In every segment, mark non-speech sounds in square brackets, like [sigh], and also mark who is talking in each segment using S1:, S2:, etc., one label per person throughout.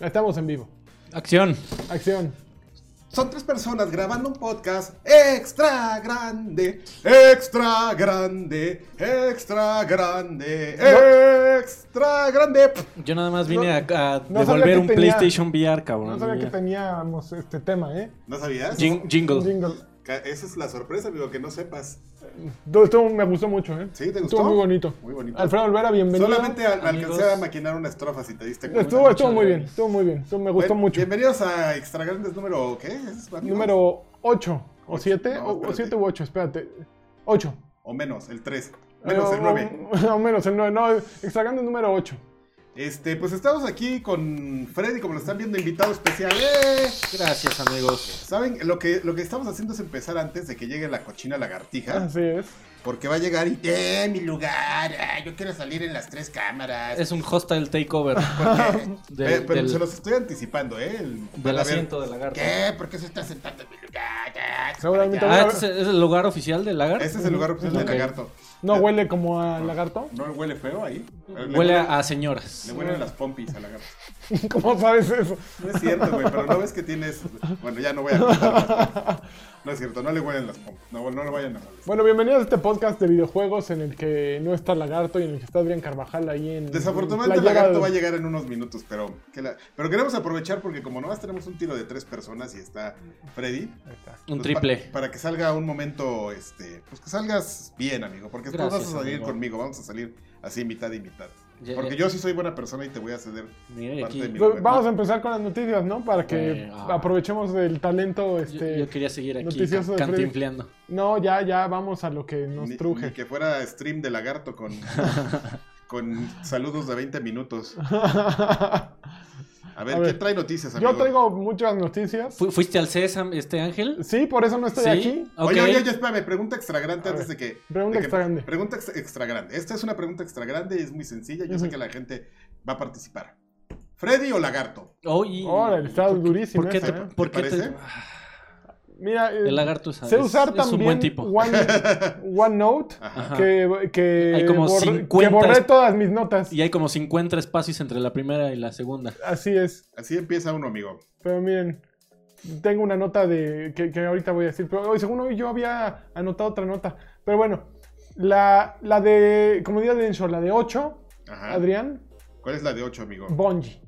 S1: Estamos en vivo.
S2: Acción.
S1: Acción.
S3: Son tres personas grabando un podcast extra grande, extra grande, extra grande, extra grande.
S2: Yo nada más vine
S1: No-
S2: a, a
S1: no sabía
S2: devolver
S1: que
S2: un
S1: tenía-
S2: PlayStation VR, cabrón.
S1: No sabía que
S2: Ya.
S1: teníamos este tema, ¿eh?
S3: ¿No sabías?
S2: Jing- jingle.
S1: Jingle.
S3: Ca- Esa es la sorpresa, amigo, que no sepas.
S1: Todo esto me gustó mucho, ¿eh?
S3: Sí, ¿te gustó?
S1: Estuvo muy bonito.
S3: Muy bonito.
S1: Alfredo Olvera, bienvenido.
S3: Solamente al-
S2: amigos.
S3: alcancé a maquinar una estrofa si te diste cuenta.
S1: Estuvo, estuvo
S2: Muchas
S1: muy bien,
S2: gracias.
S1: estuvo muy bien. Estuvo- me gustó
S3: Bien-
S1: mucho.
S3: Bienvenidos a Extra Grandes número, ¿qué? ¿Es, amigo?
S1: Número 8 o 7
S3: No,
S1: o
S3: espérate.
S1: 7 u 8, espérate. 8.
S3: O menos, el 3. Menos el 9.
S1: [laughs] No, Eh, menos el 9. No, extragando el número 8.
S3: Este, pues estamos aquí con Freddy, como lo están viendo, invitado especial. ¡Eh!
S2: Gracias, amigos.
S3: ¿Saben? Lo que, lo que estamos haciendo es empezar antes de que llegue la cochina
S2: Ah,
S3: lagartija.
S1: Así es.
S3: Porque va a llegar y. ¡Eh, mi lugar! ah, yo quiero salir en las tres cámaras.
S2: Es un hostile
S1: [laughs]
S2: takeover
S3: Porque-
S2: [laughs] Del-
S3: [laughs] Eh, pero
S2: del-
S3: se los estoy anticipando, ¿eh? El- van
S2: del
S3: a ver,
S2: asiento de lagarto.
S3: ¿Qué? ¿Por qué se está sentando en mi lugar? Ah,
S1: Seguramente
S2: Ah,
S1: van a-
S2: ¿este es, es el lugar oficial del lagarto?
S3: Ese es el lugar oficial del
S2: Ok.
S3: lagarto.
S1: No
S3: Eh,
S1: huele como a lagarto. [laughs]
S3: ¿No huele feo ahí? Le
S2: Huele a señoras.
S3: Le huelen las pompis al lagarto.
S1: ¿Cómo sabes eso?
S3: No es cierto, güey, pero no ves que tienes. Bueno, ya no voy a contar las pompis. No es cierto, no le huelen las pompis. No, no lo vayan a molestar.
S1: Bueno, bienvenidos a este podcast de videojuegos en el que no está Lagarto y en el que está Adrián Carvajal ahí en.
S3: Desafortunadamente, el
S1: Playera
S3: lagarto
S1: de-
S3: va a llegar en unos minutos, pero, que la- pero queremos aprovechar porque, como nomás tenemos un tiro de tres personas y está Freddy.
S1: Ahí está.
S2: Un
S3: pues,
S2: triple.
S3: pa- para que salga un momento, este, pues que salgas bien, amigo, porque después
S2: Gracias,
S3: vas a salir
S2: amigo.
S3: conmigo, vamos a salir así mitad y mitad.
S2: Ya-
S3: Porque yo sí soy buena persona y te voy a ceder.
S2: Mira, y
S3: parte
S2: aquí-
S3: de mi-
S1: Pues Vamos a empezar con las noticias, ¿no? Para que
S2: Eh, ah.
S1: aprovechemos del talento.
S2: yo-
S1: Este...
S2: yo, quería seguir aquí
S1: noticioso de Freddy.
S2: cantinfleando.
S1: No, ya, ya, vamos a lo que nos
S3: Ni,
S1: truje. [laughs]
S3: ni que fuera stream de lagarto
S2: [laughs]
S3: con, con saludos de 20 minutos. A ver,
S1: A
S3: ¿qué
S1: ver.
S3: trae noticias, amigo?
S1: Yo traigo muchas noticias.
S2: Fu- ¿Fuiste al CESAM, este ángel?
S1: Sí, por eso no estoy
S2: sí.
S1: aquí.
S2: Ok.
S3: Oye, oye, oye, espérame, pregunta extra grande
S1: A
S3: antes
S1: ver,
S3: de que.
S1: pregunta
S3: de que-
S1: extra grande.
S3: Pregunta ex- extra grande. Esta es una pregunta extra grande y es muy sencilla. Yo sé
S1: Ujú.
S3: que la gente va a participar. ¿Freddy o Lagarto?
S2: Oh, y-
S1: Órale, está durísimo
S2: ¿Por qué
S1: esa,
S2: te-
S1: ¿eh?
S2: por
S3: ¿Te
S2: qué te-
S3: parece?
S1: Mira, eh,
S2: El lagarto es,
S1: sé
S2: es-
S1: usar
S2: es
S1: también
S2: un buen tipo.
S3: [laughs]
S1: One- OneNote,
S3: Ajá.
S2: Ajá.
S1: que, que,
S2: Hay como
S1: borré-
S2: 50
S1: que borré todas mis notas.
S2: Y hay como 50 espacios entre la primera y la segunda.
S1: Así es.
S3: Así empieza uno, amigo.
S1: Pero miren, tengo una nota de que, que ahorita voy a decir. Pero hoy, según hoy, yo había anotado otra nota. Pero bueno, la, la de Comunidad de Enshore, la de 8,
S3: Ajá.
S1: Adrián,
S3: ¿Cuál es la de 8, amigo?
S1: Bonji.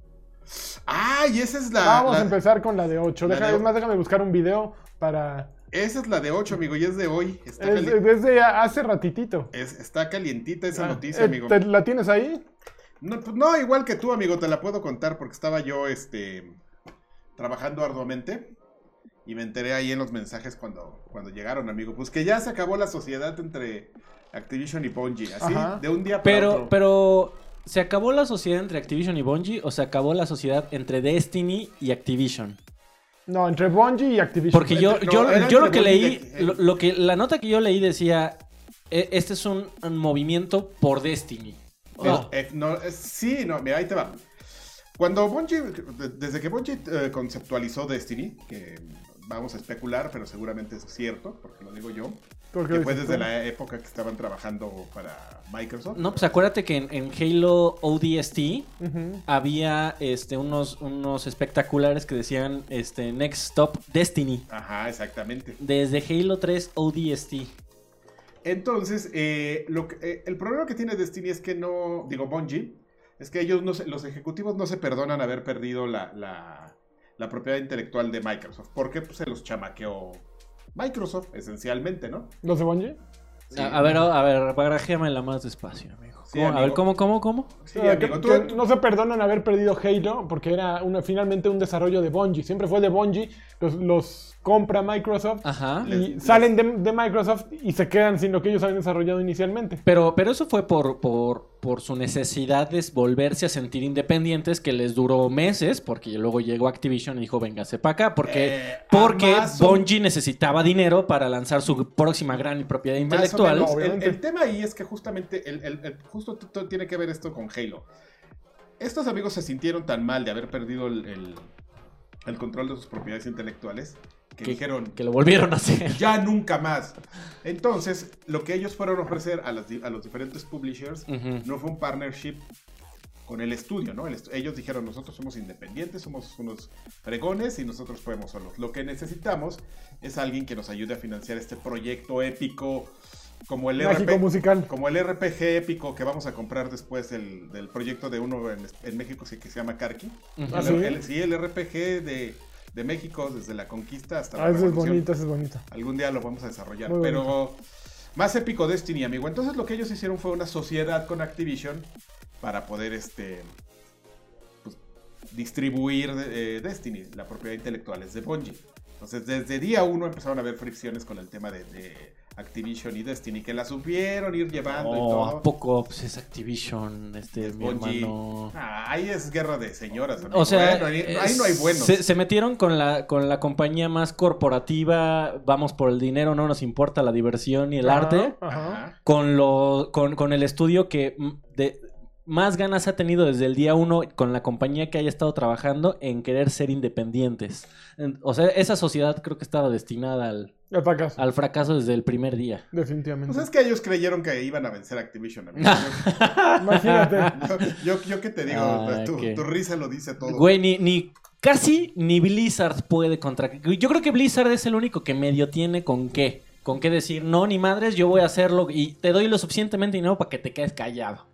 S3: ¡Ah! Y esa es la.
S1: Vamos
S3: la-
S1: a empezar con la de 8.
S3: la de-
S1: es más, déjame buscar un video para.
S3: Esa es la de 8, amigo, y es de hoy. Está,
S1: Es,
S3: cali-
S1: es de hace ratitito.
S3: es- está calientita esa
S1: Ah,
S3: noticia,
S1: eh,
S3: amigo.
S1: ¿te- ¿La tienes ahí?
S3: No, pues, no, igual que tú, amigo, te la puedo contar porque estaba yo este, trabajando arduamente y me enteré ahí en los mensajes cuando, cuando llegaron, amigo. Pues que ya se acabó la sociedad entre Activision y Bungie, así,
S1: Ajá.
S3: de un día para
S2: Pero,
S3: otro.
S2: pero, ¿se acabó la sociedad entre Activision y Bungie o se acabó la sociedad entre Destiny y Activision?
S1: No, entre Bungie y Activision.
S2: Porque yo,
S3: Entre-
S2: yo,
S3: no, era
S2: yo lo
S3: entre
S2: que
S3: Bungie y
S2: leí,
S3: Acti- eh.
S2: lo, lo que, la nota que yo leí decía, "E- este es un, un movimiento por Destiny. O sea,
S3: Eh, eh, no, eh, sí, no, mira, ahí te va. Cuando Bungie, de- desde que Bungie eh, conceptualizó Destiny, que vamos a especular, pero seguramente es cierto, porque lo digo yo,
S1: Porque
S3: que fue
S1: dices,
S3: desde la época que estaban trabajando para Microsoft.
S2: no, pues acuérdate que en, en Halo ODST
S1: Ujú.
S2: había este, unos, unos espectaculares que decían este, Next Stop Destiny.
S3: Ajá, exactamente.
S2: Desde Halo 3 ODST.
S3: Entonces, eh, lo que- eh, el problema que tiene Destiny es que no, digo Bungie, es que ellos, no se- los ejecutivos no se perdonan haber perdido la, la- la propiedad intelectual de Microsoft, porque pues, se los chamaqueó Microsoft, esencialmente, ¿no?
S1: ¿Los de Bungie?
S3: Sí.
S2: A, a ver, a ver, barajéamela más despacio, amigo.
S3: Sí,
S2: ¿Cómo? A
S3: amigo.
S2: ver, ¿cómo, cómo, cómo?
S3: Sí,
S1: O sea, Ah, que-
S3: amigo, tú-
S1: que no se perdonan haber perdido Halo porque era una, finalmente un desarrollo de Bungie. Siempre fue de Bungie, los, los compra Microsoft
S2: Ajá.
S1: y
S3: Les-
S1: salen de, de Microsoft y se quedan sin lo que ellos habían desarrollado inicialmente.
S2: Pero, pero eso fue por, por, por su necesidad de volverse a sentir independientes que les duró meses, porque luego llegó Activision y dijo, véngase para acá, porque,
S3: Eh,
S2: porque
S3: más o-
S2: Bungie necesitaba dinero para lanzar su próxima gran propiedad
S3: más o
S2: intelectual.
S3: menos. El,
S1: obviamente.
S3: el tema ahí es que justamente, el, el- el- justo t- t- tiene que ver esto con Halo. Estos amigos se sintieron tan mal de haber perdido el, el- el control de sus propiedades intelectuales que
S2: Que-
S3: dijeron,
S2: Que lo volvieron a hacer.
S3: Ya nunca más. Entonces, lo que ellos fueron a ofrecer a, las di- a los diferentes publishers
S2: Ujú.
S3: no fue un partnership con el estudio, ¿no? El estu- ellos dijeron, nosotros somos independientes, somos unos fregones y nosotros podemos solos. Lo que necesitamos es alguien que nos ayude a financiar este proyecto épico como el
S1: Mágico
S3: RP
S1: musical.
S3: como el RPG épico que vamos a comprar después del, del proyecto de uno en, en México sí, que se llama Karki.
S2: Ujú.
S1: Ah,
S3: El-
S1: sí.
S3: el- sí, el RPG de, de México desde la conquista hasta la
S1: Ah, eso es
S3: revolución.
S1: bonito, eso es bonito.
S3: Algún día lo vamos a desarrollar,
S1: Muy
S3: pero más épico Destiny, amigo. Entonces lo que ellos hicieron fue una sociedad con Activision para poder este pues, distribuir eh, Destiny, la propiedad intelectual es de Bungie. Entonces desde día uno empezaron a haber fricciones con el tema de, de Activision y Destiny, que la supieron ir llevando y
S2: No,
S3: todo.
S2: ¿a poco pues, es Activision, este,
S3: Es
S2: mi
S3: Bungie.
S2: hermano?
S3: Ah, ahí es guerra de señoras. amigo,
S2: O sea,
S3: ¿eh? No hay- ahí no hay
S2: es-
S3: buenos.
S2: Se, se metieron con la, con la compañía más corporativa, vamos por el dinero, no nos importa la diversión y el arte,
S1: Ajá.
S3: Ajá.
S2: con, lo, con, con el estudio que mm, de- más ganas ha tenido desde el día uno con la compañía que haya estado trabajando en querer ser independientes. En- O sea, esa sociedad creo que estaba destinada al,
S1: El fracaso,
S2: al fracaso desde el primer día.
S1: definitivamente.
S3: Pues es que ellos creyeron que iban a vencer a
S2: [laughs]
S3: Activision. amigo. [laughs]
S1: Imagínate.
S3: Yo, yo, yo que te digo,
S2: Ah,
S3: pues, tu,
S2: ok.
S3: tu risa lo dice todo.
S2: Güey, ni, ni casi ni Blizzard puede contra. Yo creo que Blizzard es el único que medio tiene con qué. Con qué decir, no, ni madres, yo voy a hacerlo y te doy lo suficientemente dinero para que te quedes callado.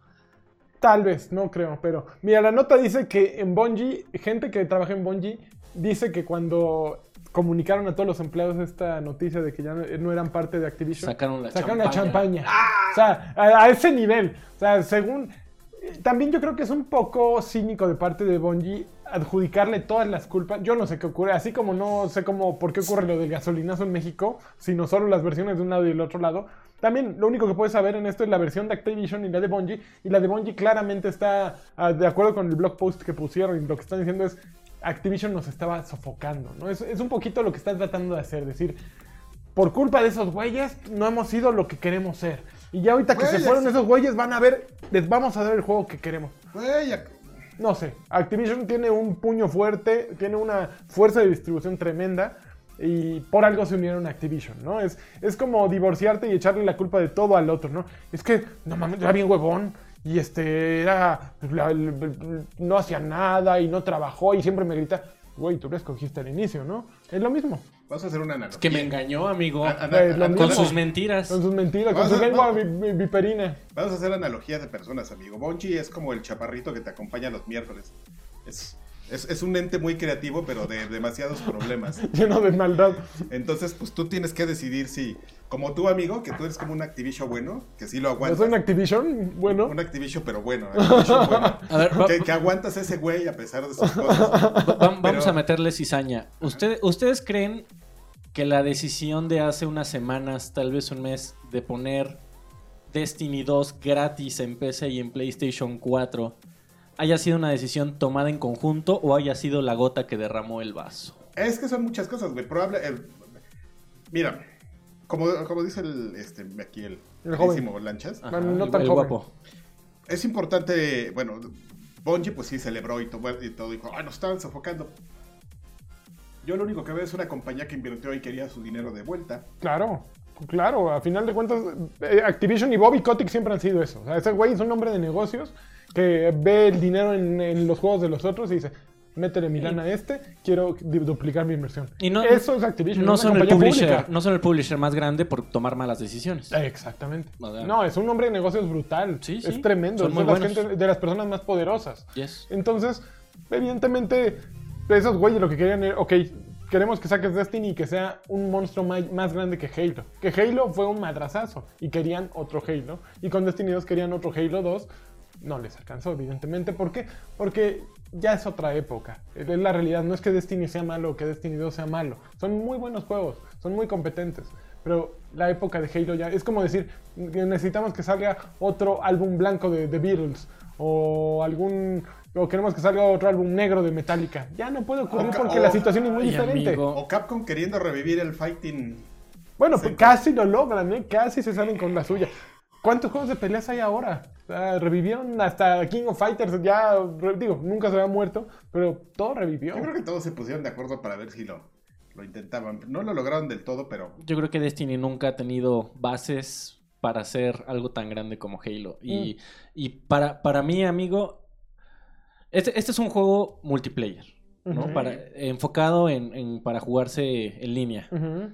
S1: Tal vez, no creo, pero. Mira, la nota dice que en Bungie, gente que trabaja en Bungie, dice que cuando comunicaron a todos los empleados esta noticia de que ya no, no eran parte de Activision,
S2: Sacaron la
S1: sacaron la
S2: champaña.
S1: champaña. O sea, a, a ese nivel. O sea, según. También yo creo que es un poco cínico de parte de Bungie adjudicarle todas las culpas. Yo no sé qué ocurre, así como no sé cómo por qué ocurre lo del gasolinazo en México, sino solo las versiones de un lado y del otro lado. También lo único que puedes saber en esto es la versión de Activision y la de Bungie. Y la de Bungie claramente está ah, de acuerdo con el blog post que pusieron. Y lo que están diciendo es Activision nos estaba sofocando, ¿no? Es, es un poquito lo que están tratando de hacer, decir, por culpa de esos güeyes, no hemos sido lo que queremos ser. Y ya ahorita que se
S3: Güeyes.
S1: fueron esos güeyes, van a ver, les vamos a dar el juego que queremos.
S3: Güey, ac-
S1: No sé, Activision tiene un puño fuerte, tiene una fuerza de distribución tremenda y por algo se unieron a Activision, ¿no? Es, es como divorciarte y echarle la culpa de todo al otro, ¿no? Es que, no mames, era bien huevón y este era, la- el- el- no hacía nada y no trabajó y siempre me grita, güey, tú lo escogiste al inicio, ¿no? Es lo mismo,
S3: Vamos a hacer una analogía.
S2: Es que me engañó, amigo.
S3: A- a-
S1: Güey,
S3: a-
S1: lo
S3: a-
S2: Con
S1: mismo.
S2: sus mentiras.
S1: con sus mentiras, con
S3: Vas a-
S1: su lengua
S3: vas-
S1: vi- vi- viperina.
S3: Vamos a hacer analogías de personas, amigo. Bonchi es como el chaparrito que te acompaña los miércoles. Es, es- es un ente muy creativo, pero de demasiados problemas.
S1: [laughs] lleno de maldad.
S3: Entonces, pues tú tienes que decidir si, como tú, amigo, que tú eres como un Activision bueno, que sí lo
S1: ¿No
S3: aguantas.
S1: soy un Activision? Bueno,
S3: Un Activision, pero bueno. Activision
S2: [laughs]
S3: bueno.
S2: A ver, va-
S3: Que, que aguantas a ese güey a pesar de sus cosas.
S2: va- vamos
S3: Pero-
S2: a meterle cizaña. Usted- ¿Ustedes creen que la decisión de hace unas semanas, tal vez un mes, de poner Destiny 2 gratis en PC y en PlayStation 4 haya sido una decisión tomada en conjunto o haya sido la gota que derramó el vaso?
S3: Es que son muchas cosas, güey. Probable. eh, mira, como, como dice el, este, aquí el,
S1: El joven.
S3: queridísimo Lanchas,
S1: Ah. no
S2: el-
S1: tan
S2: el
S1: joven.
S2: guapo.
S3: es importante. Bueno, Bungie, pues sí celebró y todo, y todo. Dijo, ah, nos estaban sofocando. Yo lo único que veo es una compañía que invirtió y quería su dinero de vuelta.
S1: claro, claro. A final de cuentas, eh, Activision y Bobby Kotick siempre han sido eso. O sea, ese güey es un hombre de negocios que ve el dinero en, en los juegos de los otros y dice, métele mi lana a este, quiero di- duplicar mi inversión.
S2: Y no-
S1: eso es Activision.
S2: No
S1: es una
S2: son, el
S1: compañía
S2: publisher,
S1: pública.
S2: no son el publisher más grande por tomar malas decisiones.
S1: Eh, Exactamente.
S2: Madre.
S1: No, es un hombre de negocios brutal.
S2: Sí, sí.
S1: Es tremendo.
S2: Son
S1: es
S2: muy
S1: de, las
S2: buenos.
S1: gente- de las personas más poderosas.
S2: Yes.
S1: Entonces, evidentemente, esos güeyes lo que querían era, ok, queremos que saques Destiny y que sea un monstruo ma- más grande que Halo. Que Halo fue un madrazazo y querían otro Halo. Y con Destiny 2 querían otro Halo 2. No les alcanzó, evidentemente. ¿Por qué? Porque ya es otra época. Es es la realidad. No es que Destiny sea malo o que Destiny 2 sea malo. Son muy buenos juegos. Son muy competentes. Pero la época de Halo ya es como decir que necesitamos que salga otro álbum blanco de The Beatles o algún o queremos que salga otro álbum negro de Metallica. Ya no puede ocurrir
S3: O-
S1: porque
S3: o-
S1: la situación es muy
S2: oh, ay,
S1: diferente.
S2: amigo.
S3: O Capcom queriendo revivir el fighting.
S1: Bueno,
S3: Sí.
S1: pues casi lo logran, ¿eh? casi se salen con la suya. ¿Cuántos juegos de peleas hay ahora? O sea, revivieron hasta King of Fighters, ya re- digo, nunca se había muerto, pero todo revivió.
S2: Oh.
S3: Yo creo que todos se pusieron de acuerdo para ver si lo, lo intentaban. No lo lograron del todo, pero
S2: Yo creo que Destiny nunca ha tenido bases
S1: Mm.
S2: para hacer algo tan grande como Halo. Y, y para, para mí, amigo, Este, este es un juego multiplayer, ¿no?
S1: Ujú.
S2: Para, enfocado en, en- para jugarse en línea.
S1: Ujú.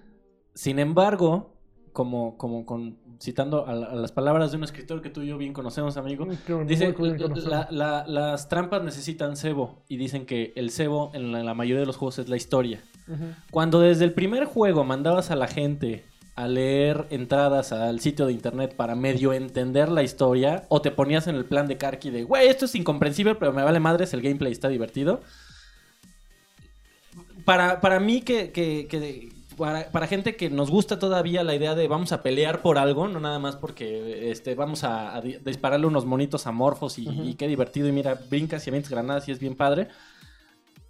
S2: Sin embargo, como, como con- citando a, la- a las palabras de un escritor que tú y yo bien conocemos, amigo,
S1: Que Mm, muy
S2: dice,
S1: bien conocido.
S2: la- la- las trampas necesitan cebo y dicen que el cebo en la- la mayoría de los juegos es la historia.
S1: Ujú.
S2: Cuando desde el primer juego mandabas a la gente a leer entradas al sitio de internet para medio entender la historia, o te ponías en el plan de Karki de, güey, esto es incomprensible, pero me vale madres, el gameplay está divertido. Para, para mí que... que- que- para, para gente que nos gusta todavía la idea de vamos a pelear por algo, no nada más porque este, vamos a, a di- dispararle unos monitos amorfos y,
S1: Ujú.
S2: y qué divertido, y mira, brincas y avientas granadas y es bien padre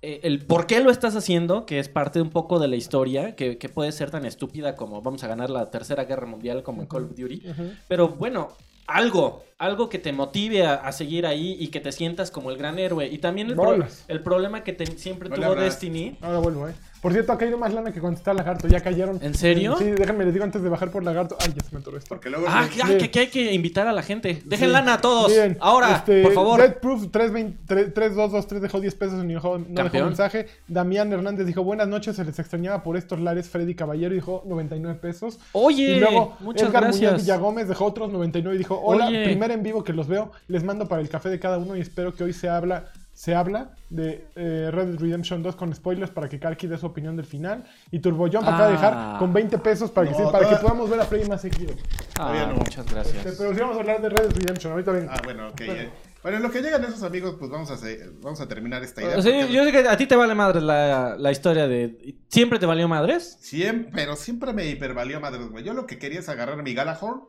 S2: eh, el por qué lo estás haciendo, que es parte un poco de la historia, que, que puede ser tan estúpida como vamos a ganar la Tercera Guerra Mundial como en Call of Duty.
S1: Ujú.
S2: Pero bueno, algo, algo que te motive a, a seguir ahí y que te sientas como el gran héroe. Y también el, pro-
S1: Bolas.
S2: el problema que te- siempre
S3: No le
S2: tuvo
S3: habrás.
S2: Destiny.
S1: Ahora vuelvo, eh. Por cierto, ha caído más lana que cuando está Lagarto. Ya cayeron.
S2: ¿En serio?
S1: Sí, déjenme les digo antes de bajar por Lagarto. Ay, ya se me atoró esto.
S3: Porque luego.
S2: Ah,
S3: no-
S2: que, ah,
S1: Miren.
S2: que aquí hay que invitar a la gente. Dejen
S1: Sí.
S2: lana a todos.
S1: Miren,
S2: Ahora,
S1: este,
S2: por favor.
S1: Dead Proof 3223 dejó 10 pesos y no dejó, no dejó
S2: Campeón.
S1: mensaje. Damián Hernández dijo: Buenas noches, se les extrañaba por estos lares. Freddy Caballero dijo 99 pesos.
S2: Oye,
S1: y luego
S2: muchas
S1: Edgar Muñoz
S2: gracias.
S1: Villagómez dejó otros 99 y dijo: Hola,
S2: Oye.
S1: primer en vivo que los veo. Les mando para el café de cada uno y espero que hoy se habla. Se habla de eh, Red Dead Redemption 2 con spoilers para que Karki dé su opinión del final. Y Turbo Jump acaba de
S2: Ah.
S1: dejar con 20 pesos para, que,
S3: No,
S1: para que
S3: toda-
S1: podamos ver a Freddy más seguido.
S2: Ah,
S3: no.
S2: Muchas gracias.
S1: Este, pero sí vamos a hablar de Red Dead Redemption. Ahorita vengo.
S3: Ah, bueno, ok. eh. Bueno, en lo que llegan esos amigos, pues vamos a, se- vamos a terminar esta idea.
S2: O sea,
S3: porque
S2: yo sé que a ti te vale madres la, la historia de... ¿Siempre te valió madres?
S3: Siempre, pero siempre me hipervalió madres, güey. Yo lo que quería es agarrar mi Galahorn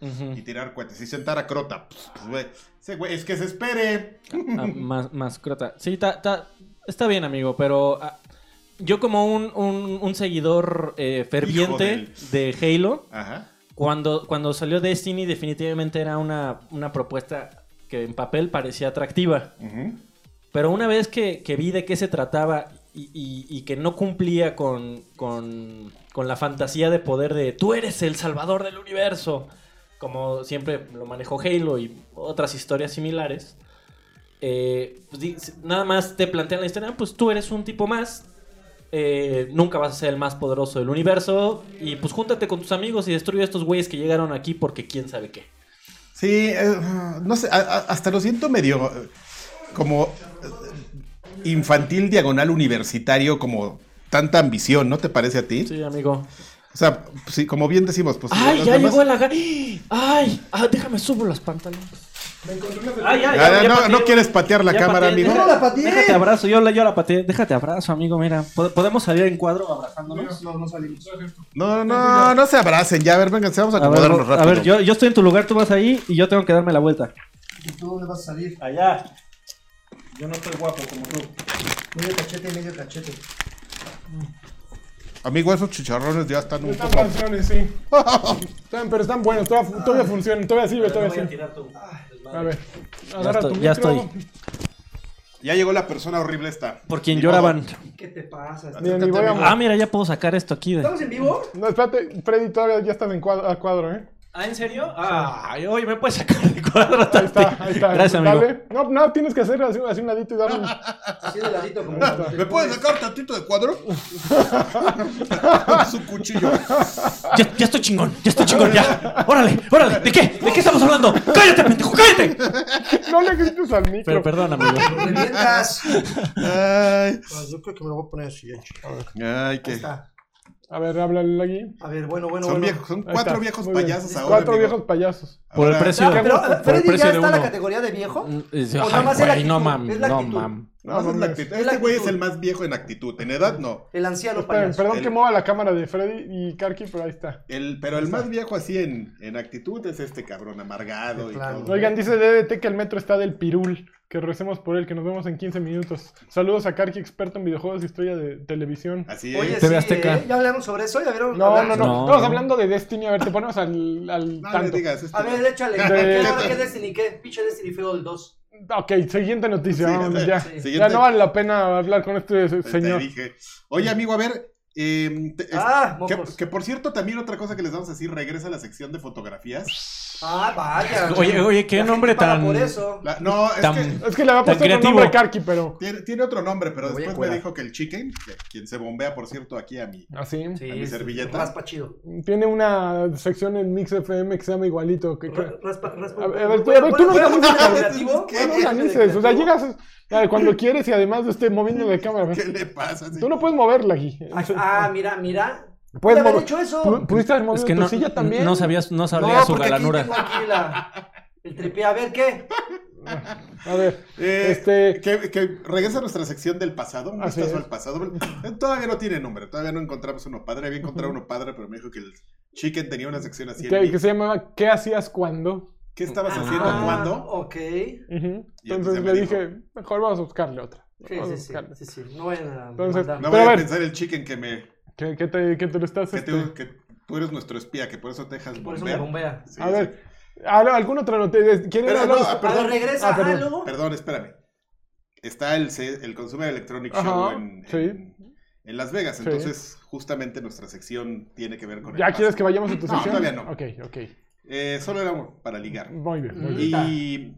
S2: Mm.
S3: y tirar cohetes y sentar a Crota. Pues, güey, ese güey, es que se espere.
S2: Ah, más, más crota. Sí, ta- ta- está bien, amigo, pero ah, yo como un, un- un seguidor eh, ferviente de Halo,
S3: Ajá.
S2: cuando, cuando salió Destiny definitivamente era una, una propuesta que en papel parecía atractiva.
S3: Ujú.
S2: Pero una vez que, que vi de qué se trataba y, y- y que no cumplía con, con- con la fantasía de poder de tú eres el salvador del universo, como siempre lo manejó Halo y otras historias similares, eh, pues di- nada más te plantean la historia, "Ah, pues tú eres un tipo más, eh, nunca vas a ser el más poderoso del universo y pues júntate con tus amigos y destruye a estos güeyes que llegaron aquí porque quién sabe qué.
S3: Sí, eh, no sé, a- a- hasta lo siento medio eh, como eh, infantil diagonal universitario, como tanta ambición, ¿no te parece a ti?
S2: Sí, amigo.
S3: O sea, sí, como bien decimos, pues...
S2: Ay,
S3: los
S2: ya
S3: demás-
S2: llegó el aga. ¡Ay! Ah, déjame subo los pantalones. Ay, ay,
S3: Ah,
S2: ya, ya
S3: no,
S2: pateé.
S3: no quieres patear la
S2: Ya
S3: cámara,
S2: pateé,
S3: amigo.
S2: deja-
S4: ¡No la pateé!
S2: Déjate abrazo, yo la, yo la pateé. Déjate abrazo, amigo, mira. Pod- podemos salir en cuadro abrazándonos.
S4: No, no salimos.
S2: [laughs]
S3: No, no, no, no se abracen. Ya, a ver, vengan, vamos a
S2: A ver,
S3: acomodarnos
S2: a
S3: rápido.
S2: ver, yo, yo estoy en tu lugar, tú vas ahí y yo tengo que darme la vuelta.
S4: ¿Y tú dónde vas a salir?
S2: Allá. Yo no estoy guapo como tú.
S4: Medio cachete y medio cachete.
S3: Amigo, esos chicharrones ya están un
S1: Están
S3: poco...
S1: canciones,
S4: [laughs]
S1: sí. Están- pero están buenos, todavía, fu-
S4: Ah.
S1: todavía funcionan, todavía sirve, todavía sirve. A ver, agarra
S2: estoy-
S1: tu
S2: ya
S1: micro.
S2: estoy.
S3: Ya llegó la persona horrible esta.
S2: Por quien
S3: Ni
S2: lloraban.
S3: modo.
S4: ¿Qué te pasa?
S1: Bien, y voy a-
S2: Ah, mira, ya puedo sacar esto aquí. De...
S4: ¿Estamos en vivo?
S1: No, espérate, Freddy, todavía ya estás en cuadro, a cuadro, ¿eh?
S2: ¿Ah, en serio? Ah, hoy me puedes sacar de cuadro.
S1: Ahí está, ahí está.
S2: Gracias, amigo.
S1: Dale. No, no, tienes que hacer así, así un ladito y darle.
S2: [laughs]
S4: Así de
S3: [laughs]
S4: ladito como...
S3: ¿Me puedes sacar tantito de
S1: [laughs]
S3: cuadro? Su cuchillo.
S2: Ya, ya estoy chingón, ya estoy chingón, ya. Órale, órale, ¿de qué? ¿De qué estamos hablando? ¡Cállate, pendejo, cállate!
S1: No le grites al micro.
S2: Pero perdón, amigo.
S4: ¡Revientas!
S3: Ay,
S4: Pues yo creo que me lo voy a poner así. eh. A ver,
S3: ay,
S4: ahí
S3: que...
S4: está.
S1: A ver, háblale aquí.
S4: A ver, bueno, bueno,
S3: Son,
S4: bueno.
S3: viejos, son
S1: Ahí
S3: cuatro
S1: está,
S3: viejos
S1: muy bien.
S3: payasos ahora.
S1: Cuatro
S3: amigo.
S1: viejos payasos.
S2: Por el
S3: Ahora-
S2: precio.
S4: Ah, pero
S2: por- por el
S4: Freddy
S2: precio
S4: ya
S2: de
S4: está en la
S2: uno.
S4: categoría de viejo.
S2: Mm,
S4: O
S2: es-
S4: nada más es
S2: Ay,
S4: la
S2: güey, no
S4: actitud,
S2: mam,
S4: es la
S2: no
S4: actitud.
S2: mam.
S3: No, no, es la actitud. Este güey es el más viejo en actitud. En edad, no.
S4: El anciano
S1: Esperen,
S4: payaso.
S1: perdón
S3: El-
S1: que mueva la cámara de Freddy y Karki, pero ahí está.
S3: El, pero el más viejo así en, en actitud es este cabrón amargado y
S4: De plano.
S3: todo.
S1: Oigan, dice DDT que el metro está del pirul. Que recemos por él, que nos vemos en 15 minutos. Saludos a Karki, experto en videojuegos y historia de televisión.
S3: Así
S4: Oye,
S3: es.
S2: TV
S4: sí,
S2: Azteca.
S4: ¿eh? ¿Ya hablaron sobre eso? ¿Ya vieron?
S1: No,
S4: hablar?
S1: no, no,
S2: No,
S1: Estamos
S2: no.
S1: hablando de Destiny. A ver, te ponemos al, al
S3: No le
S1: tanto.
S3: digas. este-
S4: A ver, échale.
S1: De-
S4: ¿Qué, ahora, ¿Qué Destiny? ¿Qué? Pinche Destiny Field 2.
S1: Ok, siguiente
S3: [laughs]
S1: noticia.
S3: Sí,
S1: vamos,
S3: sí,
S1: ya.
S4: sí.
S1: Ya
S3: Siguiente.
S1: no vale la pena hablar con este
S3: Te
S1: señor.
S3: dije. Oye, amigo, a ver, Eh, te- es-
S4: Ah,
S3: que,
S4: mocos.
S3: que, por cierto, también otra cosa que les vamos a decir, regresa a la sección de fotografías.
S4: Ah, vaya.
S2: Oye, oye, qué
S4: La gente
S2: nombre
S4: paga
S2: tan-
S4: Por eso.
S3: La- no, es
S2: Tam-
S3: que
S1: Es que le había
S2: Tan
S1: puesto otro
S2: creativo.
S1: nombre Karki, pero.
S3: tiene, tiene otro nombre, pero
S4: Me voy a
S3: después me
S4: cuerar.
S3: dijo que el Chicken, que- quien se bombea, por cierto, aquí
S1: [laughs]
S3: a mí.
S1: Así.
S4: Sí,
S3: mi
S4: sí,
S3: servilleta.
S4: Raspa chido.
S1: Tiene una sección en Mix FM que se llama igualito. Que, que-
S4: Ra- Raspa, raspa.
S1: A ver, a ver, tú- a ver, tú no
S4: Bueno,
S1: digas eso,
S4: bueno, bueno,
S3: cabrón.
S4: creativo,
S3: ¿Qué
S1: Ah, no
S4: bueno,
S1: organices, O sea,
S4: creativo.
S1: llegas eh, cuando quieres y además esté moviendo la cámara.
S3: [laughs] ¿Qué le pasa? Sí.
S1: Tú no puedes moverla aquí.
S4: Ah, mira, mira.
S1: Puedes
S4: Puedes haber
S1: mover-
S4: hecho eso.
S1: Pu- Pudiste haber movido
S2: Es que
S1: tu
S2: no,
S1: silla también.
S2: no sabías, no sabía su
S4: porque
S2: galanura.
S4: Aquí tengo aquí la, el tripié. A ver, ¿qué?
S1: A ver,
S3: Eh,
S1: Este-
S3: que, que regresa a nuestra sección del pasado, un
S1: Así
S3: vistazo
S1: es.
S3: al pasado. Eh, Todavía no tiene nombre, todavía no encontramos uno padre. Había encontrado uno padre, pero me dijo que el Chicken tenía una sección así. en
S1: que,
S3: mí.
S1: que se llamaba ¿Qué hacías cuando?
S3: ¿Qué estabas
S2: Ah.
S3: haciendo cuando?
S4: Ok. Sí,
S1: Ujú.
S3: Y entonces
S1: Entonces
S3: me
S1: le
S3: dijo-
S1: dije, mejor vamos a buscarle otra. Vamos a
S4: sí, sí,
S1: buscarle.
S4: sí, sí. No vayan a
S1: Entonces,
S4: mandar.
S1: Pero
S3: No voy
S1: a
S3: a,
S1: ver.
S3: pensar el Chicken que me
S1: Que, que te, que te lo estás.
S3: que, te-
S1: este,
S3: que tú eres nuestro espía, que por eso te dejas
S4: Por eso me
S3: bombear.
S4: bombea.
S3: Sí,
S1: a
S3: sí.
S1: ver, ¿al- ¿alguna otra noticia? ¿Quieren
S3: Pero
S1: hablar?
S3: no,
S1: Ah,
S4: A ver,
S1: perdón.
S4: regresa.
S1: Ah, perdón.
S4: Ah, luego.
S3: Perdón, espérame. Está el, C- el Consumer Electronic
S1: Ajá,
S3: Show en,
S1: sí.
S3: en- en Las Vegas.
S1: Sí.
S3: Entonces, justamente nuestra sección tiene que ver con el
S1: ¿Ya
S3: paso.
S1: quieres que vayamos a tu
S3: No,
S1: sesión?
S3: todavía no.
S1: Ok, ok.
S3: Eh, solo era para ligar.
S1: Muy bien,
S3: Mm.
S1: muy bien.
S3: Y
S1: Ah.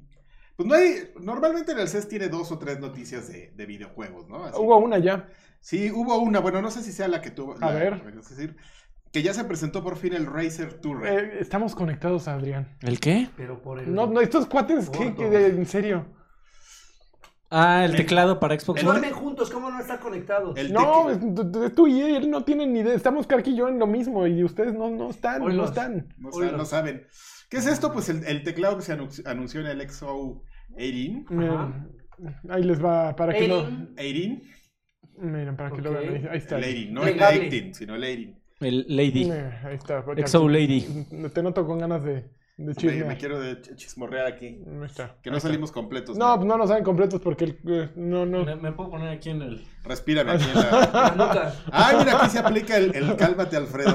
S3: pues no hay. Normalmente en el CES tiene dos o tres noticias de, de videojuegos, ¿no? Así
S1: Hubo
S3: como-
S1: una ya.
S3: Sí, hubo una. Bueno, no sé si sea la que tuvo.
S1: A
S3: la-
S1: ver.
S3: Es decir, que ya se presentó por fin el Racer Tour.
S1: Eh, estamos conectados, Adrián.
S2: ¿El qué?
S4: Pero por el.
S1: No, no, estos cuates, ¿qué,
S4: Gordo.
S1: qué de- en serio?
S2: Ah, el teclado para Xbox
S3: El-
S2: One.
S4: Duermen juntos, ¿cómo no están conectados?
S3: El
S1: No,
S3: teque-
S1: es- tú- tú tú y él no tienen ni idea. Estamos Karki y yo en lo mismo y ustedes no, no están, no
S4: Oilos.
S1: están.
S3: No,
S4: Oigan.
S3: sa- no saben. ¿Qué es esto? Pues el, el teclado que se anunci- anunció en el XO 18.
S1: Miren, ahí les va para que lo,
S4: Erin,
S3: 18.
S1: miren, para que lo
S4: Ok.
S1: vean. Ahí, ahí está.
S3: El 18, no el
S4: Plegable.
S3: 18, sino el 18.
S2: El Lady.
S1: Mira, Ahí está. para
S2: Exo
S1: Karki.
S2: Lady.
S1: Te noto con ganas de, de
S3: Me, me
S1: chismear.
S3: quiero de ch- chismorrear aquí.
S1: Ahí está.
S3: Que no salimos completos.
S1: No,
S3: ¿no?
S1: pues no nos saben completos porque el- eh, no, no.
S2: puedo poner aquí en el.
S3: Respírame aquí en la.
S4: la nuca.
S3: [laughs] Ay, mira, aquí se aplica el, el cálmate, Alfredo.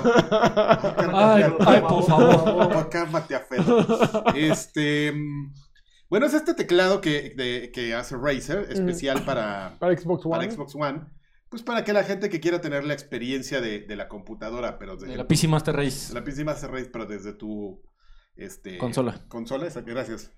S2: Ay, ay, por favor.
S3: No, cálmate, Alfredo. Este. mm, Bueno, es este teclado que, de- que hace Razer, especial para,
S1: Para Mm. Xbox One.
S3: para Xbox One. Pues para que la gente que quiera tener la experiencia de, de la computadora, pero desde
S2: De la PC Master Race.
S3: La PC Master Race, pero desde tu este,
S2: Consola.
S3: Consola, esa- gracias.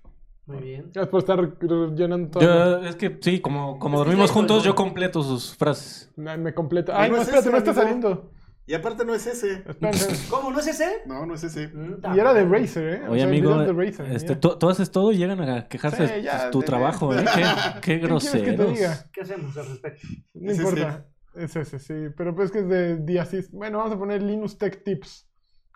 S4: Muy bien.
S1: Gracias por estar eh, llenando todo.
S2: Yo, es que sí, como, como
S4: Es que
S2: dormimos
S4: ya estoy,
S2: juntos,
S4: ¿no?
S2: yo completo sus frases.
S1: Me me completa.
S3: Pero
S1: Ay,
S3: no
S1: no,
S3: es
S1: espérate,
S3: ese,
S1: no está
S3: amigo.
S1: saliendo.
S3: Y aparte no es ese.
S1: Espérate.
S4: ¿Cómo no es ese?
S3: No, no es ese.
S1: Y era de Razer, ¿eh? O
S2: Oye,
S1: sea,
S2: amigo,
S1: videos de Razer, ¿eh?
S2: este,
S1: mira.
S2: tú, tú haces todo y llegan a quejarse
S1: Sí,
S2: de
S1: ya,
S2: tu
S1: de-
S2: trabajo, [laughs] ¿eh?
S1: ¿Qué
S2: Qué, qué
S1: quieres que te
S2: groseros.
S1: diga?
S4: ¿Qué hacemos al respecto?
S1: No
S3: Es ese.
S1: importa. Es ese, sí. Pero pues que es de Diasys. Bueno, vamos a poner Linux Tech Tips.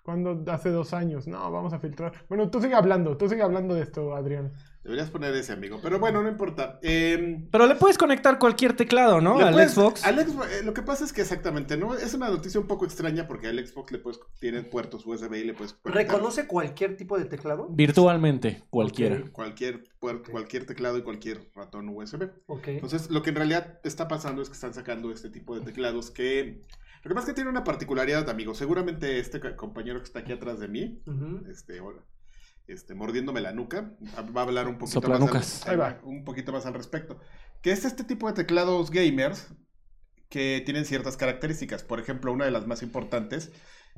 S1: Cuando hace dos años. No, vamos a filtrar. Bueno, tú sigue hablando. Tú sigue hablando de esto, Adrián.
S3: Deberías poner ese, amigo. Pero bueno, no importa. Eh,
S2: Pero le puedes conectar cualquier teclado, ¿no?
S3: le
S2: Al
S3: puedes-
S2: Xbox.
S3: al Xbox, eh, lo que pasa es que exactamente, ¿no? Es una noticia un poco extraña porque al Xbox le puedes, tiene puertos USB y le puedes conectar
S4: ¿Reconoce cualquier tipo de teclado?
S2: Virtualmente, cualquiera.
S4: Ok.
S3: cualquier, puerto, cualquier teclado y cualquier ratón USB.
S4: Ok.
S3: Entonces, lo que en realidad está pasando es que están sacando este tipo de teclados que... Lo que pasa es que tiene una particularidad, amigo. Seguramente este ca- compañero que está aquí atrás de mí,
S4: Ujú.
S3: este, hola, este, mordiéndome la nuca. Va a hablar un poquito
S2: Soplanucas.
S3: más. Al,
S1: Ahí va.
S3: Un poquito más al respecto. Que es este tipo de teclados gamers que tienen ciertas características. Por ejemplo, una de las más importantes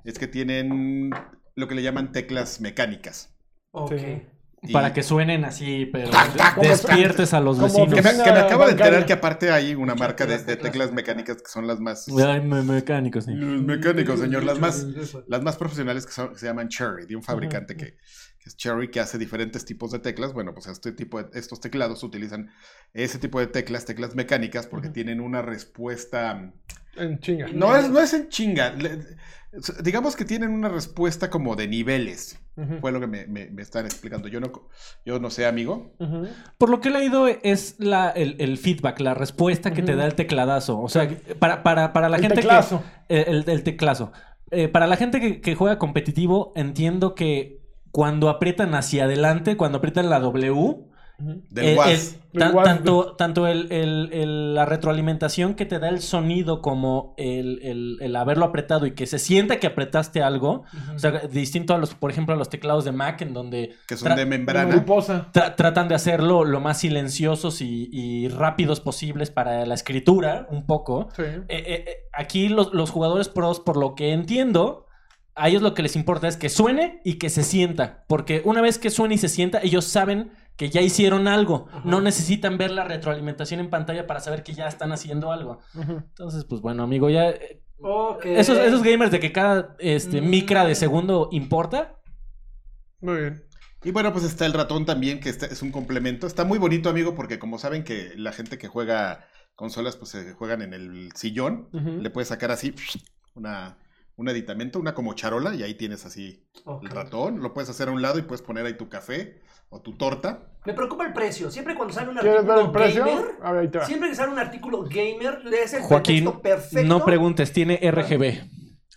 S3: es que tienen lo que le llaman teclas mecánicas.
S4: Ok.
S1: Sí.
S3: Y-
S2: Para que suenen así, pero
S1: Como-
S2: despiertes a los
S1: como-
S2: vecinos.
S3: Que me, que me
S1: Una
S3: acabo de
S1: bancaria.
S3: enterar que aparte hay una marca de,
S4: teclas,
S3: de
S4: teclas.
S3: teclas mecánicas que son las más...
S2: Ay, me- mecánico, sí.
S3: Los mecánicos, señor. Las más, las más profesionales que, son- que se llaman Cherry, de un fabricante que, que es Cherry, que hace diferentes tipos de teclas. Bueno, pues este tipo de- estos teclados utilizan ese tipo de teclas, teclas mecánicas, porque
S1: Ujú.
S3: tienen una respuesta.
S1: En chinga.
S3: No es, no es en chinga. le- digamos que tienen una respuesta como de niveles.
S1: Ujú.
S3: Fue lo que me, me- me están explicando. Yo no, co- yo no sé, amigo.
S1: Ujú.
S2: Por lo que he leído es la, el, el feedback, la respuesta que te
S1: Ujú.
S2: da el tecladazo. O sea, para, para, para la
S1: El
S2: gente que...
S1: teclazo.
S2: eh, El, el teclazo. Eh, para la gente que, que juega competitivo, entiendo que cuando aprietan hacia adelante, cuando aprietan la W,
S1: Ujú.
S3: Del
S2: el-
S3: WAS.
S2: el-
S1: Lo
S2: Tan-
S1: igual-
S2: tanto tanto el- el- el- la retroalimentación que te da el sonido como el, el- el haberlo apretado y que se sienta que apretaste algo. O sea, distinto a los, por ejemplo, a los teclados de Mac, en donde
S3: que son
S2: Tra-
S3: de membrana.
S1: Mariposa.
S2: tra- tratan de hacerlo lo más silenciosos y, y rápidos posibles para la escritura, un poco.
S1: Sí.
S2: Eh, eh, eh, aquí los, los jugadores pros, por lo que entiendo, a ellos lo que les importa es que suene y que se sienta. Porque una vez que suene y se sienta, ellos saben que ya hicieron algo.
S4: Ajá.
S2: No necesitan ver la retroalimentación en pantalla para saber que ya están haciendo algo.
S1: Ujú.
S2: Entonces, pues bueno, amigo, ya. eh,
S4: Ok.
S2: Esos, esos gamers de que cada este,
S4: Mm.
S2: micra de segundo importa.
S1: Muy bien.
S3: Y bueno, pues está el ratón también, que está- es un complemento. Está muy bonito, amigo, porque como saben que la gente que juega consolas, pues se juegan en el sillón.
S1: Ujú.
S3: Le puedes sacar así una, un aditamento, una como charola, y ahí tienes así
S4: Ok.
S3: el ratón. Lo puedes hacer a un lado y puedes poner ahí tu café o tu torta.
S4: Me preocupa el precio. Siempre cuando sale un
S1: ¿Quieres ver el
S4: artículo
S1: precio?
S4: gamer,
S1: A ver, ahí te va.
S4: siempre que sale un artículo gamer, lees el
S2: Joaquín,
S4: contexto perfecto. Ah,
S2: no preguntes, tiene RGB.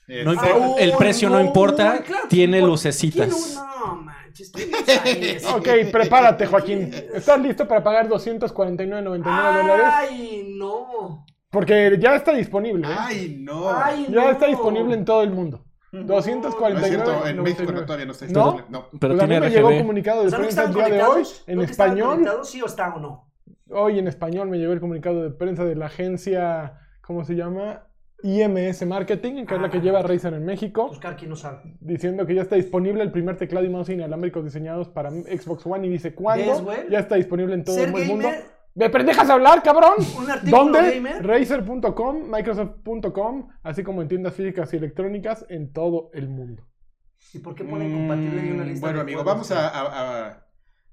S3: Eh,
S2: No
S3: sí.
S2: importa.
S4: Uy,
S2: el precio no importa,
S4: claro,
S2: tiene
S4: por-
S2: lucecitas.
S4: ¿quién no? No, manches, ¿quién usa eso?
S1: Ok, prepárate, Joaquín. ¿Estás listo para pagar 249.99 dólares?
S4: Ay, no.
S1: Porque ya está disponible. ¿eh?
S3: Ay, no.
S4: Ay, no.
S1: Ya está disponible en todo el mundo.
S3: no es cierto, en
S1: 249.99.
S3: México no, todavía no está
S1: ¿No?
S3: disponible. No.
S2: Pero
S1: Pues a
S2: tiene
S1: mí me llegó
S2: RGB.
S1: comunicado
S4: O
S1: de
S4: sea, ¿no que
S1: prensa el
S4: estaban
S1: día de hoy
S4: conectados?
S1: en
S4: ¿No que estaban
S1: español.
S4: conectados, sí o está o no?
S1: Hoy en español me llegó el comunicado de prensa de la agencia, ¿cómo se llama? IMS Marketing, que es la
S4: Ah.
S1: que lleva Razer en México,
S4: Buscar quién no sabe.
S1: diciendo que ya está disponible el primer teclado y mouse inalámbricos diseñados para Xbox One y dice
S4: ¿Ves,
S1: cuándo.
S4: güey?
S1: Ya está disponible en todo
S4: Ser
S1: el mundo.
S4: gamer,
S1: ¿Me pendejas a hablar, cabrón?
S4: un artículo
S1: ¿Dónde?
S4: gamer.
S1: Razer.com, Microsoft.com, así como en tiendas físicas y electrónicas en todo el mundo.
S4: ¿Y por qué ponen compatible en una
S3: Mm,
S4: lista?
S3: Bueno,
S4: de
S3: amigo,
S4: juegos?
S3: vamos a, a- a-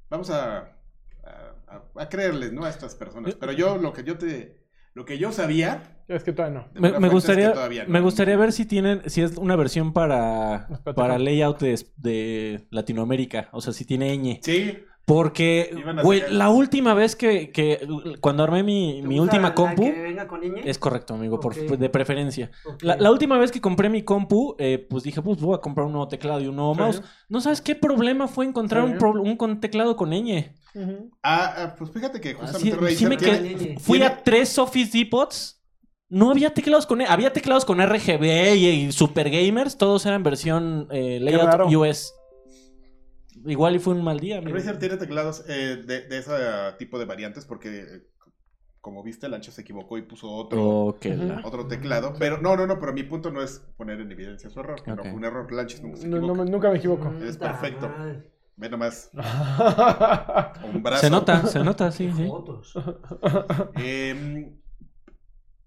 S3: vamos a, a- a- a creerles, ¿no? A estas personas. Pero yo lo que yo te, lo que yo sabía.
S1: Ya es que todavía no.
S3: de
S2: Me,
S3: una
S2: me
S3: fuente es que
S2: gustaría,
S3: todavía no.
S2: me gustaría ver si tienen, si es una versión para,
S1: Espérate,
S2: para
S1: ¿no?
S2: layout de, de Latinoamérica, o sea, si tiene ñ.
S3: Sí.
S2: Porque,
S3: Iban a
S2: güey,
S3: sacar-
S2: la última vez que, que- cuando armé mi,
S4: ¿Te
S2: mi
S4: gusta
S2: última
S4: la
S2: compu,
S4: que venga con ñ?
S2: es correcto, amigo, por-
S4: Ok.
S2: de preferencia.
S4: Ok.
S2: La, la última vez que compré mi compu, eh, pues dije, pues voy a comprar un nuevo teclado y un nuevo
S1: Sí.
S2: mouse. No sabes qué problema fue encontrar
S1: Sí.
S2: un, pro- un con teclado con ñ.
S1: Ujú.
S3: Ah, ah, pues fíjate que justamente
S2: Así-
S3: Razer
S2: sí me
S3: tiene-
S4: quedé-
S2: qued- Fui
S3: tiene-
S2: a tres Office Depots. No había teclados con ñ. Había teclados con RGB y, y Super Gamers. Todos eran versión eh,
S1: raro.
S2: Layout US. Igual y fue un mal día, amigo.
S3: Razer tiene teclados eh, de, de ese tipo de variantes porque, eh, como viste, el ancho se equivocó y puso otro.
S2: Oh, que
S1: Ujú.
S2: la-
S3: Otro teclado, pero no, no, no, pero mi punto no es poner en evidencia su error, que no
S2: Ok.
S3: fue un error, Lanches nunca se
S1: No, no
S3: equivoca.
S1: me- nunca me equivoco.
S4: Mm,
S3: Es
S4: ta
S3: perfecto.
S4: madre.
S3: Ve nomás,
S1: [laughs] Ajá.
S3: un brazo.
S2: Se nota, se nota, sí, sí.
S4: Fotos.
S3: Eh,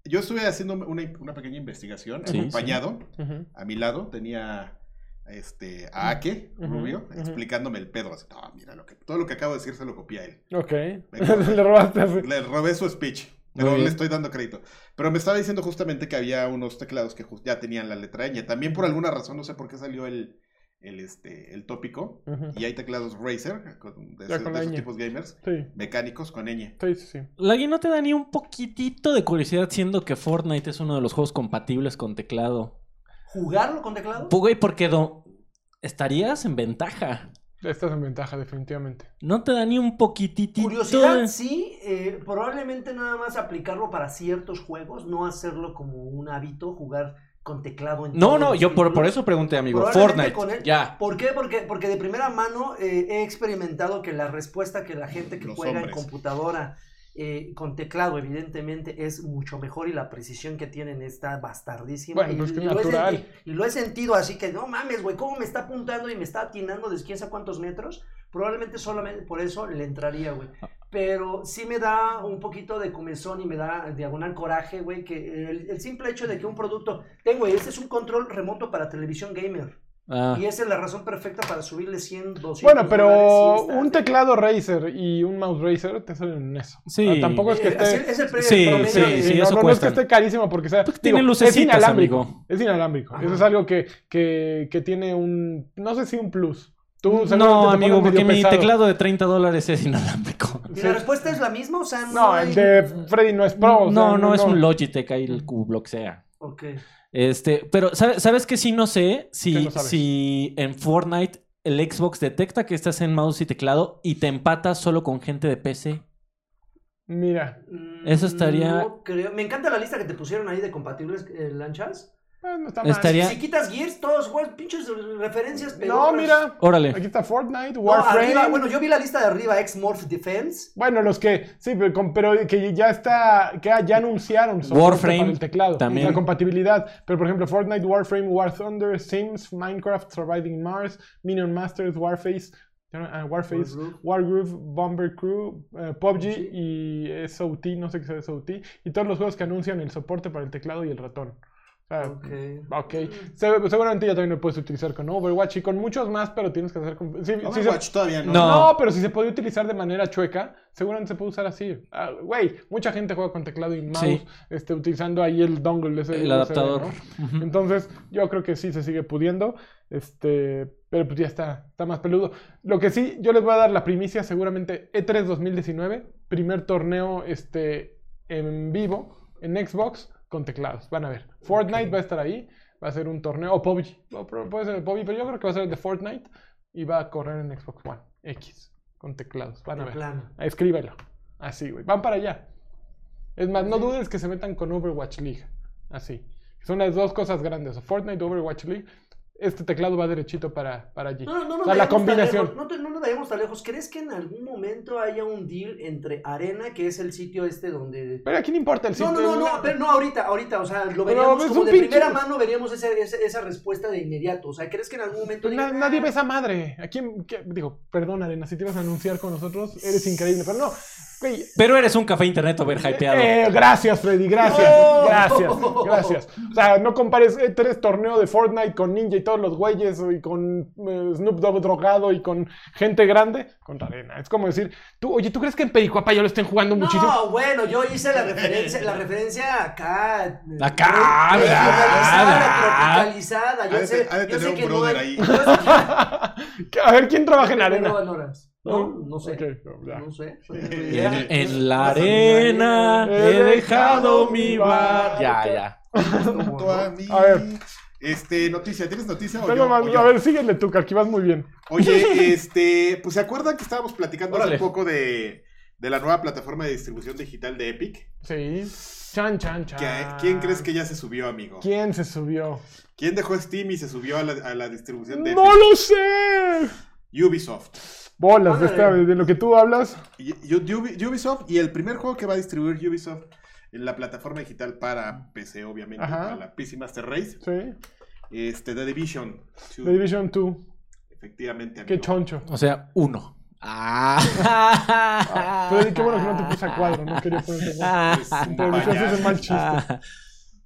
S3: yo estuve haciendo una, una pequeña investigación,
S2: Sí,
S3: acompañado,
S1: Ujú.
S3: a mi lado tenía este, a Ake,
S1: Ujú,
S3: Rubio,
S1: ujú.
S3: explicándome el pedo. Así, "No, mira, lo que, todo lo que acabo de decir se lo copié a él.
S2: [laughs]
S1: Ok.
S3: Venga.
S1: Le robaste así.
S3: Le robé su speech,
S2: Muy
S3: pero le
S2: bien.
S3: estoy dando crédito. Pero me estaba diciendo justamente que había unos teclados que jus- ya tenían la letra ñ. También por alguna razón, no sé por qué salió el, el, este, el tópico.
S1: Ujú.
S3: Y hay teclados Razer, con- de,
S1: Ya
S3: esos-
S1: con
S3: de
S1: la
S3: esos
S1: ñ.
S3: tipos gamers,
S1: Sí,
S3: mecánicos con ñ.
S1: sí, sí. sí.
S2: Lagui, ¿no te da ni un poquitito de curiosidad siendo que Fortnite es uno de los juegos compatibles con teclado?
S4: ¿Jugarlo con teclado?
S2: Pues, güey, porque do- estarías en ventaja.
S1: Estás en ventaja, definitivamente.
S2: No te da ni un poquitito
S4: Curiosidad,
S2: de-
S4: sí. eh, probablemente nada más aplicarlo para ciertos juegos, no hacerlo como un hábito, jugar con teclado. En
S2: No,
S4: todos
S2: no,
S4: los
S2: yo por, por
S4: títulos.
S2: eso pregunté, amigo.
S4: Probablemente
S2: Fortnite,
S4: con él-
S2: ya.
S4: ¿Por qué? Porque, porque de primera mano eh, he experimentado que la respuesta que la gente que
S3: Los
S4: juega
S3: hombres.
S4: en computadora eh, con teclado, evidentemente, es mucho mejor y la precisión que tienen está bastardísima.
S1: Bueno,
S4: y,
S1: pues que es
S4: lo he
S1: natural.
S4: senti- y lo he sentido así que no mames, güey, ¿cómo me está apuntando y me está atinando de quién sabe cuántos metros? Probablemente solamente por eso le entraría, güey.
S1: Ah.
S4: Pero sí me da un poquito de comezón y me da diagonal coraje, güey, que el, el simple hecho de que un producto... Tengo, este es un control remoto para televisión gamer.
S2: Ah,
S4: Y esa es la razón perfecta para subirle 100, 200
S1: Bueno, pero
S4: dólares y está-
S1: un teclado Razer y un mouse Razer te salen en eso.
S2: Sí.
S1: Ah, tampoco es que
S4: Eh, así-
S1: esté.
S4: es el pre-
S2: Sí,
S4: promedio
S2: sí,
S4: de-
S2: sí,
S1: no, no, no
S2: eso
S1: es que
S2: cuestan.
S1: esté carísimo porque sea.
S2: Pues tiene
S1: digo,
S2: lucecitas,
S1: es inalámbrico.
S2: amigo.
S1: Es inalámbrico.
S4: Ajá.
S1: Eso es algo que, que, que tiene un. No sé si un plus. Tú seguramente te
S2: No,
S1: pones
S2: amigo,
S1: medio
S2: porque mi
S1: pesado.
S2: teclado de 30 dólares es inalámbrico.
S4: ¿Y
S1: Sí.
S4: la respuesta es la misma? O sea, no.
S1: No, el
S4: hay-
S1: de Freddy no es pro. o
S2: no,
S1: sea,
S2: no, es un Logitech, ahí el Q-Block sea.
S4: Ok.
S2: Este, pero ¿sabe- ¿sabes que sí no
S1: ¿Qué
S2: sé? Si,
S1: no sabes?
S2: si en Fortnite el Xbox detecta que estás en mouse y teclado y te empata solo con gente de PC.
S1: Mira,
S4: Mm,
S2: Eso estaría-
S4: no creo. Me encanta la lista que te pusieron ahí de compatibles eh, lanchas.
S1: eh, no está mal.
S2: Estaría- Ya.
S4: Si quitas Gears, todos, güey, pinches referencias.
S1: No,
S4: pedorras.
S1: mira. Aquí
S2: Órale.
S1: está Fortnite,
S4: No,
S1: Warframe.
S4: arriba,
S1: bueno.
S4: bueno, yo vi la lista de arriba, ex Morph Defense.
S1: los que. Sí, pero, con- pero que ya está. Que ya anunciaron. soporte
S2: Warframe
S1: Para el teclado.
S2: también.
S1: La compatibilidad. Pero por ejemplo, Fortnite, Warframe, War Thunder, Sims, Minecraft, Surviving Mars, Minion Masters, Warface. ah, Warface.
S4: Wargroove.
S1: Wargroove, Bomber Crew, eh, PUBG y SOT, no sé qué sea SOT, y todos los juegos que anuncian el soporte para el teclado y el ratón. O sea,
S4: Ok.
S1: Ok, Se- seguramente ya también lo puedes utilizar con Overwatch y con muchos más, pero tienes que hacer... con- sí, sí se-
S3: Overwatch todavía no.
S2: No.
S1: no, pero si se puede utilizar de manera chueca, seguramente se puede usar así. Ah, Güey, mucha gente juega con teclado y mouse,
S2: Sí.
S1: este, utilizando ahí el dongle, ese
S2: El
S1: USB,
S2: adaptador.
S1: ¿no?
S2: Ujú.
S1: Entonces, yo creo que sí se sigue pudiendo. Este, pero pues ya está, está más peludo. Lo que sí, yo les voy a dar la primicia, seguramente E E3 2019, primer torneo este, en vivo en Xbox con teclados. Van a ver. Fortnite va a estar ahí, va a ser un torneo, o PUBG, o pro- puede ser el PUBG, pero yo creo que va a ser el de Fortnite y va a correr en Xbox One X con teclados. Van a
S4: De
S1: ver.
S4: plano.
S1: Escríbelo. Así, güey. Van para allá. Es más, no dudes que se metan con Overwatch League. Así. Son las dos cosas grandes. Fortnite, Overwatch League. Este teclado va derechito para, para allí.
S4: No, no, no,
S1: O
S4: nos
S1: sea, la
S4: vayamos tan
S1: combinación.
S4: lejos, no, te- no nos vayamos tan lejos. ¿Crees que en algún momento haya un deal entre Arena, que es el sitio este donde
S1: Pero aquí no importa el
S4: No,
S1: sitio.
S4: no, no, no, pero no ahorita, ahorita, o sea, lo
S1: Pero
S4: veríamos
S1: es
S4: como
S1: un
S4: de
S1: pinche-
S4: primera mano, veríamos ese- ese- esa respuesta de inmediato. O sea, ¿crees que en algún momento
S1: Na-
S4: digan,
S1: nadie
S4: "Ah,
S1: ve esa madre. ¿A quién? qué? Digo, perdón, Arena, si te ibas a anunciar con nosotros, eres increíble. Pero no, güey,
S2: Pero eres un café internet overhypeado.
S1: Eh, gracias, Freddy, gracias.
S4: No.
S1: Gracias, gracias. O sea, no compares eh, tres torneos de Fortnite con Ninja y todos los güeyes y con eh, Snoop Dogg drogado y con gente grande con Arena. Es como decir, tú, oye, ¿tú crees que en Pericuapa ya lo estén jugando muchísimo? [laughs]
S4: No, bueno, yo hice la referencia, la referencia acá. eh,
S2: Acá,
S4: regionalizada,
S2: ¿verdad?
S4: tropicalizada. Yo
S3: Ha de
S4: sé,
S3: te- ha de
S4: yo sé
S3: tener
S4: que
S3: un
S4: no
S3: brother
S4: hay-
S3: ahí.
S4: yo sé que
S1: [laughs]
S4: no
S1: A ver, ¿quién trabaja en
S4: hay
S1: Arena?
S4: nuevas horas. No, no sé.
S1: Ok, no, ya.
S4: No
S3: [laughs]
S4: sé.
S3: Eh,
S2: En la arena he dejado mi bar.
S1: eh,
S2: Ya, ya.
S1: [laughs]
S3: Junto a mí.
S1: A ver.
S3: Este, noticia, ¿tienes noticia? o
S1: Tengo
S3: yo?
S1: más-
S3: O yo?
S1: a ver, síguele tú, que aquí vas muy bien. [laughs]
S3: Oye, este, pues se acuerdan que estábamos platicando hace
S2: Órale.
S3: poco de, de la nueva plataforma de distribución digital de Epic.
S1: Sí. Chan, chan, chan.
S3: Que- ¿Quién crees que ya se subió, amigo?
S1: Ah. ¿Quién se subió?
S3: ¿Quién dejó Steam y se subió a la, a la distribución de
S1: ¡No lo sé!
S3: Epic? Ubisoft.
S1: Bolas, de,
S4: Madre.
S1: esta- de lo que tú hablas.
S3: Y- y- Ubi- Ubisoft y el primer juego que va a distribuir Ubisoft en la plataforma digital para PC, obviamente,
S1: Ajá.
S3: para la PC Master Race,
S1: Sí.
S3: este, The Division. two.
S1: The Division 2.
S3: Efectivamente, amigo.
S1: Qué choncho.
S2: O sea, uno.
S1: Ah,
S2: Ah.
S1: Freddy, qué bueno que no te puse a cuadro, no quería ponerte a
S3: [laughs]
S1: cuadro. [laughs]
S3: Es un
S1: Te avisaste ese
S3: payaso.
S1: mal chiste.
S2: Ah,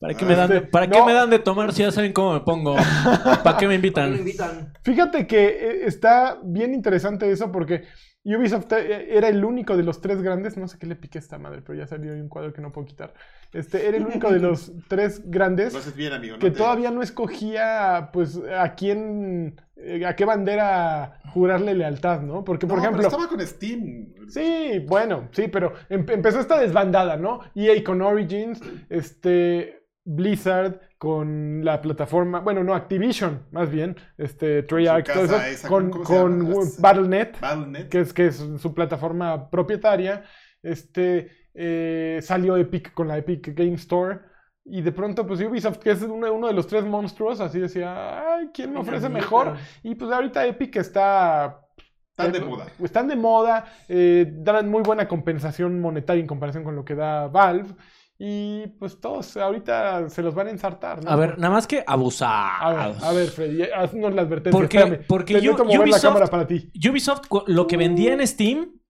S2: ¿Para qué, me dan de,
S1: Este,
S2: ¿para qué
S1: no.
S2: me dan de tomar si ya saben cómo me pongo? [laughs] ¿Para qué me
S4: No
S2: invitan?
S4: invitan.
S1: Fíjate que eh, está bien interesante eso porque Ubisoft eh, era el único de los tres grandes, no sé qué le piqué a esta madre, pero ya salió ahí un cuadro que no puedo quitar. Este, era el único de
S3: [laughs]
S1: los tres grandes
S3: Lo haces bien, amigo. no
S1: que
S3: te-
S1: todavía no escogía pues a quién eh, a qué bandera jurarle lealtad, ¿no? Porque por
S3: No, pero
S1: ejemplo,
S3: Estaba con Steam.
S1: Sí, bueno, sí, pero em- empezó esta desbandada, ¿no? EA con Origins, este Blizzard con la plataforma, bueno, no, Activision, más bien, este Treyarch,
S3: casa
S1: todo eso,
S3: esa,
S1: con,
S3: ¿cómo se llama?
S1: con
S3: Las-
S1: Battle.net,
S3: Battle.net.
S1: que es que es su plataforma propietaria, este eh, salió Epic con la Epic Game Store y de pronto pues Ubisoft, que es uno, uno de los tres monstruos, así decía, ay, ¿quién me ofrece mejor? Y pues ahorita Epic está
S3: Tan de
S1: eh,
S3: moda.
S1: Están de moda, eh, dan muy buena compensación monetaria en comparación con lo que da Valve. Y pues todos ahorita se los van a ensartar, ¿no?
S2: A ver, nada más que
S1: a ver,
S2: abusados.
S1: a ver, Freddy, eh, haznos la advertencia.
S2: Porque-
S1: espérame,
S2: porque
S1: te
S2: Yu-
S1: necesito mover
S2: Ubisoft-
S1: la cámara para ti.
S2: Ubisoft, cu- lo que vendía en Steam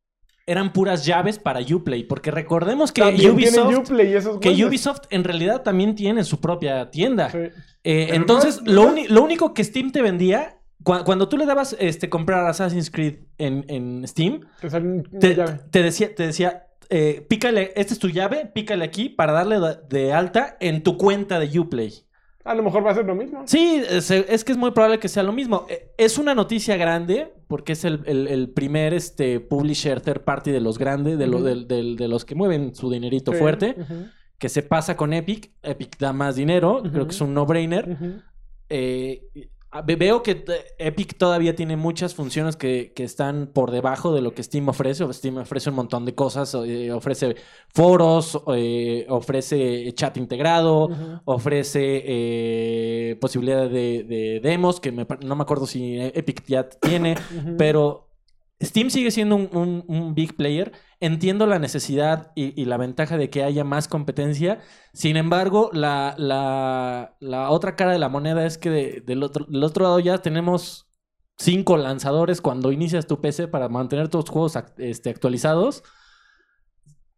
S2: eran puras llaves para Uplay. Porque recordemos que
S1: También tiene
S2: Ubisoft,
S1: Uplay y esos
S2: que
S1: güeyes.
S2: Ubisoft en realidad también tiene su propia tienda.
S1: Sí.
S2: Eh,
S3: Pero
S2: entonces,
S3: no-
S2: lo,
S3: no-
S2: uni- lo único que Steam te vendía, cua- cuando tú le dabas este, comprar Assassin's Creed en, en Steam,
S1: Te sale un- una
S2: te,
S1: llave.
S2: te decía, te decía eh, pícale, esta es tu llave, pícale aquí para darle da- de alta en tu cuenta de Uplay.
S1: A lo mejor va a ser lo mismo.
S2: Sí, es, es que es muy probable que sea lo mismo. Eh, Es una noticia grande porque es el, el- el primer este, publisher third party de los grandes, de, lo-
S1: Ujú.
S2: del- del- de los que mueven su dinerito
S1: Sí,
S2: fuerte,
S1: ujú,
S2: que se pasa con Epic. Epic da más dinero, creo
S1: Ujú.
S2: que es un no-brainer.
S1: ujú.
S2: Eh, Ah, ve- Veo que t- Epic todavía tiene muchas funciones que, que están por debajo de lo que Steam ofrece. O Steam ofrece un montón de cosas. eh, ofrece foros, eh, ofrece chat integrado,
S1: Ujú.
S2: ofrece eh, posibilidad de, de demos, que me pa- no me acuerdo si Epic ya tiene,
S1: Ujú.
S2: pero Steam sigue siendo un, un- un big player. Entiendo la necesidad y, y la ventaja de que haya más competencia. Sin embargo, la, la- la otra cara de la moneda es que de- del, otro, del otro lado ya tenemos cinco lanzadores cuando inicias tu PC para mantener tus juegos ac- este, actualizados.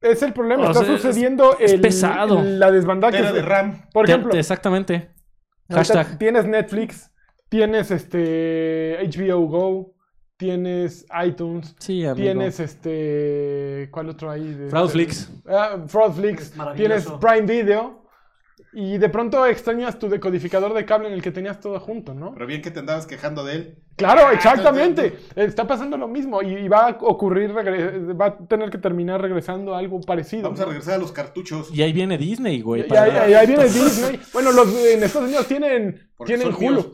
S1: Es el problema,
S2: O
S1: está
S2: sea, es-
S1: sucediendo
S2: es
S1: el-
S2: pesado.
S1: el- la desbandada que
S3: Tera de
S1: se-
S3: RAM.
S1: Por
S2: Te-
S1: ejemplo,
S2: te- exactamente.
S1: ahorita
S2: Hashtag.
S1: tienes Netflix, tienes este HBO Go, tienes iTunes,
S2: Sí, amigo.
S1: tienes este ¿cuál otro ahí? De-
S2: Fraudflix.
S1: Ah, Fraudflix,
S4: Es maravilloso.
S1: tienes Prime Video y de pronto extrañas tu decodificador de cable en el que tenías todo junto, ¿no?
S3: Pero bien que te andabas quejando de él.
S1: Claro,
S3: Ah,
S1: exactamente. Está pasando lo mismo y, y va a ocurrir, regre- va a tener que terminar regresando a algo parecido.
S3: Vamos a regresar a los cartuchos.
S2: Y ahí viene Disney, güey.
S1: Y
S2: para-
S1: ahí, ahí- ahí viene Disney. Bueno, los de- en Estados Unidos tienen,
S3: Porque
S1: tienen
S3: son
S1: Hulu.
S3: míos.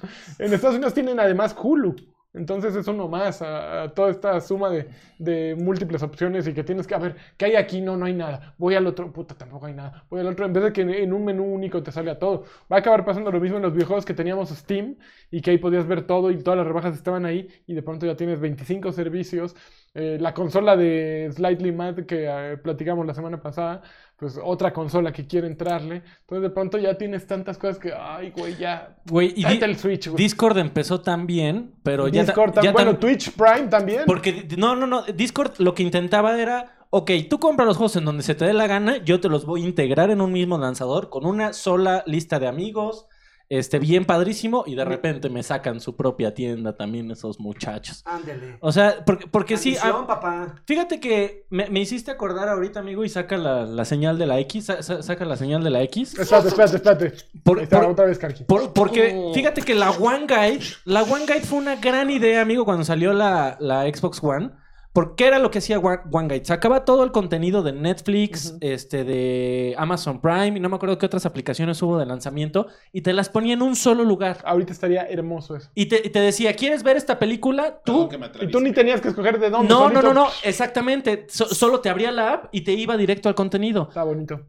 S1: [laughs] En Estados Unidos tienen además Hulu. Entonces es uno más a, a toda esta suma de, de múltiples opciones y que tienes que, a ver, ¿qué hay aquí? No, no hay nada. Voy al otro, puta, tampoco hay nada. Voy al otro, en vez de que en, en un menú único te salga todo. Va a acabar pasando lo mismo en los videojuegos que teníamos Steam y que ahí podías ver todo y todas las rebajas estaban ahí y de pronto ya tienes 25 servicios. Eh, la consola de Slightly Mad que eh, platicamos la semana pasada, pues otra consola que quiere entrarle. Entonces de pronto ya tienes tantas cosas que, ay, güey, ya.
S2: Güey, y di-
S1: Vete el Switch, güey.
S2: Discord empezó tan bien, pero ya. ta-
S1: Discord, tam-
S2: ya
S1: bueno,
S2: tam-
S1: Twitch Prime también.
S2: Porque, di- no, no, no. Discord lo que intentaba era. Ok, tú compras los juegos en donde se te dé la gana, yo te los voy a integrar en un mismo lanzador con una sola lista de amigos, este, bien padrísimo, y de repente me sacan su propia tienda también esos muchachos.
S4: Ándele.
S2: O sea, porque, porque sí, ah,
S4: Maldición, papá.
S2: Fíjate que me, me hiciste acordar ahorita, amigo, y saca la, la señal de la X, sa- sa- saca la señal de la X.
S1: Espérate, espérate, espérate.
S2: Por-
S1: Ahí está,
S2: por-
S1: otra vez, Karki.
S2: Por- porque, fíjate que la One Guide, la One Guide fue una gran idea, amigo, cuando salió la, la Xbox One. Porque era lo que hacía One, One Guide. Sacaba todo el contenido de Netflix, este, de Amazon Prime, y no me acuerdo qué otras aplicaciones hubo de lanzamiento, y te las ponía en un solo lugar.
S1: Ahorita estaría hermoso eso.
S2: Y te, y te decía, ¿quieres ver esta película? Tú
S3: Perdón que me atreví.
S1: Y tú ni tenías que escoger de dónde.
S2: No, no,
S1: solito.
S2: no, no, exactamente. So- solo te abría la app y te iba directo al contenido.
S1: Está bonito.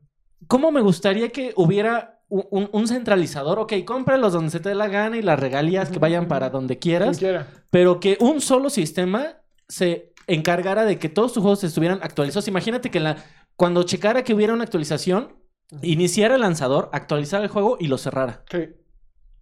S2: ¿Cómo me gustaría que hubiera un, un- un centralizador? Ok, cómpralos donde se te dé la gana y las regalías que vayan para donde
S1: Quien
S2: quieras,
S1: quiera.
S2: pero que un solo sistema se encargara de que todos tus juegos estuvieran actualizados. Imagínate que la, cuando checara que hubiera una actualización, iniciara el lanzador, actualizara el juego y lo cerrara.
S1: Sí.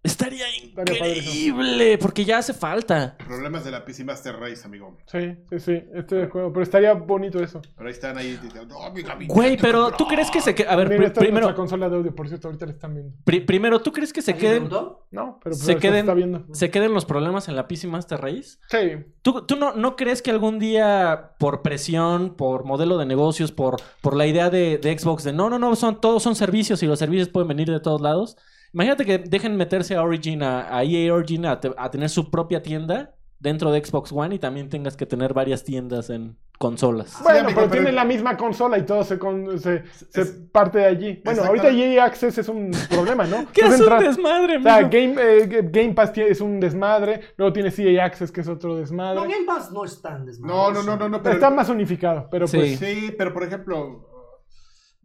S2: Estaría
S1: padre eso.
S2: increíble, porque ya hace falta.
S3: Problemas de la PC Master Race, amigo.
S1: Sí, sí, sí, estoy de acuerdo. Pero estaría bonito eso.
S3: Pero ahí están ahí. diciendo, "No, mi gabinete
S2: Güey, pero
S3: compró".
S2: ¿tú crees que se... que- A
S1: Mira,
S2: ver, pri-
S1: esta es nuestra
S2: primero...
S1: consola de audio, por cierto, ahorita la están viendo.
S2: Pri- primero, ¿tú crees que se
S4: ¿Alguien
S2: queden,
S4: preguntó?
S1: No, pero pues,
S2: se,
S1: ahorita
S2: queden,
S1: está viendo.
S2: se queden los problemas en la PC Master Race?
S1: Sí,
S2: ¿Tú, tú no, no crees que algún día, por presión, por modelo de negocios, por, por la idea de, de Xbox, de no, no, no, son, todos son servicios y los servicios pueden venir de todos lados? Imagínate que dejen meterse a Origin, a, E a EA Origin, a, te- a tener su propia tienda dentro de Xbox One y también tengas que tener varias tiendas en consolas.
S1: Bueno,
S3: amigo,
S1: pero,
S3: pero-
S1: tienen la misma consola y todo se, con- se, se
S3: Es-
S1: parte de allí. Bueno, ahorita
S3: Exactamente.
S1: EA Access es un problema,
S3: [laughs]
S1: ¿no?
S2: ¿Qué
S1: No
S2: es
S1: se
S2: un
S1: Pues entra-
S2: desmadre,
S1: O sea,
S2: amigo?
S1: Game, eh, G- Game Pass tie- es un desmadre. Luego tienes EA Access, que es otro
S4: No,
S1: desmadre.
S4: Game Pass no es tan
S3: No,
S4: desmadroso.
S3: no, no, no, no.
S1: Está
S3: Pero,
S1: más unificado, pero
S2: Sí.
S1: pues.
S3: sí, pero por ejemplo,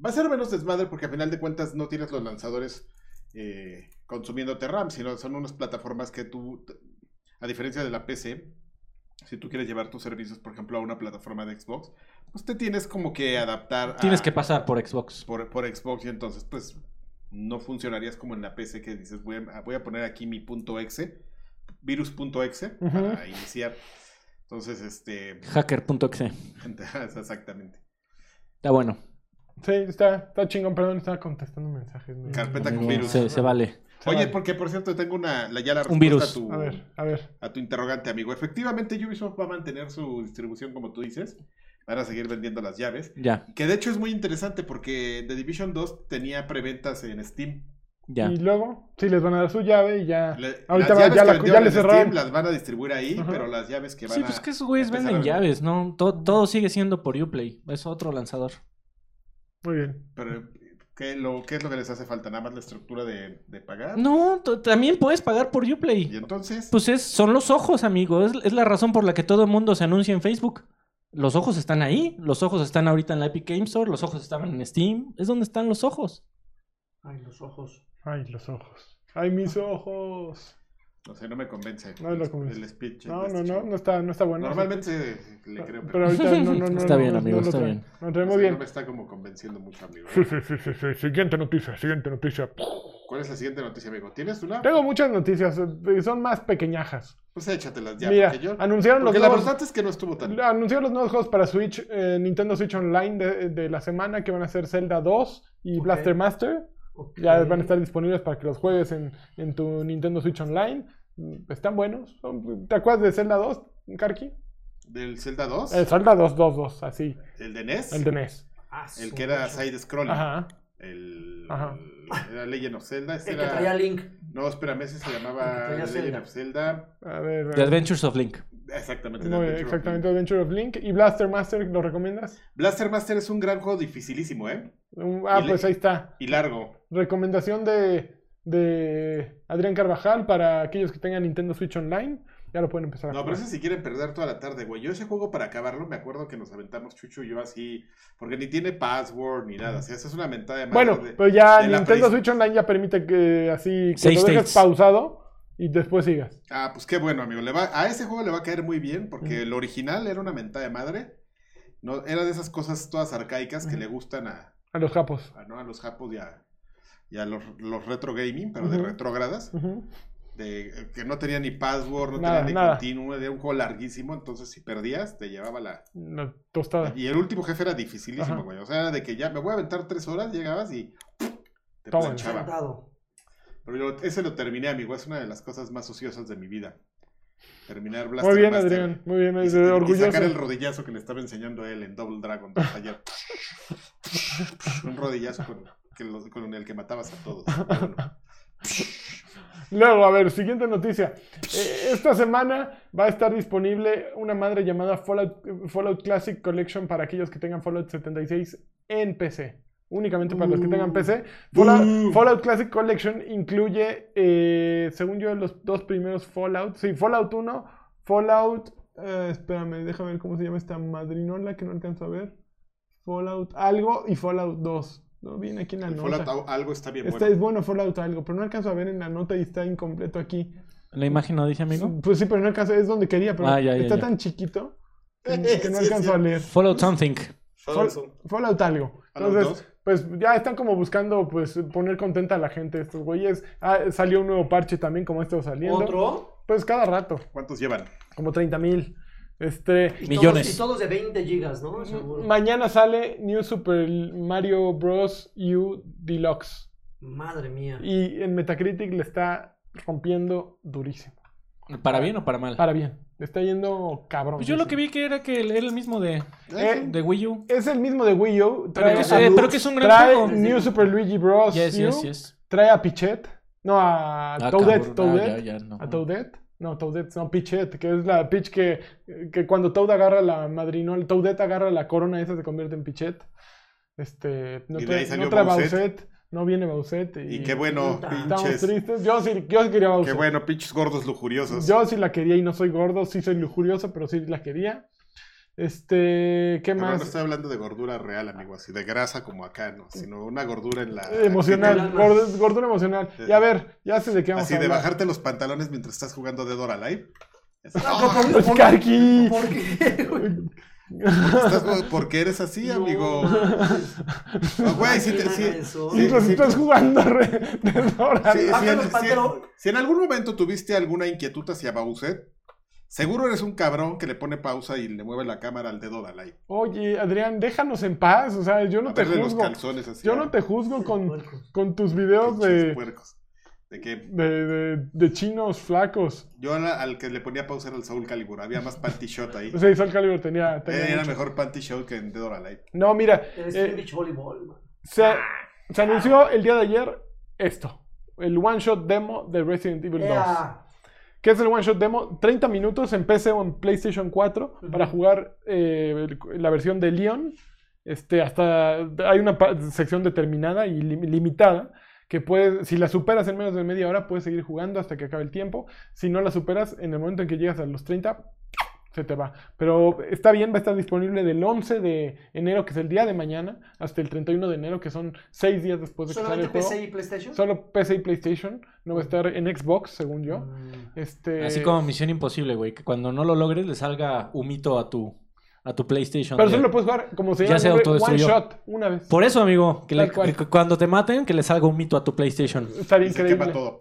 S3: va a ser menos desmadre porque a final de cuentas no tienes los lanzadores eh, consumiéndote RAM, sino son unas plataformas que tú, a diferencia de la PC, si tú quieres llevar tus servicios, por ejemplo, a una plataforma de Xbox, pues te tienes como que adaptar. a-
S2: Tienes que pasar por Xbox.
S3: por, por Xbox y entonces pues no funcionarías como en la PC que dices voy a, voy a poner aquí mi punto exe, virus.exe
S1: Ujú.
S3: para iniciar. Entonces, este, [laughs]
S2: Hacker.exe.
S3: exactamente.
S2: Está Ah, bueno.
S1: Sí, está, está chingón, perdón, estaba contestando mensajes. me-
S3: Carpeta
S2: amigo,
S3: con virus.
S2: Se, se vale.
S1: se
S3: Oye,
S1: vale.
S3: porque por cierto tengo una la, ya la
S2: Un
S3: respuesta
S2: virus.
S3: A, tu,
S1: A ver, a ver.
S3: a tu interrogante, amigo. Efectivamente, Ubisoft va a mantener su distribución como tú dices. Van a seguir vendiendo las llaves.
S2: Ya,
S3: Que de hecho es muy interesante porque The Division 2 tenía preventas en Steam.
S2: ya.
S1: Y luego, sí, les van a dar su llave y ya.
S3: Le-
S1: Ah, Ahorita
S3: las
S1: va-
S3: llaves
S1: ya
S3: que
S1: la-
S3: vendieron
S1: ya le
S3: en Steam
S1: cerraron.
S3: las van a distribuir ahí,
S1: Ajá.
S3: pero las llaves que van
S2: Sí,
S3: a...
S2: pues que esos güeyes
S3: empezar
S2: venden
S3: a vender.
S2: llaves, ¿no? Todo, todo sigue siendo por Uplay. Es otro lanzador.
S1: Muy bien.
S3: Pero, ¿Qué, lo, ¿Qué es lo que les hace falta? ¿Nada más la estructura de, de pagar?
S2: No, t- también puedes pagar por
S3: Y
S2: Uplay.
S3: entonces,
S2: Pues es, son los ojos, amigo. Es, es la razón por la que todo el mundo se anuncia en Facebook. Los ojos están ahí. Los ojos están ahorita en la Epic Game Store. Los ojos estaban en Steam. Es donde están los ojos.
S4: Ay, los ojos.
S1: Ay, los ojos. Ay, mis ojos.
S3: no sé, no me convence.
S1: No lo convence.
S3: El speech. este
S1: No, no, no, no está, no está bueno. Ah,
S3: Normalmente le creo,
S2: [laughs]
S3: pero,
S1: Pero ahorita no, no, no.
S2: Está
S1: no,
S2: bien,
S1: no,
S2: amigo,
S1: no lo
S2: está
S1: trae.
S2: bien.
S1: No
S3: es
S1: traemos
S3: que
S1: bien.
S3: no me está como convenciendo mucho, amigo. ¿eh?
S1: Sí, sí, sí, sí, sí. Siguiente noticia, siguiente noticia.
S3: ¿Cuál es la siguiente noticia, amigo? ¿Tienes una?
S1: Tengo muchas noticias, eh, son más pequeñajas.
S3: Pues échatelas ya,
S1: Mira,
S3: porque yo...
S1: anunciaron los
S3: Porque la
S1: nuevos-
S3: verdad es que no estuvo tan...
S1: Anunciaron los nuevos juegos para Switch, eh, Nintendo Switch Online de, de la semana, que van a ser Zelda 2 y
S4: Ok.
S1: Blaster Master.
S4: Ok.
S1: Ya van a estar disponibles para que los juegues en, en tu Nintendo Switch Online. Mm, Están buenos. Son- ¿Te acuerdas de Zelda 2, Karki?
S3: ¿Del Zelda 2?
S1: El Zelda 2, 2, 2, así.
S3: ¿El de NES?
S1: El de NES.
S4: Ah,
S3: El
S4: su
S3: que era
S4: macho.
S3: side-scrolling.
S1: Ajá.
S3: El...
S1: Ajá.
S3: Era Legend of Zelda. Este
S4: El que
S3: era...
S4: traía Link.
S3: No, espérame, ese se llamaba
S4: El que traía
S3: The Legend
S4: Zelda.
S3: of Zelda.
S1: A ver.
S2: The Adventures of Link.
S3: Exactamente. The
S1: Muy bien,
S3: Adventure of
S1: exactamente,
S3: Link.
S1: Adventure of Link. ¿Y Blaster Master lo recomiendas?
S3: Blaster Master es un gran juego dificilísimo, ¿eh?
S1: Un- Ah,
S3: Y le-
S1: pues ahí está.
S3: Y largo.
S1: Recomendación de, de Adrián Carvajal para aquellos que tengan Nintendo Switch Online. Ya lo pueden empezar a
S3: No, pero
S1: jugar.
S3: ese si quieren perder toda la tarde, güey. Yo ese juego para acabarlo, me acuerdo que nos aventamos Chucho y yo así, porque ni tiene password ni nada. O sea, esa es una mentada de madre
S1: Bueno,
S3: de-
S1: pero ya
S3: de la
S1: Nintendo
S3: pres-
S1: Switch Online ya permite que así que
S2: Seis
S1: lo dejes
S2: states.
S1: pausado y después sigas.
S3: Ah, pues qué bueno, amigo. Le va... A ese juego le va a caer muy bien, porque el original era una mentada de madre. No, era de esas cosas todas arcaicas que
S1: Ujú.
S3: le gustan a,
S1: A los japos.
S3: a, ¿no? a los japos y a, y a los, los retro gaming, pero de
S1: Ujú.
S3: retrógradas.
S1: Ujú.
S3: de- eh, que no tenía ni password, no
S1: Nada,
S3: tenía ni
S1: nada.
S3: continuo, era un juego larguísimo, entonces si perdías te llevaba la...
S1: Una tostada.
S3: Y el último jefe era dificilísimo,
S1: Ah. Ajá.
S3: güey. O sea, era de que ya me voy a aventar tres horas, llegabas y te
S1: Toma.
S3: planchaba.
S4: Sentado.
S3: Pero yo ese lo terminé, amigo, es una de las cosas más ociosas de mi vida. Terminar Blaster
S1: Muy bien,
S3: Master.
S1: Adrián. Muy bien,
S3: Y,
S1: es-
S3: y
S1: orgulloso.
S3: sacar el rodillazo que le estaba enseñando él en Double Dragon 2
S1: [laughs]
S3: ayer. un rodillazo con, que lo- con el que matabas a todos. Pero bueno.
S1: Luego, a ver, siguiente noticia. Eh, esta semana va a estar disponible una madre llamada Fallout, Fallout Classic Collection para aquellos que tengan Fallout 76 en PC. Únicamente para los que tengan PC. Fallout,
S3: Uh.
S1: Fallout Classic Collection incluye, eh, según yo, los dos primeros Fallout. Sí, Fallout 1, Fallout... eh, espérame, déjame ver cómo se llama esta madrinola que no alcanzo a ver. Fallout algo y Fallout 2. No viene aquí en la
S3: El
S1: nota.
S3: Fallout al- algo está bien
S1: Este
S3: bueno.
S1: es bueno Fallout algo, pero no alcanzo a ver en la nota y está incompleto aquí.
S2: La imagen no dice, amigo.
S1: Pues sí, pero no alcanzo, es donde quería, pero
S2: Ah, ya, ya,
S1: está
S2: ya.
S1: tan chiquito
S3: [laughs]
S1: que,
S3: Sí,
S1: que no
S3: sí,
S1: alcanzo
S3: sí.
S1: a leer.
S2: Follow something.
S1: Fall- Fallout algo.
S3: Fallout
S1: Entonces, pues ya están como buscando pues poner contenta a la gente estos güeyes. Ah, salió un nuevo parche también como estos saliendo.
S4: ¿Otro?
S1: Pues cada rato,
S3: ¿Cuántos llevan?
S1: como 30 mil. Este,
S4: Y
S2: Millones.
S4: Todos, y todos de 20 gigas, ¿no?
S1: Mm,
S4: Seguro.
S1: mañana sale New Super Mario Bros. U Deluxe.
S4: Madre mía.
S1: Y en Metacritic le está rompiendo durísimo.
S2: ¿Para bien o para mal?
S3: Ah,
S1: Para bien. Le está yendo cabrón.
S2: Pues yo lo que vi que era que era el mismo de,
S1: Eh,
S2: de Wii U.
S1: Es el mismo de Wii U. Trae,
S2: Pero que-
S1: a
S2: eh,
S1: Lu-
S2: pero que es un gran
S1: trae
S2: juego.
S1: New Super Luigi Bros.
S2: Yes,
S1: U,
S2: yes, yes.
S1: Trae a Pichette. No, a
S2: Ah,
S1: Toadette.
S2: cabrón. Ah,
S1: Toadette.
S2: ya, ya, no.
S1: A Toadette. No, Toadette, no, Pichette, que es la Peach que, que cuando Toad agarra la madrinola, Toadette agarra la corona esa se convierte en Pichette. Este, no
S3: Y de
S1: trae,
S3: ahí salió
S1: no trae
S3: Bowsette.
S1: Bowsette, no viene Bowsette. Y,
S3: Y qué bueno,
S4: puta.
S1: Estamos
S3: pinches.
S1: tristes. Yo sí, yo sí quería
S3: Qué
S1: Bowsette.
S3: bueno, pinches gordos lujuriosos.
S1: Yo sí la quería y no soy gordo, sí soy lujurioso, pero sí la quería. Este, ¿qué
S3: Pero
S1: más?
S3: no estoy hablando de gordura real, amigo, así de grasa como acá, ¿no? Sino una gordura en la...
S1: Eh, Emocional,
S4: Actitud.
S1: gord- gordura emocional. Y a ver, ya sé de qué vamos
S3: Así
S1: a
S3: de
S1: hablar.
S3: bajarte los pantalones mientras estás jugando Dead
S1: [laughs]
S3: or Alive. Así,
S4: ¿Por
S1: Pues, Karki.
S4: por qué, güey?
S3: "Ah, estás- porque eres así,
S4: No, [laughs]
S3: amigo.
S4: manches.
S3: No, Pues, güey, si, te-
S4: Imagina
S3: si-
S4: eso.
S3: sí,
S1: Mientras
S3: sí.
S1: estás jugando re- de Dora.
S3: si- si
S4: Baja
S3: en,
S4: los
S3: si-
S4: pantalones.
S3: si en algún momento tuviste alguna inquietud hacia Bowser, seguro eres un cabrón que le pone pausa y le mueve la cámara al dedo de Alive.
S1: Oye, Adrián, déjanos en paz. O sea, yo no
S3: A
S1: te
S3: verle los
S1: juzgo.
S3: calzones así.
S1: Yo
S3: a-
S1: no te juzgo con,
S4: Puerco.
S1: con tus videos
S3: pinches
S1: de,
S3: puercos. De que
S1: de, de- de chinos flacos.
S3: yo a la- al que le ponía pausa era el Saúl Calibur. Había más panty shot ahí.
S1: [laughs] O sea, y Sol Calibur tenía. tenía
S3: Eh, era
S1: mucho.
S3: mejor panty shot que en Dead or Alive.
S1: No, mira,
S4: Eres
S1: eh,
S4: un beach voleibol, man.
S1: se, se anunció el día de ayer esto: el one shot demo de Resident Evil 2.
S4: Ea.
S1: que es el One Shot Demo, 30 minutos en PC o en PlayStation 4 para jugar eh, el- la versión de Leon Este, hasta hay una pa- sección determinada y lim- limitada que puedes, si la superas en menos de media hora, puedes seguir jugando hasta que acabe el tiempo. Si no la superas, en el momento en que llegas a los 30, se te va. Pero está bien, va a estar disponible del 11 de enero, que es el día de mañana, hasta el 31 de enero, que son 6 días después de que sale
S4: ¿Solamente
S1: el juego.
S4: PC y PlayStation?
S1: Solo PC y PlayStation, no va a estar en Xbox, según yo.
S4: Mm.
S1: Este,
S2: Así como Misión Imposible, güey. Que cuando no lo logres le salga humito a tu, a tu PlayStation.
S1: Pero
S2: Ya-
S1: solo lo puedes jugar como se
S2: Ya
S1: llama
S2: se
S1: el nombre, one
S2: autodestruyó.
S1: shot, una vez.
S2: Por eso, amigo, que, le-
S1: Tal cual.
S2: que cuando te maten, que le salga humito a tu PlayStation.
S1: Estaría
S3: Y se quema
S1: increíble.
S3: todo.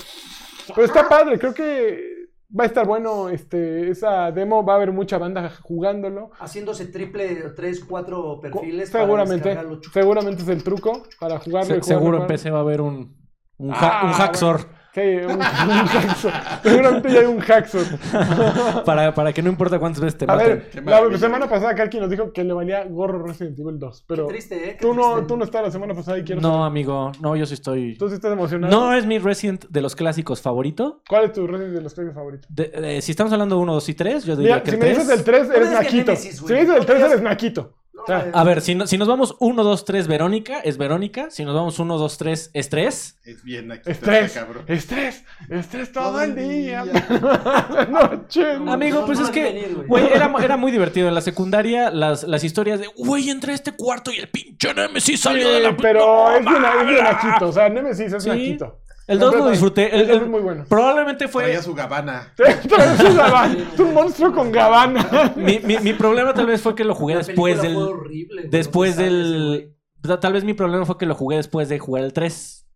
S1: Pero está padre, creo que va a estar bueno este, esa demo, va a haber mucha banda jugándolo.
S4: Haciéndose triple, tres, cuatro perfiles. para
S1: seguramente,
S4: descargarlo. Chu-
S1: seguramente es el truco para jugarlo. y
S2: Se-
S1: jugarlo,
S2: seguro en
S1: jugarlo.
S2: PC va a haber un, un,
S1: Ah,
S2: ha- un hacksor
S1: Sí, un, [laughs] un hacksaw. Seguramente ya hay un hacksaw.
S2: [laughs] para, para que no importa cuántas veces te
S1: A
S2: maten.
S1: ver,
S3: Qué
S1: la
S3: maravilla.
S1: semana pasada Karki nos dijo que le valía gorro Resident Evil 2, pero
S4: Qué triste, ¿eh? Qué
S1: tú no,
S4: triste.
S1: tú no estabas la semana pasada y quiero saber.
S2: No, amigo, no, yo sí estoy.
S1: ¿Tú sí estás emocionado?
S2: No eh. es mi Resident de los clásicos favorito.
S1: ¿Cuál es tu Resident de los tres favorito?
S2: De- de- si estamos hablando de 1, 2 y 3, yo diría
S1: Mira,
S2: que
S1: si
S2: el
S1: me dices
S2: 3.
S1: del 3, eres
S4: digas que
S1: naquito.
S4: Nemesis,
S1: Si
S4: güey.
S1: me dices del
S4: No
S1: 3,
S4: digas-
S1: eres naquito.
S4: No,
S1: O sea,
S4: vale.
S2: A ver, si, no- si nos vamos 1, 2, 3, Verónica, es Verónica. Si nos vamos 1, 2, 3, es 3.
S3: Es bien aquí. este
S1: Estrés,
S3: cabrón.
S1: estrés, estrés todo
S3: Todo
S1: el
S3: el
S1: día. [laughs]
S3: día.
S1: La noche.
S4: No,
S2: Amigo,
S4: no,
S2: pues
S4: no
S2: es
S4: has
S2: que,
S4: venido,
S2: güey,
S4: güey.
S2: era, era muy divertido. En la secundaria, las, las historias de, güey, entré a este cuarto y el pinche Nemesis salió de la...
S1: pero
S2: ¡No,
S1: es bien, es bien
S2: mames!
S1: naquito. O sea, Nemesis es
S2: Sí.
S1: naquito.
S2: El 2 lo
S1: Completamente.
S2: disfruté.
S1: El
S2: El,
S1: 2 es
S2: el-
S1: muy bueno. [laughs]
S2: probablemente fue...
S3: Traía su gabana.
S1: Traes un gabán, es un monstruo con
S2: [laughs]
S1: gabana.
S2: Mi, mi- mi problema tal vez fue que lo jugué
S4: La
S2: después
S4: película
S2: del...
S4: fue horrible, güey,
S2: Después
S4: no te sales, güey.
S2: del... Tal vez mi problema fue que lo jugué después de jugar el 3.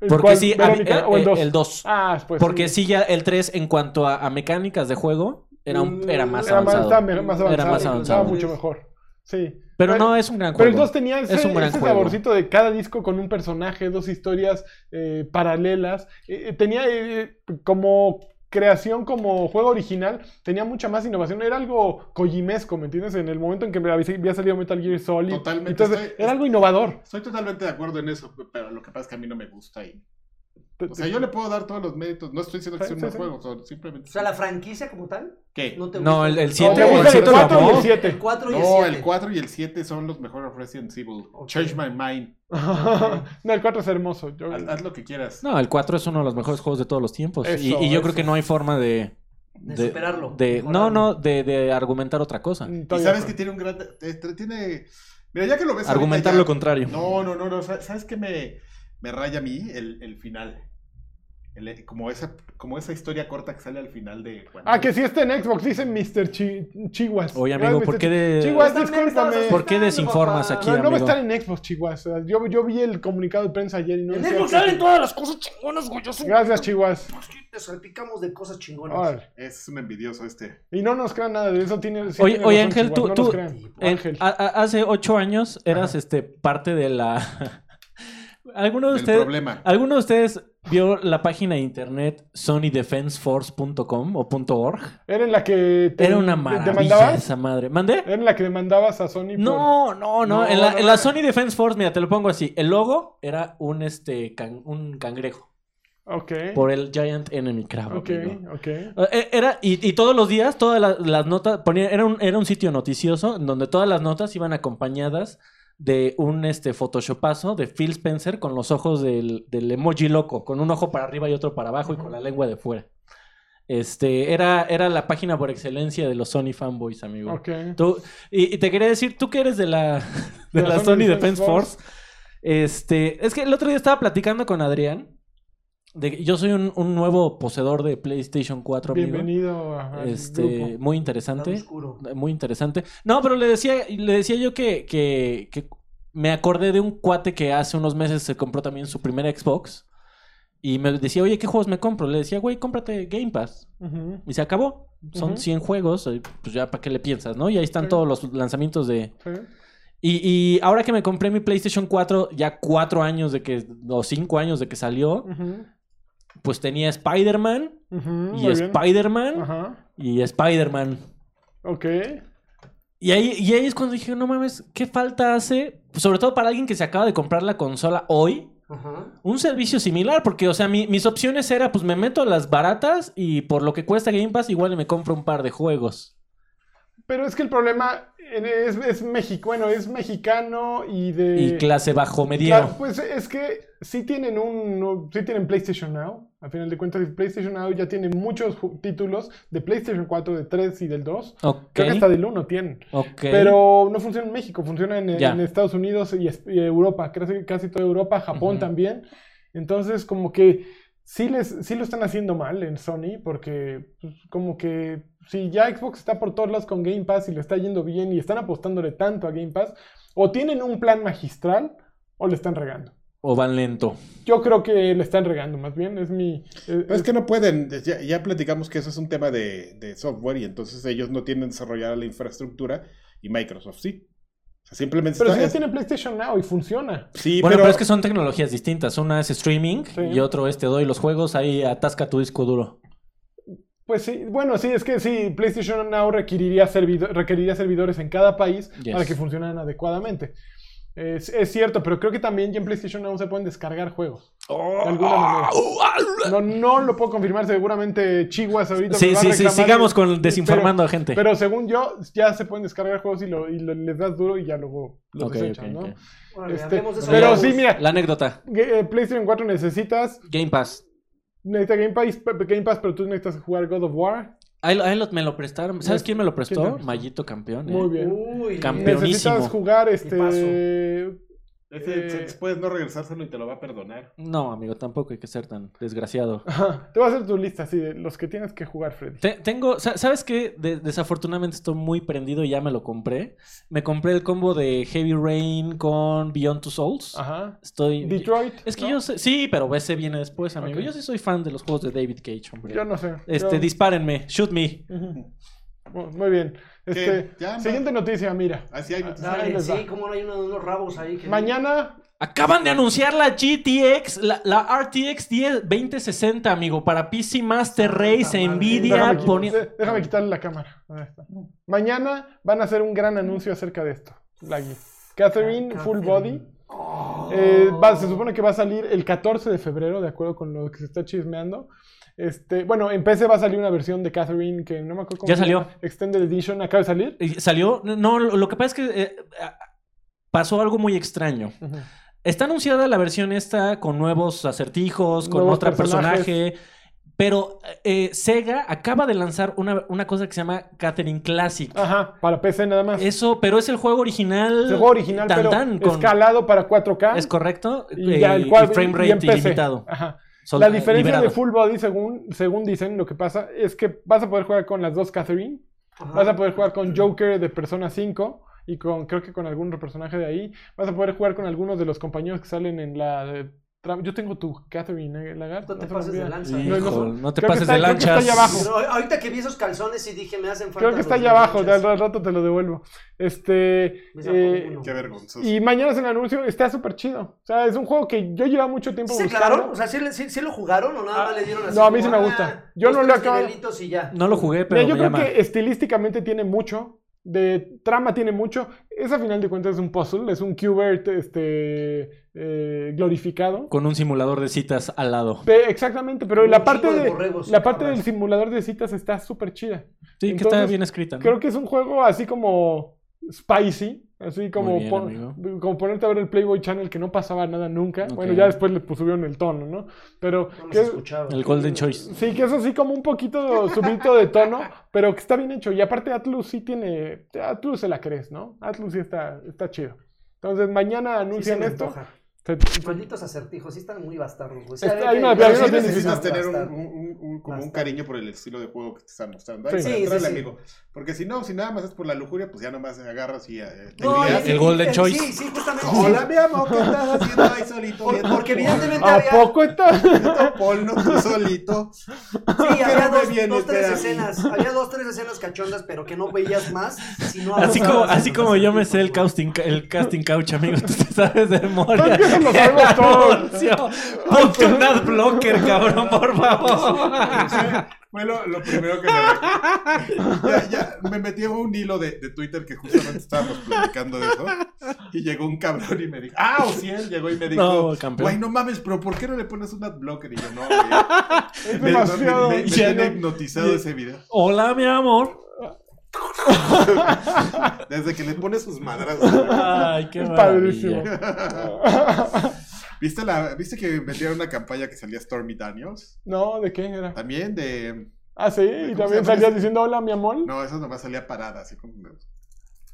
S1: ¿El
S2: Porque
S1: cuál?
S2: sí, a mí-
S1: Verónica,
S2: eh,
S1: o el
S2: eh,
S1: 2.
S2: el 2.
S1: Ah, pues.
S2: Porque
S1: sí.
S2: sí, ya el 3 en cuanto a, a mecánicas de juego era, un- era más
S1: Mm, Era más,
S2: avanzado.
S1: estaba me- más
S4: Era
S1: avanzado.
S2: más
S1: Estaba
S2: avanzado.
S1: mucho mejor. Sí.
S2: Pero no es un gran
S1: Pero
S2: juego.
S1: el 2 tenía ese,
S2: Es un gran
S1: ese
S2: juego.
S1: saborcito de cada disco con un personaje, dos historias eh, paralelas. Eh, eh, tenía eh, como creación, como juego original, tenía mucha más innovación. Era algo kojimesco, ¿me entiendes? En el momento en que había salido Metal Gear Solid.
S3: Totalmente,
S1: Entonces,
S3: estoy-
S1: era algo innovador.
S3: Estoy totalmente de acuerdo en eso, pero lo que pasa es que a mí no me gusta. Y...
S1: Te-
S3: O sea, yo le puedo dar todos los méritos. No estoy diciendo que
S1: Sí,
S3: sea un buen
S1: sí, sí.
S3: juego, solo- simplemente.
S4: O sea, la franquicia como tal,
S3: ¿Qué?
S4: no te gusta.
S2: No, el- el
S1: No,
S2: siete,
S1: me
S2: o el
S1: gusta el
S2: siete lo
S1: 4 y el
S2: amó.
S1: 7.
S4: 4 y el
S3: No,
S4: 7.
S3: el 4 y el 7 son los mejores Resident Evil.
S4: Ok.
S3: Change my mind.
S1: [laughs] no, el 4 es hermoso. Yo-
S3: Haz, haz lo que quieras.
S2: No, el 4 es uno de los mejores juegos de todos los tiempos. Y-
S1: Eso,
S2: y, yo
S1: eso.
S2: creo que no hay forma de.
S4: De superarlo,
S2: de- no,
S4: mejorarlo.
S2: no, de, de argumentar otra cosa.
S1: Mm,
S3: Y
S1: todavía
S3: sabes
S1: no.
S3: que tiene un gran. te- te- Tiene. Mira, ya que lo ves. ahorita
S2: Argumentar
S3: ya-
S2: lo contrario.
S3: No, no, no, no. sa- ¿Sabes qué me, me raya a mí? El, el final. El- eh, como, esa, como esa historia corta que sale al final de. cuando-
S1: Ah, que si está en Xbox, dice Mr. Chi- Chihuas.
S2: Oye, amigo,
S1: Mr.
S2: ¿por qué
S1: Chi-
S2: de-
S1: Chihuas,
S4: También
S1: discúlpame.
S4: estabas
S2: ¿Por qué
S4: asustando,
S2: desinformas
S4: papá?
S2: aquí?
S1: No, no va a
S2: amigo.
S1: estar en Xbox, Chihuas. Yo, yo vi el comunicado de prensa ayer y no
S4: En
S1: decía
S4: Xbox
S1: que-
S4: salen todas las cosas chingonas, güey. Yo soy
S1: Gracias, Chihuas.
S4: Te salpicamos de cosas chingonas.
S1: Órale.
S3: Es un envidioso este.
S1: Y no nos crean nada de eso. Tiene, sí
S2: Oye-
S1: tiene
S2: oye,
S1: razón, Chihuas,
S2: Ángel, tú-
S1: no
S2: tú-
S1: nos crean.
S2: En-
S1: Ángel.
S2: a- a- hace 8 años eras este parte de la. [laughs] ¿Alguno de
S3: El
S2: ustedes
S3: problema.
S2: ¿Alguno de ustedes vio la página de internet sonydefenseforce.com o .org?
S1: Era en la que. te-
S2: Era una
S1: te-
S2: maravilla
S1: ¿Te mandabas?
S2: esa madre. ¿Mandé?
S1: Era en la que demandabas a Sony.
S2: No, no, no.
S1: No,
S2: en, la,
S1: no,
S2: en la
S1: no.
S2: Sony Defense Force, mira, te lo pongo así. El logo era un, este, can- un cangrejo
S1: Por... Ok.
S2: por el Giant Enemy Crab.
S1: Ok,
S2: amigo.
S1: ok.
S2: Eh, Era, y, y todos los días, todas las, las notas, ponía, era, un, era un sitio noticioso en donde todas las notas iban acompañadas de un este, photoshopazo de Phil Spencer con los ojos del, del emoji loco, con un ojo para arriba y otro para abajo y con la lengua de fuera. Este, era, era la página por excelencia de los Sony fanboys, amigo.
S1: Ok.
S2: Tú- y, y te quería decir, tú que eres de la, [laughs] de
S1: De
S2: la Sony Defense Force, este, es que el otro día estaba platicando con Adrián, de que yo soy un, un nuevo poseedor de PlayStation 4, amigo.
S1: Bienvenido a. al
S2: Este,
S1: grupo.
S2: muy
S4: Lado
S2: interesante,
S4: oscuro.
S2: muy interesante. No, pero le decía, le decía yo que, que- que me acordé de un cuate que hace unos meses se compró también su primer Xbox. Y me decía, oye, ¿qué juegos me compro? Le decía, güey, cómprate Game Pass.
S1: Ujú,
S2: Y se acabó. Son
S1: Ujú.
S2: 100 juegos, eh, pues ya para qué le piensas, ¿no? Y ahí están
S1: Sí.
S2: todos los lanzamientos de...
S1: sí.
S2: Y, y ahora que me compré mi PlayStation 4, ya cuatro años de que, o cinco años de que salió,
S1: Ujú,
S2: pues tenía Spider-Man
S1: ujú,
S2: y
S1: Mm, muy bien.
S2: Spider-Man
S1: Ajá.
S2: y Spider-Man.
S1: Ok.
S2: Y ahí, y ahí es cuando dije, no mames, ¿qué falta hace? Sobre todo para alguien que se acaba de comprar la consola hoy.
S4: Ajá.
S2: Un servicio similar, porque, o sea, mi- mis opciones era, pues me meto a las baratas y por lo que cuesta Game Pass, igual me compro un par de juegos.
S1: Pero es que el problema en- es, es México, bueno, es mexicano y de...
S2: Y clase bajo mediero.
S1: Claro, pues es que sí tienen un, no, sí tienen PlayStation Now. Al final de cuentas, PlayStation Now ya tiene muchos ju- títulos de PlayStation 4, de 3 y del 2.
S2: Ok.
S1: Creo que hasta del 1 tienen.
S2: ok.
S1: Pero no funciona en México, funciona en,
S2: Ya.
S1: en Estados Unidos y, es- y Europa, casi, casi toda Europa, Japón
S2: Ujú.
S1: también. Entonces, como que sí, les, sí lo están haciendo mal en Sony, porque pues, como que si ya Xbox está por todos lados con Game Pass y le está yendo bien y están apostándole tanto a Game Pass, o tienen un plan magistral o le están regando.
S2: O van lento.
S1: Yo creo que le están regando, más bien, es mi... eh,
S3: Pero es que no pueden, ya, ya platicamos que eso es un tema de, de software y entonces ellos no tienen desarrollada la infraestructura y Microsoft sí. O sea, simplemente
S1: pero
S3: está-
S1: si ya
S3: es-
S1: tiene PlayStation Now y funciona.
S3: Sí,
S2: bueno, pero...
S3: pero,
S2: es que son tecnologías distintas. Una es streaming
S1: Sí.
S2: y otro es te doy los juegos, ahí atasca tu disco duro.
S1: Pues sí, bueno, sí, es que sí, PlayStation Now requeriría, servido- requeriría servidores en cada país
S2: Yes.
S1: para que funcionaran adecuadamente. Es, es cierto, pero creo que también ya en PlayStation Now se pueden descargar juegos. De alguna manera. No, no lo puedo confirmar, seguramente Chihuahua ahorita. me
S2: Sí,
S1: va a
S2: sí, sí,
S1: reclamar.
S2: sigamos con desinformando a gente.
S1: Pero según yo, ya se pueden descargar juegos y, lo, y lo- les das duro y ya luego los
S2: Ok,
S1: desechan,
S2: ok,
S1: ¿no?
S2: ok.
S4: Órale,
S1: Este,
S4: hablemos de eso
S1: pero
S4: luego.
S1: sí, mira,
S2: La anécdota.
S1: eh, PlayStation 4 necesitas,
S2: Game Pass.
S1: necesitas Game Pass, Game Pass, pero tú necesitas jugar God of War.
S2: Ahí, lo- ahí lo- me lo prestaron. ¿Sabes
S1: Yes.
S2: quién me lo
S1: ¿Quién te
S2: prestó?
S1: lo prestó?
S2: Mallito campeón. ¿eh?
S1: Muy bien.
S4: Uy,
S2: Campeón.
S1: Necesitas
S2: Peonísimo.
S1: jugar
S4: Tipazo.
S1: este
S3: ese-
S1: eh,
S3: ese- puedes no regresárselo y te lo va a perdonar.
S2: No, amigo, tampoco hay que ser tan desgraciado.
S1: Ajá, Te voy a hacer tu lista así de los que tienes que jugar, Freddy.
S2: Te- tengo, sa- ¿sabes qué? De- desafortunadamente estoy muy prendido y ya me lo compré. Me compré el combo de Heavy Rain con Beyond Two Souls.
S1: Ajá.
S2: Estoy.
S1: Detroit.
S2: Es que
S1: ¿no?
S2: yo sé, sí, pero ese viene después, amigo.
S1: Ok.
S2: Yo sí soy fan de los juegos de David Cage, hombre.
S1: Yo no sé.
S2: Este,
S1: Yo-
S2: dispárenme, shoot me.
S1: Ujú. Mu- Muy bien. Este,
S3: Ya, Ah, ma-
S1: siguiente noticia, mira.
S3: Así hay noticias.
S1: Ahí
S4: Dale,
S1: les
S4: sí,
S1: va.
S4: como no hay uno- unos, rabos ahí. Que Ah,
S1: Mañana,
S2: Acaban de anunciar la GTX, la, la RTX 10 2060, amigo, para PC
S1: Ah,
S2: Master Race,
S4: Santa madre.
S2: Nvidia,
S1: déjame,
S4: Ya
S1: qui-
S2: poni-
S1: de- déjame quitarle la cámara. Ahí está. Mañana van a hacer un gran anuncio acerca de esto. Lagui. Catherine
S2: Ah,
S4: Catherine. Oh.
S1: Full Body. Eh,
S2: Oh.
S1: va- se supone que va a salir el 14 de febrero, de acuerdo con lo que se está chismeando. Este, bueno, en PC va a salir una versión de Catherine que no me acuerdo cómo
S2: Ya
S1: se
S2: salió.
S1: llama. Extended Edition, acaba de salir.
S2: Eh, ¿Salió? No, lo lo que pasa es que eh, ah, pasó algo muy extraño. Está anunciada la versión esta con nuevos acertijos, con
S1: Nuevos
S2: otro
S1: personajes.
S2: personaje. Pero eh, Sega acaba de lanzar una, una cosa que se llama Catherine Classic.
S1: Ajá, para PC nada más.
S2: Eso, pero es el juego original.
S1: Es el juego original,
S2: tan,
S1: pero
S2: tan, con-
S1: escalado para 4K.
S2: Es correcto.
S1: y
S2: eh,
S1: ya el cual-
S2: y frame
S1: y en
S2: rate
S1: PC.
S2: ilimitado.
S1: Ajá.
S2: Sol-
S1: la diferencia
S2: liberado.
S1: de Full Body, según, según dicen, lo que pasa es que vas a poder jugar con las dos Catherine.
S2: Ah.
S4: Ajá.
S1: Vas a poder jugar con Joker de Persona 5 y con creo que con algún otro personaje de ahí. Vas a poder jugar con algunos de los compañeros que salen en la... eh, tra- yo tengo tu Catherine eh, Lagarto.
S4: No te
S1: se me
S4: pases de
S1: olvida.
S4: lanza.
S2: Híjole,
S1: No,
S2: No,
S1: no,
S2: te
S1: creo que
S2: pases
S1: está-
S2: de
S1: creo que está
S2: lanchas.
S1: allá abajo.
S4: Pero ahorita que vi esos calzones y dije, me hacen falta.
S1: Creo que está
S4: los
S1: allá abajo, de
S4: manchas.
S1: al al rato te lo devuelvo. Este...
S4: Me sacó
S1: eh,
S4: uno.
S3: Qué vergonzoso.
S1: y mañana es el anuncio, está súper chido. O sea, es un juego que yo llevaba mucho tiempo
S4: ¿Sí se
S1: buscando.
S4: aclararon? O sea, ¿sí, le- sí- sí lo jugaron o nada
S1: Ah,
S4: más le dieron así?
S1: no, a mí
S4: como,
S1: sí me
S4: ah,
S1: gusta. Yo
S4: dos,
S1: no lo he
S4: tres
S1: acabado.
S4: nivelitos y ya.
S2: No lo jugué, pero
S1: Mira, yo
S2: me
S1: creo
S2: llama.
S1: que estilísticamente tiene mucho. De trama tiene mucho. Es a final de cuentas un puzzle. Es un Qbert este, eh, glorificado.
S2: Con un simulador de citas al lado.
S1: Pe- exactamente, pero
S4: Un
S1: la parte,
S4: chingo de
S1: de,
S4: borregos,
S1: la parte
S4: cabras.
S1: del simulador de citas está súper chida.
S2: Sí, que
S1: Entonces,
S2: está bien escrita. ¿no?
S1: Creo que es un juego así como spicy. Así como,
S2: bien,
S1: pon-
S2: amigo.
S1: como ponerte a ver el Playboy Channel que no pasaba nada nunca.
S2: Ok.
S1: Bueno, ya después le pues, subieron el tono, ¿no? Pero
S4: No los
S1: que es-
S4: escuchaba.
S2: El Golden Choice.
S1: Sí, que es así como un poquito subito de tono, pero que está bien hecho. Y aparte Atlus sí tiene... Atlus se la crees, ¿no? Atlus sí está, está chido. Entonces mañana
S4: Sí se
S1: anuncian
S4: me
S1: esto.
S4: antoja.
S1: Se-
S4: Malditos acertijos, sí están muy bastardos, güey.
S1: Está-
S4: había
S1: hay
S4: que-
S1: una-
S4: había
S1: hay
S3: Pero
S1: uno
S4: que
S3: sí
S1: tiene
S3: necesitas
S4: bastardo.
S3: tener un, un- un- como un
S4: Bastante.
S3: cariño por el estilo de juego que te están mostrando.
S1: Sí.
S3: Ahí
S4: Sí, sí,
S3: entrarle,
S4: sí.
S3: amigo. Porque si no, si nada más es por la lujuria, pues ya nomás agarras y... eh, te
S4: No, y-
S3: creas.
S2: El Golden
S4: y-
S2: Choice.
S4: Sí, sí, justamente.
S3: [laughs] Hola, mi amor, ¿qué estás haciendo ahí solito?
S4: Por-
S3: viendo
S4: porque
S3: porno? [laughs]
S4: evidentemente
S1: ¿A
S4: había,
S1: poco está?
S3: Viendo porno tú solito.
S2: [laughs]
S4: sí, había
S3: no me
S4: dos,
S3: vienes,
S4: dos, tres
S3: espera.
S4: escenas, había dos, tres escenas cachondas, pero que no veías más si no
S2: [laughs] Así como,
S4: avanzabas en
S2: así
S4: los
S2: como yo me sé el
S4: acertijos, güey.
S2: casting, el casting couch, amigo. Tú te sabes de memoria.
S1: Es que eso lo
S2: [laughs] El
S1: sabemos todos.
S2: anuncio. Ponte un adblocker, cabrón, por
S1: [laughs]
S2: favor.
S3: Fue- Fue lo, lo primero que me [laughs] ya, ya me metí en un hilo de, de Twitter que justamente estábamos platicando de eso. Y llegó un cabrón y me dijo, ah, o él llegó y me dijo,
S2: No, campeón.
S3: güey, no mames, pero ¿por qué no le pones un adblocker? Y yo, no, güey.
S1: Es
S3: Me, me,
S1: demasiado.
S3: me- me
S2: Ya
S3: tiene
S2: no-
S3: hipnotizado ese video.
S1: [laughs]
S2: Hola, mi amor.
S3: Desde que le pone sus madrazos.
S2: Ay, qué
S1: Es padrísimo.
S2: maravilla.
S3: ¿Viste, la, ¿Viste que vendieron una campaña que salía Stormy Daniels?
S1: no, ¿de qué era?
S3: También de...
S1: Ah, sí, y
S3: ¿Cómo
S1: también
S3: se llama
S1: salías
S3: ese?
S1: diciendo hola, mi amor.
S3: No, esa nomás salía parada, así como...
S1: No,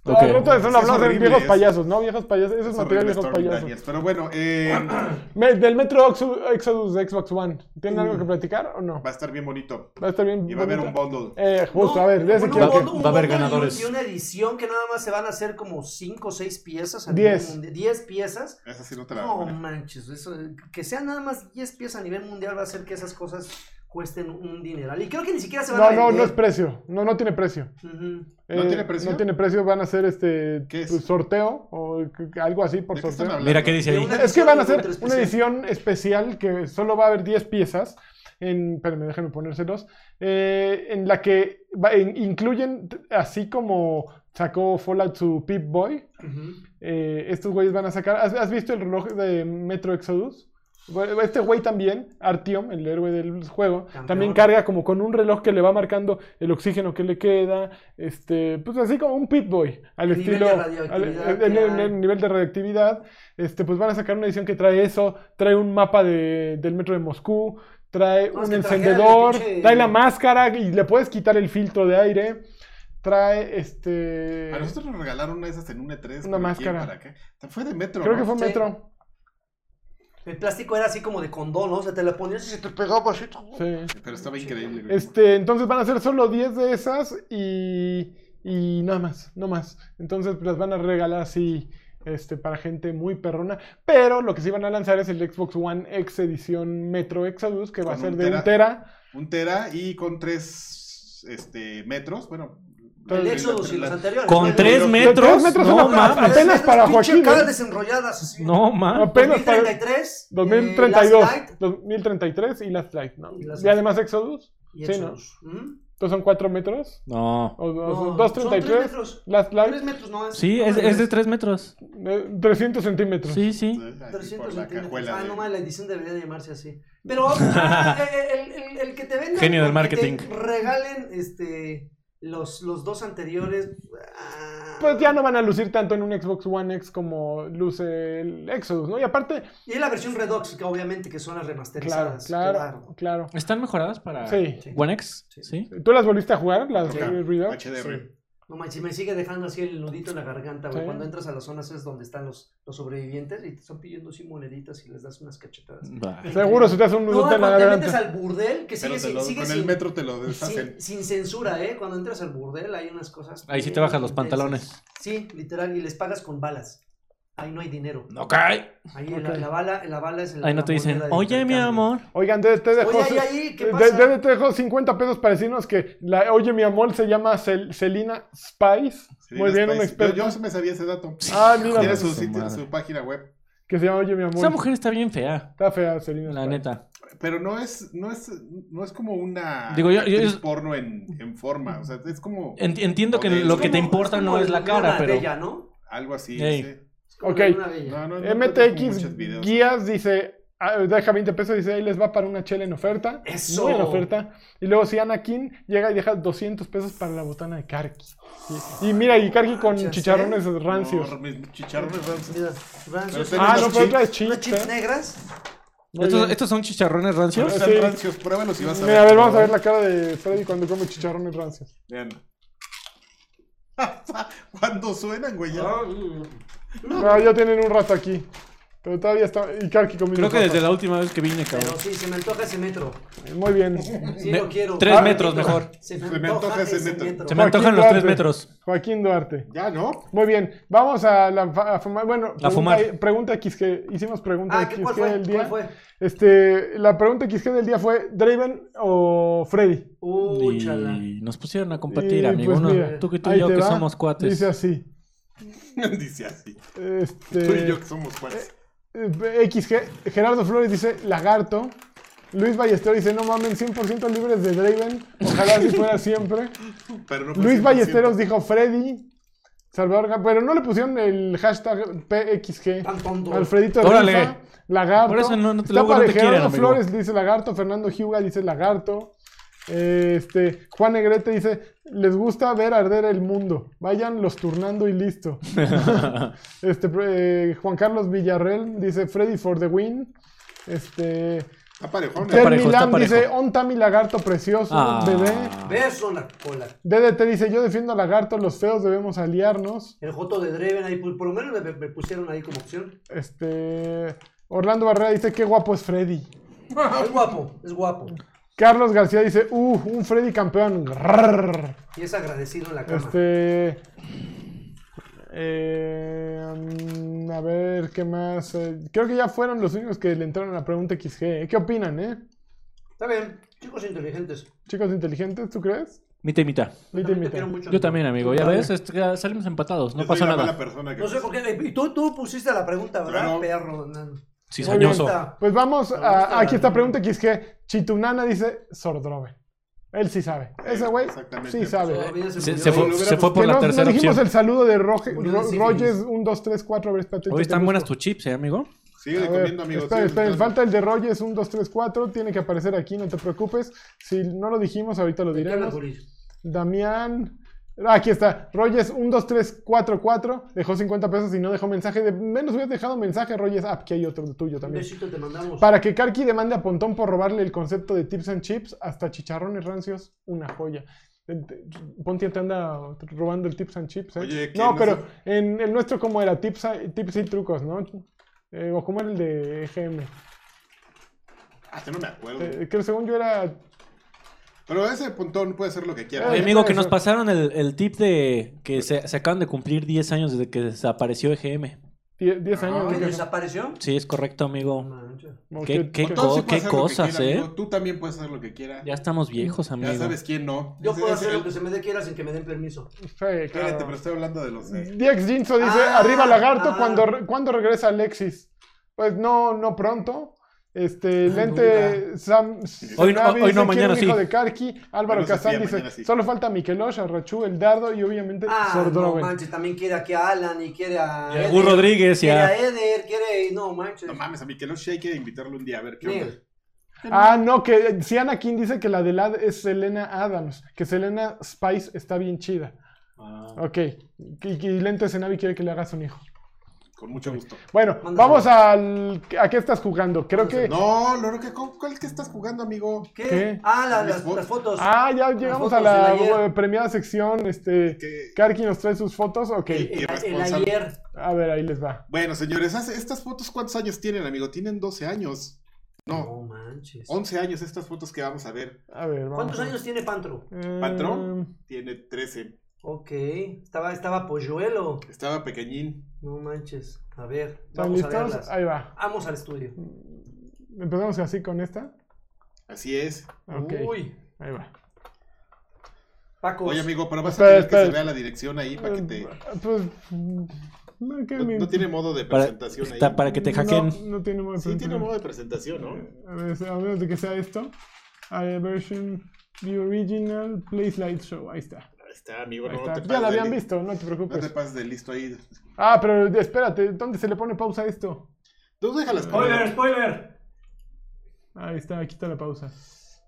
S2: Ok.
S1: no, todo eso no
S3: Es
S1: hablamos de
S3: horrible
S1: viejos
S3: eso.
S1: payasos, ¿no? Viejos payasos, eso es
S3: es
S1: material
S3: horrible
S1: de viejos
S3: Stormy
S1: payasos.
S3: Daniels. Pero bueno, eh, [clears throat] va
S1: Me- del Metro Oxu- Exodus de Xbox One, ¿tienen algo que platicar o no?
S3: a estar bien bonito.
S1: Va a estar bien.
S3: Mm. Y va a haber un
S1: bonito.
S3: bundle.
S1: Eh, justo,
S4: No,
S1: a ver, de ese
S4: un
S1: quiero
S4: bondo-
S1: que.
S4: un
S5: va a haber
S4: bondo y un-
S5: ganadores.
S4: Y una edición que nada más se van a hacer como 5 o 6 piezas. a
S1: Diez.
S4: nivel mundial. 10 piezas.
S3: Esa sí no te la
S4: No
S3: voy a poner.
S4: manches, eso, que sean nada más 10 piezas a nivel mundial va a hacer que esas cosas cuesten un dineral. Y creo que ni siquiera se van
S1: No,
S4: a
S1: no, no es
S4: vender.
S1: precio. No, no tiene precio. Eh,
S4: Ujú.
S3: ¿No tiene precio?
S1: No tiene precio, van a hacer este
S3: ¿Qué es?
S1: pues, sorteo o c- algo así por
S3: ¿De qué están
S1: sorteo.
S3: hablando?
S5: Mira qué dice
S4: De
S5: ahí.
S4: una-
S1: Es que van a hacer
S4: Otra
S1: una
S4: especial.
S1: edición especial que solo va a haber 10 piezas. En, espérenme, déjenme ponérselos. eh, en la que va- en- incluyen, t- así como sacó Fallout su Pip Boy,
S4: Ujú.
S1: eh, estos güeyes van a sacar. ¿has, has visto el reloj de Metro Exodus? Bueno, Este güey también, Artyom, el héroe del juego,
S4: Campeón.
S1: también carga como con un reloj que le va marcando el oxígeno que le queda, este, pues así como un pit boy, al
S4: El nivel
S1: estilo,
S4: de radioactividad
S1: al-
S4: que
S1: el, el-
S4: hay.
S1: el nivel de radioactividad, este, pues van a sacar una edición que trae eso, trae un mapa de- del metro de Moscú, trae
S4: No, es
S1: un
S4: que trajeron el
S1: encendedor,
S4: pinche-
S1: trae la máscara y le puedes quitar el filtro de aire, trae este,
S3: A nosotros nos regalaron una de esas en un E3. ¿pero quién,
S1: máscara.
S3: ¿Para qué? Fue de Metro.
S1: creo
S3: ¿no?
S1: que fue
S4: Sí.
S1: metro,
S4: El plástico era así como de condón, ¿no? O sea, te la ponías y se te pegaba así.
S1: sí.
S3: Pero estaba increíble. güey.
S1: Este, entonces van a ser solo 10 de esas y, y nada más, no más. Entonces pues, las van a regalar así este, para gente muy perrona. Pero lo que sí van a lanzar es el Xbox One X edición Metro Exodus, que va a
S3: Con
S1: ser
S3: un
S1: de
S3: tera.
S1: un tera.
S3: Un tera y con tres este, metros. Bueno.
S4: El
S3: la-
S4: Exodus y
S3: la-
S4: los anteriores.
S2: Con
S4: ¿no?
S2: tres
S4: Los-
S2: metros.
S1: Tres metros
S2: No
S1: son apenas-
S2: mames.
S1: apenas para
S4: Pinche
S1: Joaquín.
S4: cara
S1: ¿eh?
S4: desenrolladas así.
S2: No, man.
S1: Apenas para
S4: 2033. eh,
S1: 2032.
S4: Last Light
S1: 2033 y Last Light, ¿no?
S4: Y Last
S1: Y además Exodus.
S4: y
S1: Sí,
S4: Exodus. ¿Mm?
S1: Entonces son 4 metros.
S2: No.
S1: O, o-
S4: No, son tres
S1: 233.
S4: metros.
S1: Last
S4: Tres
S1: Light.
S4: metros, ¿no?
S2: Sí, es, es de este 3 metros.
S1: eh, 300 centímetros.
S2: Sí, sí.
S3: Así por
S4: 300
S3: la
S4: centímetros.
S3: cajuela.
S4: Ah,
S3: de-
S4: no mames, la edición debería de llamarse así.
S2: [laughs]
S4: Pero ah, el, el- el- el que te venden.
S2: Genio del
S4: el que te
S2: marketing.
S4: regalen este, los, los dos anteriores. ah.
S1: Pues ya no van a lucir tanto en un Xbox One X como luce el Exodus, ¿no? Y aparte,
S4: Y la versión Redox, que obviamente que son las
S1: Claro,
S4: remasterizadas.
S1: claro, claro.
S2: ¿Están mejoradas para
S1: Sí.
S4: Sí.
S2: One X?
S4: Sí.
S2: Sí.
S1: ¿Tú las volviste a jugar, las
S3: Toca,
S1: de Redux?
S3: HDR.
S4: No manches, me sigue dejando así el nudito en la garganta, güey.
S1: Sí.
S4: Cuando entras a las zonas es donde están los, los sobrevivientes y te están pidiendo así moneditas y les das unas cachetadas.
S2: Va.
S1: Seguro se te hace un
S4: No,
S1: nudo en la
S4: cuando te metes
S1: garganta.
S4: al burdel, que sigue,
S3: Pero te
S4: sin-
S3: lo-
S4: sigue
S3: con el
S4: sin,
S3: metro te lo deshacen.
S4: sin, sin censura, ¿eh? Cuando entras al burdel hay unas cosas.
S2: Ahí sí te
S4: bien
S2: bajas los
S4: intensas.
S2: pantalones.
S4: Sí, literal, y les pagas con balas. Ahí no hay dinero.
S2: No cae.
S4: Ahí
S1: Ok.
S4: la, la bala, la bala es el.
S2: Ahí no te dicen, oye, mi amor.
S1: Oigan, te, te dejo,
S4: Oye, ahí, ahí, ¿qué
S1: te-
S4: pasa?
S1: te- te dejo 50 pesos para decirnos que la Oye mi amor se llama Cel- Celina Spice.
S3: Sí,
S1: Muy bien, un
S3: Spice.
S1: experto.
S3: Yo, yo me sabía ese dato.
S1: Ah, mira,
S3: Tiene
S2: de
S3: su,
S2: su
S3: sitio-
S2: madre.
S3: su página web.
S1: que se llama Oye mi amor.
S2: Esa mujer está bien fea,
S1: Está fea, Celina
S2: la
S1: Spice.
S2: neta.
S3: Pero no es, no es, no es como una
S2: Digo, yo- yo-
S3: actriz
S2: yo-
S3: porno en, en forma. O sea, es como
S2: Enti- Entiendo que
S3: Ok.
S2: lo que te
S4: Es como-
S2: importa
S4: como
S2: no es la cara,
S4: Lola
S2: pero.
S4: Bella, ¿no?
S3: algo así.
S2: Ey.
S3: sí.
S4: Es como
S1: Ok.
S4: Lola Bella.
S3: No,
S1: Eh,
S3: no, no encuentro como muchos
S1: MTX
S3: videos.
S1: Guías dice, ah, deja 20 pesos, dice, ahí les va para una chela en oferta.
S4: Eso.
S1: Muy en oferta. Y luego si Anakin llega y deja 200 pesos para la botana de Karki. Y, y mira, y Karki con
S4: Ya sé.
S1: chicharrones rancios.
S3: Ah, No, mis chicharrones rancios.
S4: Mira, Rancios.
S3: Pero
S1: ah,
S3: unos
S1: no, pero
S3: chips,
S1: otra es
S4: unas
S1: chips,
S4: chips
S1: ¿eh?
S4: negras.
S1: Muy
S2: ¿Estos,
S1: bien.
S2: estos son chicharrones rancios?
S1: Ah, Sí.
S3: Están rancios, pruébalos y vas a ver.
S1: Mira, a ver, vamos a ver la cara de Freddy cuando come chicharrones rancios.
S3: Vean. [laughs] Cuando suenan, güey. ya.
S1: No, ya tienen un rato aquí. Pero todavía está. Y Karki comiendo.
S2: Creo que desde
S1: papas.
S2: la última vez que vine,
S4: Pero
S2: cabrón.
S4: sí, se me antoja ese metro.
S1: Muy bien.
S4: Sí,
S2: Me-
S4: lo quiero.
S2: tres
S4: Ah,
S2: metros
S4: metro.
S2: mejor.
S4: Se
S3: Se me antoja ese metro.
S2: Se me antojan los
S1: Duarte.
S2: tres metros.
S1: Joaquín Duarte.
S3: Ya, ¿no?
S1: Muy bien. Vamos a, la, a fumar. Bueno, pregunta,
S2: fumar.
S1: pregunta X que hicimos pregunta
S4: Ah,
S1: X
S4: ¿qué, ¿cuál
S1: que
S4: fue?
S1: del día.
S4: ¿Cuál fue?
S1: Este, la pregunta XG del día fue ¿Draven o Freddy?
S4: Uy, chala.
S2: Y nos pusieron a compartir,
S1: Y,
S2: amigo.
S1: pues,
S2: ¿no?
S1: mira,
S2: tú que tú
S1: ahí
S2: y yo
S1: te
S2: que
S1: va.
S2: somos cuates.
S1: Dice así.
S3: [laughs] Dice así. Tú y
S1: Este,
S3: yo que somos cuates.
S1: eh, XG, Gerardo Flores dice Lagarto. Luis Ballester dice, no mamen, 100% libres de Draven. Ojalá si fuera
S4: [laughs]
S1: siempre.
S3: Pero no fue
S1: Luis
S3: 100%.
S1: Ballesteros dijo Freddy. Salvador Gar- pero no le pusieron el hashtag PXG.
S4: Tan tonto.
S1: Alfredito
S2: Órale.
S1: Rifa, Lagarto.
S2: Por eso no- no te-
S1: Está
S2: luego no
S1: para
S2: te
S1: Gerardo
S2: quieren, amigo.
S1: Flores dice Lagarto, Fernando Hyuga dice Lagarto. Este, Juan Negrete dice, les gusta ver arder el mundo. Vayan los turnando y
S2: [laughs]
S1: listo. este, eh, Juan Carlos Villarreal dice, Freddy for the win. Este,
S3: Está parejón,
S1: Ter
S3: ¿eh?
S2: parejo, está
S1: Milan
S2: parejo.
S1: dice, onta mi lagarto precioso,
S2: Ah.
S1: bebé.
S4: Beso la cola.
S1: DDT dice, yo defiendo a lagarto, los feos debemos aliarnos.
S4: El Joto de Dreven ahí, pues, por por lo menos me, me pusieron ahí como
S1: [laughs]
S4: opción.
S1: Este, Orlando Barrera dice, qué guapo es Freddy.
S4: Es guapo, es guapo.
S1: Carlos García dice, uh, un Freddy campeón. Grrr.
S4: Y es agradecido en la cama.
S1: Este. eh, mm, a ver, ¿qué más? Eh, creo que ya fueron los únicos que le entraron a la pregunta XG. ¿eh? ¿Qué opinan, eh?
S4: Está bien, chicos inteligentes.
S1: Chicos inteligentes, ¿tú crees?
S2: Mitad y mitad.
S1: Mita y
S4: Te
S1: mita.
S4: quiero mucho.
S2: Yo también, amigo. Ya ves, Este, ya salimos empatados. No
S3: Yo
S2: pasa
S3: soy la mala
S2: nada.
S3: persona que
S4: No sé por qué. Y tú, tú pusiste la pregunta, ¿verdad?
S3: Claro.
S4: Perro. no.
S2: Cizañoso.
S4: Muy bien.
S1: Pues vamos
S4: Me gusta
S1: a. Aquí
S4: la-
S1: está pregunta XG. Chitunana dice Sordrove. Él sí sabe. Ese güey
S3: Exactamente.
S1: sí sabe.
S4: Todavía
S2: Se,
S4: murió.
S2: se fue, se fue
S1: Que
S2: por
S1: no,
S2: la
S1: no
S2: tercera
S1: dijimos
S2: opción.
S1: el saludo de Roge-
S4: Murió de
S1: Ro-
S4: sífilis.
S1: Rogers 1, 2, 3, 4. A ver, espérate,
S2: Hoy
S1: te
S2: están
S1: busco.
S2: buenas tus chips, ¿eh, amigo?
S3: Sigue
S1: A
S3: comiendo,
S1: ver,
S3: amigos.
S1: espera,
S3: sigue
S1: espera,
S3: comiendo.
S1: falta el de Rogers 1, 2, 3, 4. Tiene que aparecer aquí, no te preocupes. Si no lo dijimos, ahorita lo
S4: ¿De qué
S1: diremos.
S4: hablas, Boris?
S1: Damián. ah, Aquí está, Rogers 1, 2, 3, 4, 4. Dejó 50 pesos y no dejó mensaje. De... Menos hubieras dejado mensaje, Rogers. Ah, aquí hay otro tuyo
S4: Un
S1: también.
S4: besito te mandamos.
S1: Para que Karki demande a Pontón por robarle el concepto de tips and chips, hasta chicharrones rancios, una joya. Eh, te- Ponti te anda robando el tips and chips. ¿eh?
S3: Oye, que
S1: no,
S3: no
S1: pero en el nuestro, como era? Tips, a- tips y trucos, ¿no? Eh, o como era el de EGM.
S3: Ah, yo no me acuerdo.
S1: Eh, que según yo era.
S3: Pero ese puntón puede ser lo que quiera.
S2: Oye,
S1: Ay,
S3: ¿eh?
S2: amigo, que
S1: eso.
S2: nos pasaron el, el tip de que se, se acaban de cumplir 10 años desde que desapareció EGM.
S1: die- 10
S3: Ah,
S1: años.
S4: ¿Oye,
S1: creo que-
S4: desapareció?
S2: Sí, es correcto, amigo.
S4: Mancha.
S1: no,
S2: ¿Qué,
S1: que-
S2: qué
S1: que-
S2: co-
S3: Entonces,
S2: qué
S3: puedes hacer lo que
S2: cosas,
S3: quiera,
S2: ¿eh?
S3: amigo. Tú también puedes hacer lo que quieras.
S2: Ya
S3: Ya,
S2: estamos viejos, amigo.
S3: sabes quién no.
S4: Yo
S3: Ese
S4: puedo
S3: es
S4: hacer
S3: el-
S4: lo que se me dé quiera sin que me den permiso.
S1: Sí, claro.
S3: Espérate, pero estoy hablando de los de.
S1: Diex Jinso dice,
S4: Ah,
S1: arriba lagarto,
S4: ah.
S1: cuando, re- ¿cuándo regresa Alexis? Pues no, no pronto. Este, lente, Sam,
S2: Hoy no-
S1: Sanabi
S2: hoy no,
S1: dice,
S2: mañana
S1: "Quiero un hijo
S2: sí".
S1: de Karki, Álvaro
S3: Bueno, eso sí,
S1: Kazán
S3: mañana
S1: dice,
S3: sí.
S1: solo falta Miquelosh, Arrachú, el Dardo y obviamente
S4: Ah,
S1: Sordroven.
S4: no manches, también quiere aquí a Alan y quiere a.
S2: Y a
S4: Eder,
S2: Gus Rodríguez y
S4: Quiere
S2: a-
S4: a Eder, quiere. No manches.
S3: No mames, a mí que no sé, hay que invitarlo un día a ver qué
S4: Mira,
S3: onda.
S1: ah, no, que Siana King dice que la de Lad es Selena Adams, que Selena Spice está bien chida.
S2: Ah.
S1: Ok, y, y lente Senavi quiere que le hagas un hijo.
S3: Con mucho gusto.
S1: Bueno,
S4: Mándaselo.
S1: vamos al... ¿A qué estás jugando? Creo
S2: Pues
S1: que...
S3: No, Loro, ¿qué- ¿con cuál es que estás jugando, amigo?
S4: ¿Qué?
S1: ¿Qué?
S4: Ah, la-
S3: Mis
S4: las,
S3: fotos.
S4: las fotos.
S1: Ah, ya llegamos a
S4: fotos del
S1: la
S4: ayer.
S1: eh, premiada sección. Este,
S3: ¿Qué?
S1: Karki nos trae sus fotos. Ok,
S3: Sí.
S4: el, el
S3: irresponsable.
S4: ayer.
S1: a ver, ahí les va.
S3: Bueno, señores, hace- estas fotos, ¿cuántos años tienen, amigo? Tienen 12 años. No,
S4: No manches.
S3: 11 años estas fotos que vamos a ver.
S1: A Eh, ver, vamos.
S4: ¿Cuántos años tiene Pantro?
S3: ¿Patrón? Tiene 13.
S4: Ok, estaba, estaba polluelo.
S3: Estaba pequeñín.
S4: No manches. A ver,
S1: ¿Están
S4: vamos a
S1: listos?
S4: verlas.
S1: Ahí va.
S4: Vamos al estudio.
S1: Empezamos así con esta.
S3: Así es.
S1: Ok,
S4: Uy,
S1: ahí va.
S4: Paco.
S3: Oye, amigo, pero vas
S1: Pues, Espera,
S3: a
S1: espera.
S3: tener que se vea la dirección ahí para que te.
S1: Eh, Pues. No, que
S3: No,
S1: mi-
S3: no tiene modo de
S2: Para,
S3: presentación ahí.
S2: está- para que te hackeen.
S1: No, no tiene modo de
S3: Sí, tiene
S1: presentación.
S3: modo de presentación, ¿no?
S1: A ver, a menos de que sea esto. A ver, version. The original Play Slideshow. Ahí está.
S3: Ahí está, amigo.
S1: Ahí
S3: no
S1: está.
S3: te
S1: Ya
S3: pases
S1: la
S3: de
S1: habían
S3: li-
S1: visto, pues. no te
S3: No te
S1: preocupes.
S3: pases de listo ahí.
S1: Ah, pero espérate, ¿dónde se le pone pausa a esto?
S3: Tú déjalas como-
S4: Spoiler, spoiler.
S1: Ahí está, aquí está la pausa.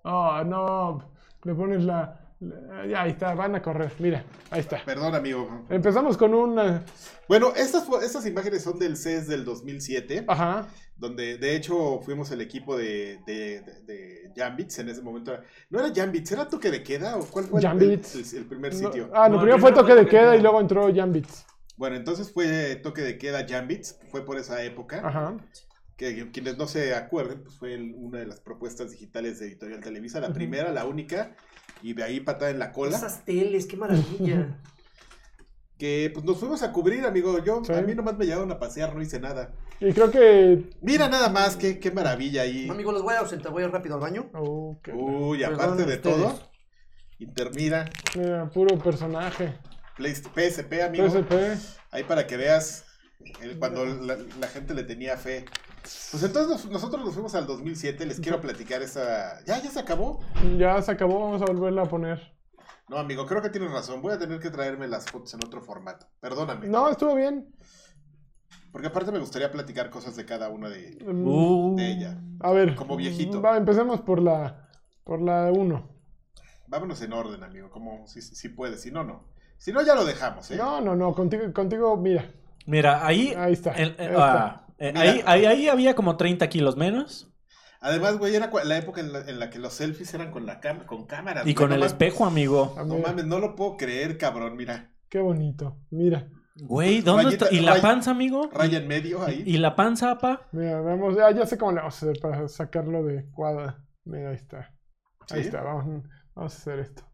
S1: Oh, no. Le pones la. la- ya, ahí está, van a correr. Mira, ahí está.
S3: Perdón, amigo.
S1: Empezamos con una.
S3: Bueno, estas, fo- estas imágenes son del CES del 2007,
S1: Ajá.
S3: donde de hecho fuimos el equipo de, de, de- de Jambits en ese momento. era- ¿No era Jambits? ¿Era toque de queda? ¿O cuál fue el-
S1: Jambits.
S3: El, el primer
S1: No,
S3: sitio?
S1: ah, lo
S4: No,
S1: primero
S4: yo
S1: fue
S4: no
S1: toque
S4: creo
S1: de
S4: que
S1: queda y
S4: no.
S1: luego entró Jambits.
S3: Bueno, entonces fue toque de queda Jambits, fue por esa época.
S1: Ajá.
S3: que, que quienes no se acuerden, pues fue el- una de las propuestas digitales de Editorial Televisa, la
S1: Ujú.
S3: primera, la única, y de ahí patada en la cola,
S4: Esas teles,
S1: [laughs]
S4: qué maravilla.
S3: que pues nos fuimos a cubrir, amigo, yo,
S1: Sí.
S3: a mí nomás me llevaron a pasear, no hice nada.
S1: Y creo que.
S3: Mira nada más, qué, qué maravilla ahí.
S4: Amigo, los voy a ausentar, voy a ir rápido al baño.
S1: Oh, qué-
S3: Uy, aparte
S4: Perdón,
S3: de
S4: ustedes.
S3: todo, Intermira,
S1: mira, puro personaje.
S3: Play- PSP, amigo,
S1: PSP.
S3: ahí para que veas el- cuando la, la gente le tenía fe. Pues entonces nos- nosotros nos fuimos al 2007, les quiero platicar esa... ¿Ya, ya se acabó?
S1: Ya se acabó, vamos a volverla a poner.
S3: No, amigo, creo que tienes razón. Voy a tener que traerme las fotos en otro formato. Perdóname.
S1: No, estuvo bien.
S3: Porque aparte me gustaría platicar cosas de cada una de,
S1: Mm,
S2: Uh.
S3: de ella.
S1: a ver.
S3: como viejito.
S1: Va, empecemos por la. Por la 1.
S3: vámonos en orden, amigo. Como si, si puedes, si no, no. Si no, ya lo dejamos, ¿eh?
S1: No, no, no, contigo, contigo mira.
S2: Mira, ahí.
S1: Ahí está,
S2: el-
S1: ahí
S2: eh,
S1: está.
S2: ah, eh,
S3: Mira.
S2: ahí, ahí, ahí había como 30 kilos menos.
S3: Además, güey, era cua- la época en la, en la que los selfies eran con la cam- con
S2: Y
S3: cámaras. güey,
S2: con
S3: no
S2: el
S3: mames.
S2: espejo, amigo.
S1: A
S3: No
S1: ver,
S3: mames, no lo puedo creer, cabrón. Mira,
S1: Qué bonito. Mira,
S2: Güey, ¿dónde
S3: Rayita-
S2: está? ¿Y la
S3: ray-
S2: panza, amigo?
S3: raya en medio ahí.
S2: ¿Y la panza, apa?
S1: mira, vamos, ya, ya sé cómo le vamos a hacer para sacarlo de cuadra. Mira, ahí está. Ahí
S3: ¿Sí?
S1: está, vamos, vamos a hacer esto.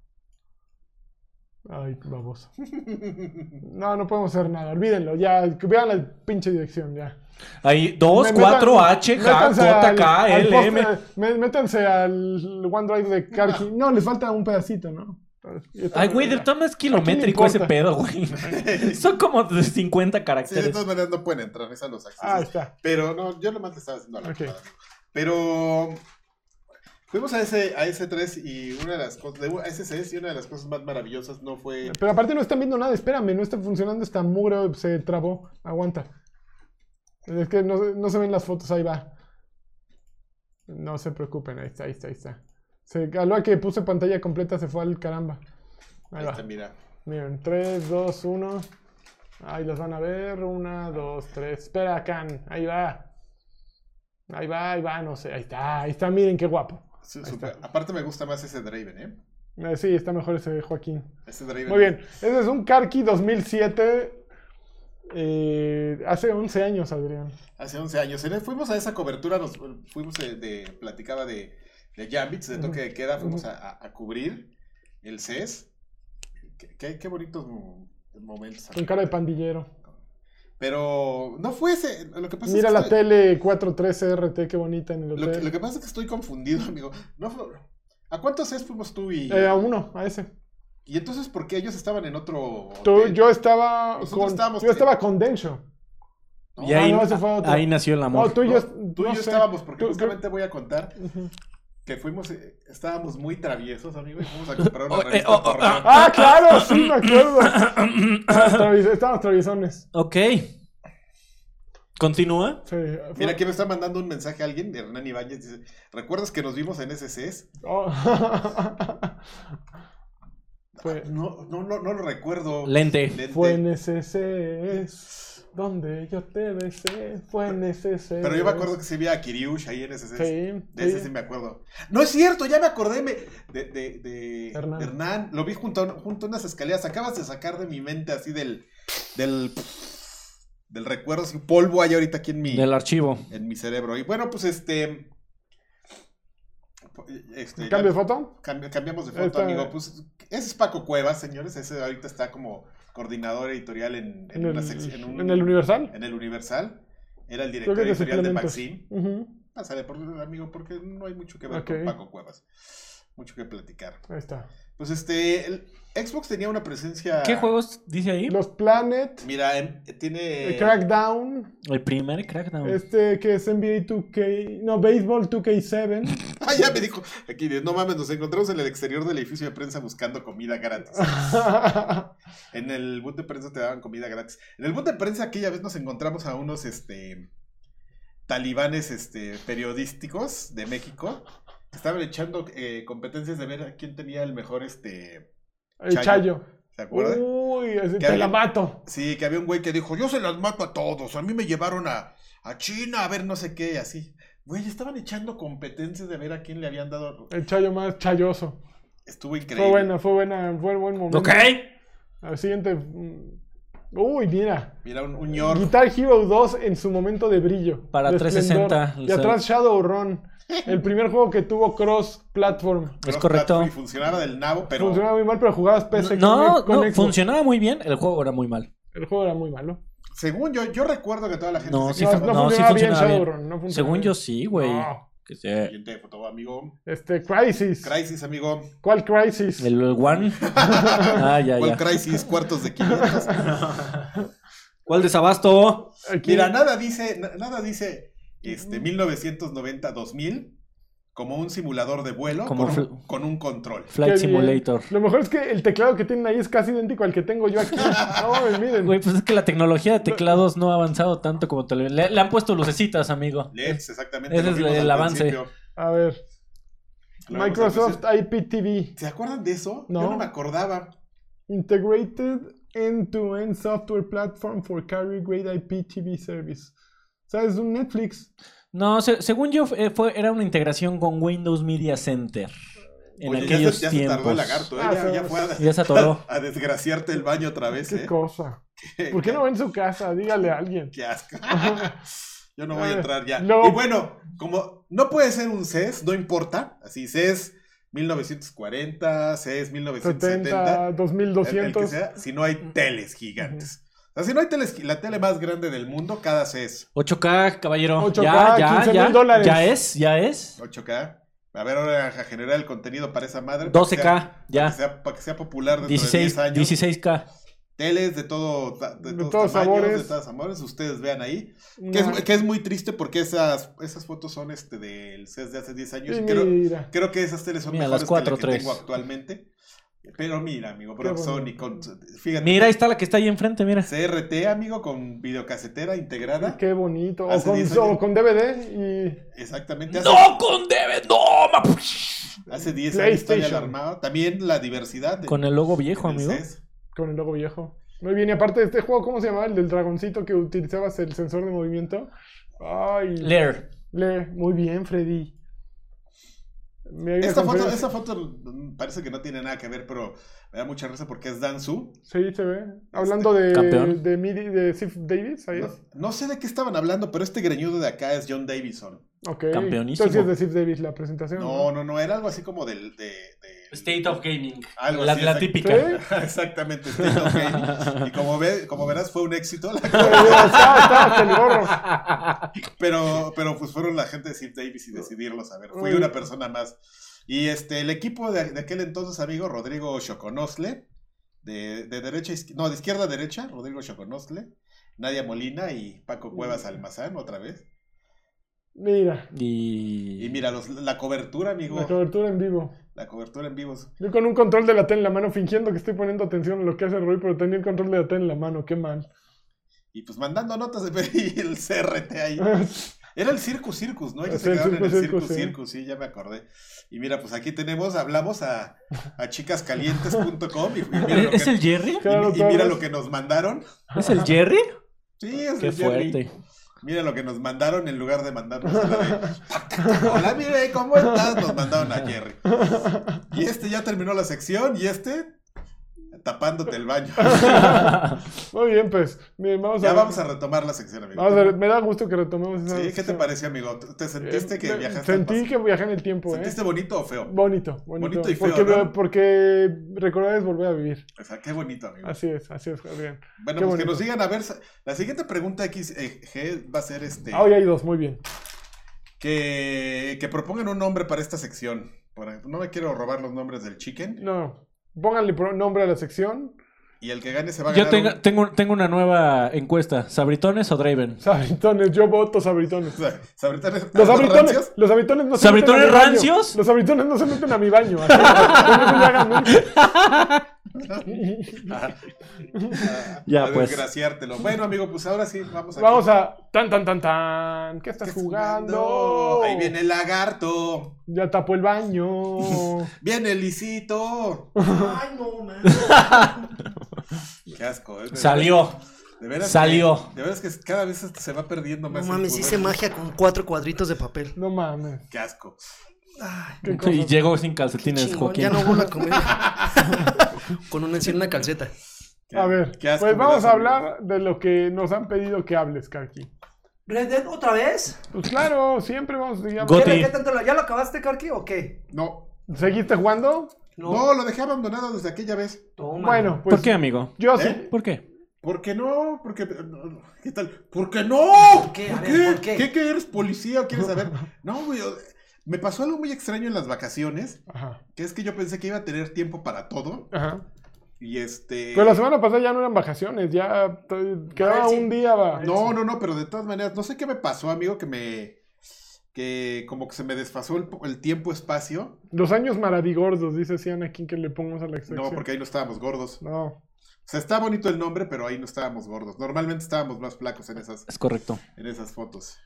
S1: Ay,
S2: [laughs]
S1: baboso. No, no podemos hacer nada, olvídenlo, ya, que vean la pinche dirección, ya.
S2: Ahí, 2,
S1: Me- metan-
S2: 4, H, J,
S1: métanse
S2: J,
S1: al-
S2: K,
S1: al
S2: L, M.
S1: postre, me- Métanse al OneDrive de Cargi. No, les falta un pedacito, ¿no?
S2: Ay, güey, de todo es kilométrico ese
S1: importa? [laughs]
S2: pedo, güey.
S3: sí,
S2: Son como de 50
S3: de
S2: caracteres.
S3: todas maneras no pueden entrar, esa los accesos.
S1: Ah, ahí está.
S3: Pero no, yo nomás le estaba haciendo a la
S1: Ok.
S3: mamada. Pero fuimos a ese, a ese 3 y una de las cosas, de- a ese 6 y una de las cosas más maravillosas no fue.
S1: Pero aparte no están viendo nada, espérame, no está funcionando esta mugre, se trabó, aguanta. Es que no, no se ven las fotos, ahí va. No se preocupen, ahí está, ahí está, ahí está. Se, a la que puse pantalla completa se fue al caramba. Ahí
S3: Ahí
S1: va.
S3: está, mira.
S1: Miren, 3, 2, 1. Ahí las van a ver. 1, 2, 3. Espera, Can. Ahí va. Ahí va, ahí va, no sé. Ahí está, ahí está. Miren qué guapo.
S3: Su-
S1: Ahí
S3: super-
S1: está.
S3: Aparte me gusta más ese Draven, ¿eh?
S1: Eh, Sí, está mejor ese Joaquín.
S3: Ese Draven.
S1: Muy bien. Ese es un Karki 2007. eh, hace 11 años, Adrián.
S3: Hace 11 años. En- Fuimos a esa cobertura, nos fuimos eh, de, platicaba de, de Jambits, de toque de queda, fuimos a, a- a cubrir el CES. Qué, qué- qué bonitos mo- momentos.
S1: Con cara de pandillero.
S3: Pero no fue ese. Lo que pasa
S1: Mira
S3: Pues es
S1: la
S3: que estoy-
S1: tele 43 RT, qué bonita en el
S3: Lo que, lo
S1: hotel.
S3: que pasa es que estoy confundido, [laughs] amigo. No, fue- ¿A cuántos es fuimos tú y.?
S1: Eh, a uno, a ese.
S3: y entonces, ¿por qué ellos estaban en otro.?
S1: Tú,
S3: hotel?
S1: yo estaba
S3: Nosotros
S1: con,
S3: estábamos-
S1: yo estaba con Densho. Ah,
S3: No,
S2: Y ahí,
S1: no, ese fue otro.
S2: ahí nació el
S1: No,
S2: amor.
S1: tú y
S3: no,
S1: yo,
S3: Tú y
S1: no
S3: yo
S1: sé.
S3: estábamos, porque
S1: Tú- tú-
S3: justamente voy a contar
S1: Ujú.
S3: que fuimos. eh, Estábamos muy traviesos, amigo, y fuimos a comprar una
S2: Oh, eh,
S3: revista
S2: oh, oh,
S3: porno.
S2: ah,
S1: Ah, claro, sí, me acuerdo. Travis- Estábamos traviesones.
S2: Ok. Continúa.
S1: Sí, fue-
S3: Mira, aquí me está mandando un mensaje alguien, Hernán Ibáñez. Dice: ¿Recuerdas que nos vimos en ese CES?
S1: Oh. [laughs] fue,
S3: No, no, no, no lo recuerdo.
S2: Lente.
S3: Lente.
S1: fue en SCS donde yo te besé. Fue en SCS.
S3: Pero yo me acuerdo que sí vi a Kiriush ahí en ese CES.
S1: Sí,
S3: De ese
S1: sí.
S3: sí me acuerdo. No es cierto, ya me acordé me- de, de- de
S1: Hernán.
S3: Hernán. Lo vi junto a, un- junto a unas escaleras. Acabas de sacar de mi mente así del. del. del recuerdo, así polvo hay ahorita aquí en mi,
S2: Del archivo.
S3: en mi cerebro. Y bueno, pues este. este,
S1: ¿Cambio de
S3: ya-
S1: foto?
S3: cambi- cambiamos de foto,
S1: Esta-
S3: amigo. Pues ese es Paco Cuevas, señores. Ese ahorita está como coordinador editorial en, en
S1: En el,
S3: una sección- en un-
S1: en el Universal.
S3: en el Universal. Era el
S1: Creo
S3: director
S1: que es de
S3: editorial de
S1: suplementos.
S3: Maxim.
S1: Ujú,
S3: Pásale, por, amigo, porque no hay mucho que ver
S1: Ok.
S3: con Paco Cuevas. Mucho que platicar.
S1: Ahí está.
S3: Pues este, el Xbox tenía una
S1: Ah.
S3: presencia.
S2: ¿Qué juegos dice ahí?
S1: Los Planet,
S3: Mira, em, tiene.
S1: eh, Crackdown,
S2: El primer Crackdown.
S1: este que es NBA 2K, no, Baseball
S3: [laughs]
S1: 2K7.
S3: [laughs] Ah, ya me dijo. Aquí, de, no mames, nos encontramos en el exterior del edificio de prensa buscando
S1: [laughs]
S3: comida gratis. En el boot de prensa te daban comida gratis. En el boot de prensa aquella vez nos encontramos a unos este talibanes este periodísticos de México que estaban echando eh, competencias de ver a quién tenía el mejor este,
S1: El Chayo.
S3: Chayo. ¿se acuerdan?
S1: Uy, ese
S3: Que
S1: te la
S3: había-
S1: mato.
S3: Sí, que había un güey que dijo, yo se las mato a todos, a mí me llevaron a, a China a ver no sé qué, así. Güey, estaban echando competencias de ver a quién le habían dado.
S1: El chayo más chayoso.
S3: Estuvo increíble.
S1: Fue buena, fue buena, fue buen momento.
S2: ok.
S1: Al siguiente. mm, Uy, mira.
S3: Mira, un, un ñor.
S1: Guitar Hero 2 en su momento de brillo.
S2: Para
S1: de
S2: 360,
S1: esplendor. Y
S2: o sea.
S1: atrás Shadowrun. El primer juego que tuvo cross platform.
S2: Es correcto.
S3: Y funcionaba del nabo, pero
S1: Funcionaba muy mal, pero jugabas PC
S2: No,
S1: con,
S2: no,
S1: Xbox.
S2: funcionaba muy bien. El juego era muy mal.
S1: El juego era muy malo.
S3: según yo, yo recuerdo que toda la gente
S2: No,
S3: se
S2: sí
S3: quejaba
S2: fu-
S3: de
S2: no, sí funcionaba bien.
S1: Shadowrun. no funcionaba
S2: Según
S1: bien.
S2: yo sí, güey.
S1: No.
S2: Que sea.
S3: la siguiente foto, amigo.
S1: Este, Crisis.
S3: Crisis, amigo.
S1: ¿Cuál Crisis?
S2: El, el
S1: [laughs]
S2: One. ah, ya,
S3: ¿Cuál
S2: ya.
S3: Crisis? Cuartos
S2: [laughs]
S3: de 500.
S2: ¿Cuál desabasto?
S1: Aquí-
S3: Mira, nada dice, na- nada dice este 1990-2000 como un simulador de vuelo
S2: Como
S3: con,
S2: fl-
S3: con un control.
S2: Flight
S1: Qué bien.
S2: Simulator.
S1: Lo mejor es que el teclado que tienen ahí es casi idéntico al que tengo yo
S2: [laughs]
S1: aquí. No, miren.
S2: Güey, pues es que la tecnología de teclados no ha avanzado tanto como te le, le han puesto lucecitas, amigo.
S3: LEDs, exactamente.
S2: Ese
S3: lo
S2: es
S3: vimos
S2: el
S3: al
S2: avance.
S3: principio.
S1: A ver.
S3: Luego,
S1: Microsoft
S3: entonces,
S1: IPTV,
S3: ¿Se acuerdan de eso?
S1: No.
S3: Yo no me acordaba.
S1: Integrated End-to-End Software Platform for Carrier Grade IPTV Service. O sea, es un Netflix.
S2: No, se- según yo eh, fue, era una integración con Windows Media Center en
S3: Oye, ya se-
S2: aquellos
S3: ya se,
S2: tiempos.
S3: tardó el lagarto, ¿eh?
S1: Ah,
S3: ya,
S1: sí.
S3: ya fue a,
S2: Ya se atoró.
S3: a desgraciarte el baño otra vez,
S1: Qué
S3: ¿eh? [laughs]
S1: cosa. ¿Por qué no va en su casa? Dígale a alguien.
S3: Qué asco. [laughs] Yo no voy a
S1: Ay,
S3: entrar ya.
S1: Ah, no.
S3: Y bueno, como no puede ser un CES, no importa. Así, E CES 1940, CES 1970,
S1: 70,
S3: el- el que
S1: 2200.
S3: sea, si no hay teles gigantes. O sea, si no hay teles, gi- la tele más grande del mundo, cada E CES.
S2: 8K, caballero.
S1: 8K,
S2: ya, ya,
S1: 15,000
S2: ya.
S1: dólares.
S2: Ya es, ya es.
S3: 8K. A ver, ahora a generar el contenido para esa madre. para que sea-
S2: 12K,
S3: Para
S2: ya.
S3: que sea, para que sea popular dentro de
S2: 16,
S3: 10 años.
S2: 16K.
S3: Teles de todo, ta- de,
S1: De
S3: todos,
S1: todos
S3: tamaños,
S1: sabores.
S3: de todos amores. Ustedes vean ahí. Que
S1: Una-
S3: es, que es muy triste porque esas, esas fotos son este del CES de hace 10 años.
S1: Sí,
S3: y creo,
S1: mira.
S3: creo que esas teles son
S2: Mira,
S3: mejores
S2: las cuatro,
S3: que la que
S2: tres.
S3: tengo actualmente. Pero mira, amigo,
S1: Qué bonito.
S3: Sony con fíjate,
S2: Mira, ahí está la que está ahí enfrente, mira.
S3: CRT, amigo, con videocasetera integrada.
S1: Qué bonito. O
S3: Hace
S1: con,
S3: 10
S1: o
S3: años.
S1: con DVD
S3: Exactamente. Hace,
S2: ¡No, con Debes! ¡No! ma-
S3: hace 10 años estoy
S1: PlayStation.
S3: alarmado. También la diversidad de, E
S2: Con el logo viejo,
S3: en el
S2: amigo.
S1: y
S3: CES.
S1: con el logo viejo. Muy bien, y aparte de este juego, ¿cómo se llamaba? El del dragoncito que utilizabas el sensor de movimiento. Ay.
S2: Lair.
S1: Le- Muy bien, Freddy. Me
S3: Esta
S1: con
S3: foto,
S1: Freddy.
S3: esta foto mm, parece que no tiene nada que ver, pero me da mucha risa porque es Dan Su.
S1: Sí, se ve.
S3: Este,
S1: Hablando de,
S2: Campeón.
S1: de, Midi- de Steve Davis, ahí
S3: No,
S1: es.
S3: no sé de qué estaban hablando, pero este greñudo de acá es John Davison.
S1: Ok.
S2: Campeonísimo.
S1: Entonces es de Steve Davis la presentación.
S3: No, no, no, era algo así como del. De, del-
S2: Gaming.
S3: Algo
S2: La,
S3: así,
S2: la
S3: exacto.
S2: típica.
S1: Sí.
S3: [laughs] Exactamente, State of Gaming. Y como, ve- como verás, fue un éxito. la-
S1: Pero ya está, está hasta el gorro.
S3: pero, pero pues fueron la gente de Steve Davis y decidirlo saber. Fui
S1: Uy.
S3: una persona más. Y este, el equipo de, de aquel entonces, amigo, Rodrigo Choconosle, de, de derecha a izquierda, no, de izquierda a derecha, Rodrigo Choconosle, Nadia Molina y Paco Cuevas Almazán, otra vez.
S1: Mira,
S2: Y...
S3: Y mira, los- la cobertura, amigo,
S1: la cobertura en vivo.
S3: la cobertura en vivo.
S1: Yo con un control de la T en la mano, fingiendo que estoy poniendo atención a lo que hace Roy, pero tenía el control de la T en la mano, qué mal.
S3: Y pues mandando notas de y [laughs] el
S1: [laughs]
S3: CRT ahí. Era el Circus Circus, ¿no? Ellos
S1: Es
S3: se
S1: el
S3: quedaron en
S1: Circus
S3: el Circus
S1: Circus,
S3: Circus,
S1: sí.
S3: sí, ya me acordé. Y mira, pues aquí tenemos, hablamos a, a chicascalientes.com y,
S2: [laughs]
S3: mira lo
S2: ¿Es,
S3: que,
S2: es el Jerry?
S3: y mi-
S1: Claro,
S3: y mira
S1: claro.
S3: lo que nos mandaron.
S2: ¿Es el Jerry?
S3: Sí, es
S2: Qué
S3: el Jerry.
S2: fuerte.
S3: Mira lo que nos mandaron en lugar de mandarnos a la de, Hola, mire, ¿cómo estás? Nos mandaron a Jerry. Y este ya terminó la sección y este tapándote
S1: [laughs]
S3: el baño.
S1: Muy bien, pues. Miren, vamos
S3: ya
S1: a,
S3: vamos a retomar la sección, amigo.
S1: vamos a ver, Me da gusto que retomemos esa.
S3: Sí, ¿qué te pareció, amigo? ¿Te sentiste que
S1: Eh,
S3: viajaste al
S1: Sentí
S3: pasado?
S1: que viajé en el tiempo, ¿eh?
S3: ¿Sentiste bonito o feo?
S1: Bonito, bonito.
S3: Bonito y feo,
S1: porque,
S3: ¿no?
S1: porque recordar es volver a vivir.
S3: O sea, qué bonito, amigo.
S1: Así es, así es, Adrián. Ah, Qué
S3: Bueno, pues que
S1: bonito.
S3: nos digan, a ver, sa- la siguiente pregunta XG va a ser este,
S1: Ah, hoy hay dos, muy bien.
S3: que, que propongan un nombre para esta sección. Por ejemplo, no me quiero robar los nombres del chicken.
S1: No, pónganle pro- nombre a la sección. [laughs]
S3: Y el que gane se va a
S2: Yo
S3: ganar
S2: tengo,
S3: un- [laughs]
S2: tengo, tengo una nueva encuesta. ¿Sabritones o Draven?
S1: Sabritones, yo voto sabritones.
S3: sa- sabritones-
S1: Los
S3: rancios.
S1: sabritones, los sabritones no se
S2: ¿Sabritones
S1: meten a mi baño.
S2: rancios?
S1: Los sabritones no se meten a mi baño. así, con eso ya gané. [laughs]
S3: [laughs] Ah, ah,
S2: Ya,
S3: a
S2: pues.
S3: desgraciártelo. Bueno, amigo, pues ahora sí, vamos a...
S1: Vamos a. Tan, tan, tan, tan. ¿Qué estás
S3: ¿Qué
S1: jugando?
S3: Ahí viene el lagarto.
S1: Ya tapó el baño.
S3: Viene el lisito.
S4: Ay, no, [laughs] man.
S3: Qué asco. ¿eh? De
S2: Salió.
S3: veras- de veras
S2: Salió.
S3: que- de veras que cada vez este se va perdiendo
S4: No
S3: más. el
S4: mames,
S3: pudor.
S4: hice magia con cuatro cuadritos de papel.
S1: No mames.
S3: Qué asco.
S1: Qué
S2: [laughs] Y
S1: cosa.
S2: llegó sin calcetines,
S4: Chingón,
S2: Joaquín.
S4: ya no hubo
S1: [laughs]
S4: la comida. con una encima una calceta.
S3: [laughs] Qué-
S1: A ver,
S3: qué asco
S1: pues
S3: me das,
S1: vamos a
S3: amigo.
S1: hablar de lo que nos han pedido que hables, Karki.
S4: ¿Red Dead otra vez?
S1: Pues claro, siempre vamos digamos,
S2: Goti.
S4: ¿Qué, qué tanto lo- ¿Ya lo acabaste, Karki, o qué?
S3: No,
S1: ¿Seguiste jugando?
S3: No. lo dejé abandonado desde aquella vez.
S4: Toma.
S1: Bueno, pues
S2: ¿Por qué, amigo?
S1: yo sí.
S3: ¿Eh?
S2: ¿Por qué?
S3: ¿Por qué no? ¿Por qué, no? ¿Qué tal? ¿Por qué no?
S4: ¿Por qué? A ver, ¿por qué?
S3: ¿Qué eres policía o
S1: [laughs]
S3: quieres saber? No, güey. yo- Me pasó algo muy extraño en las vacaciones,
S1: Ajá,
S3: que es que yo pensé que iba a tener tiempo para todo.
S1: ajá.
S3: Y este.
S1: Pero la semana pasada ya no eran vacaciones, ya to- quedaba
S4: ver, sí.
S1: un día. va.
S3: No, no, no, pero de todas maneras, no sé qué me pasó, amigo, que me. que como que se me desfasó el, el tiempo-espacio.
S1: Los años maradigordos, dice Cian aquí que le pongamos a la sección.
S3: No, porque ahí no estábamos gordos.
S1: No.
S3: O sea, está bonito el nombre, pero ahí no estábamos gordos. Normalmente estábamos más flacos en esas,
S2: Es correcto.
S3: en esas fotos.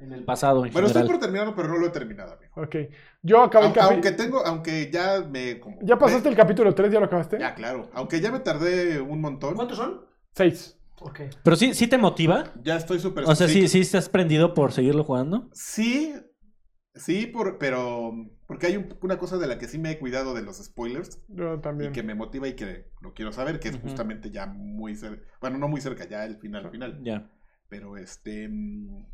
S2: en el pasado en
S3: Bueno, estoy
S2: general.
S3: por terminarlo, pero no lo he terminado, amigo.
S1: Ok. Yo acabé el
S3: Aunque,
S1: capi-
S3: aunque tengo, aunque ya me. como-
S1: ¿Ya pasaste el capítulo 3? ¿Ya lo acabaste?
S3: Ya, claro. Aunque ya me tardé un montón,
S4: ¿Cuántos son?
S1: 6.
S4: Ok.
S2: Pero sí, sí te motiva.
S3: ya estoy súper.
S2: O sea, sí, sí estás prendido por seguirlo jugando.
S3: Sí, sí, por, pero porque hay un- una cosa de la que sí me he cuidado de los spoilers
S1: Yo también.
S3: y que me motiva y que lo quiero saber, que es
S2: Ujú.
S3: justamente ya muy cerca, bueno, no muy cerca, ya el final final,
S2: Ya.
S3: pero este... mm,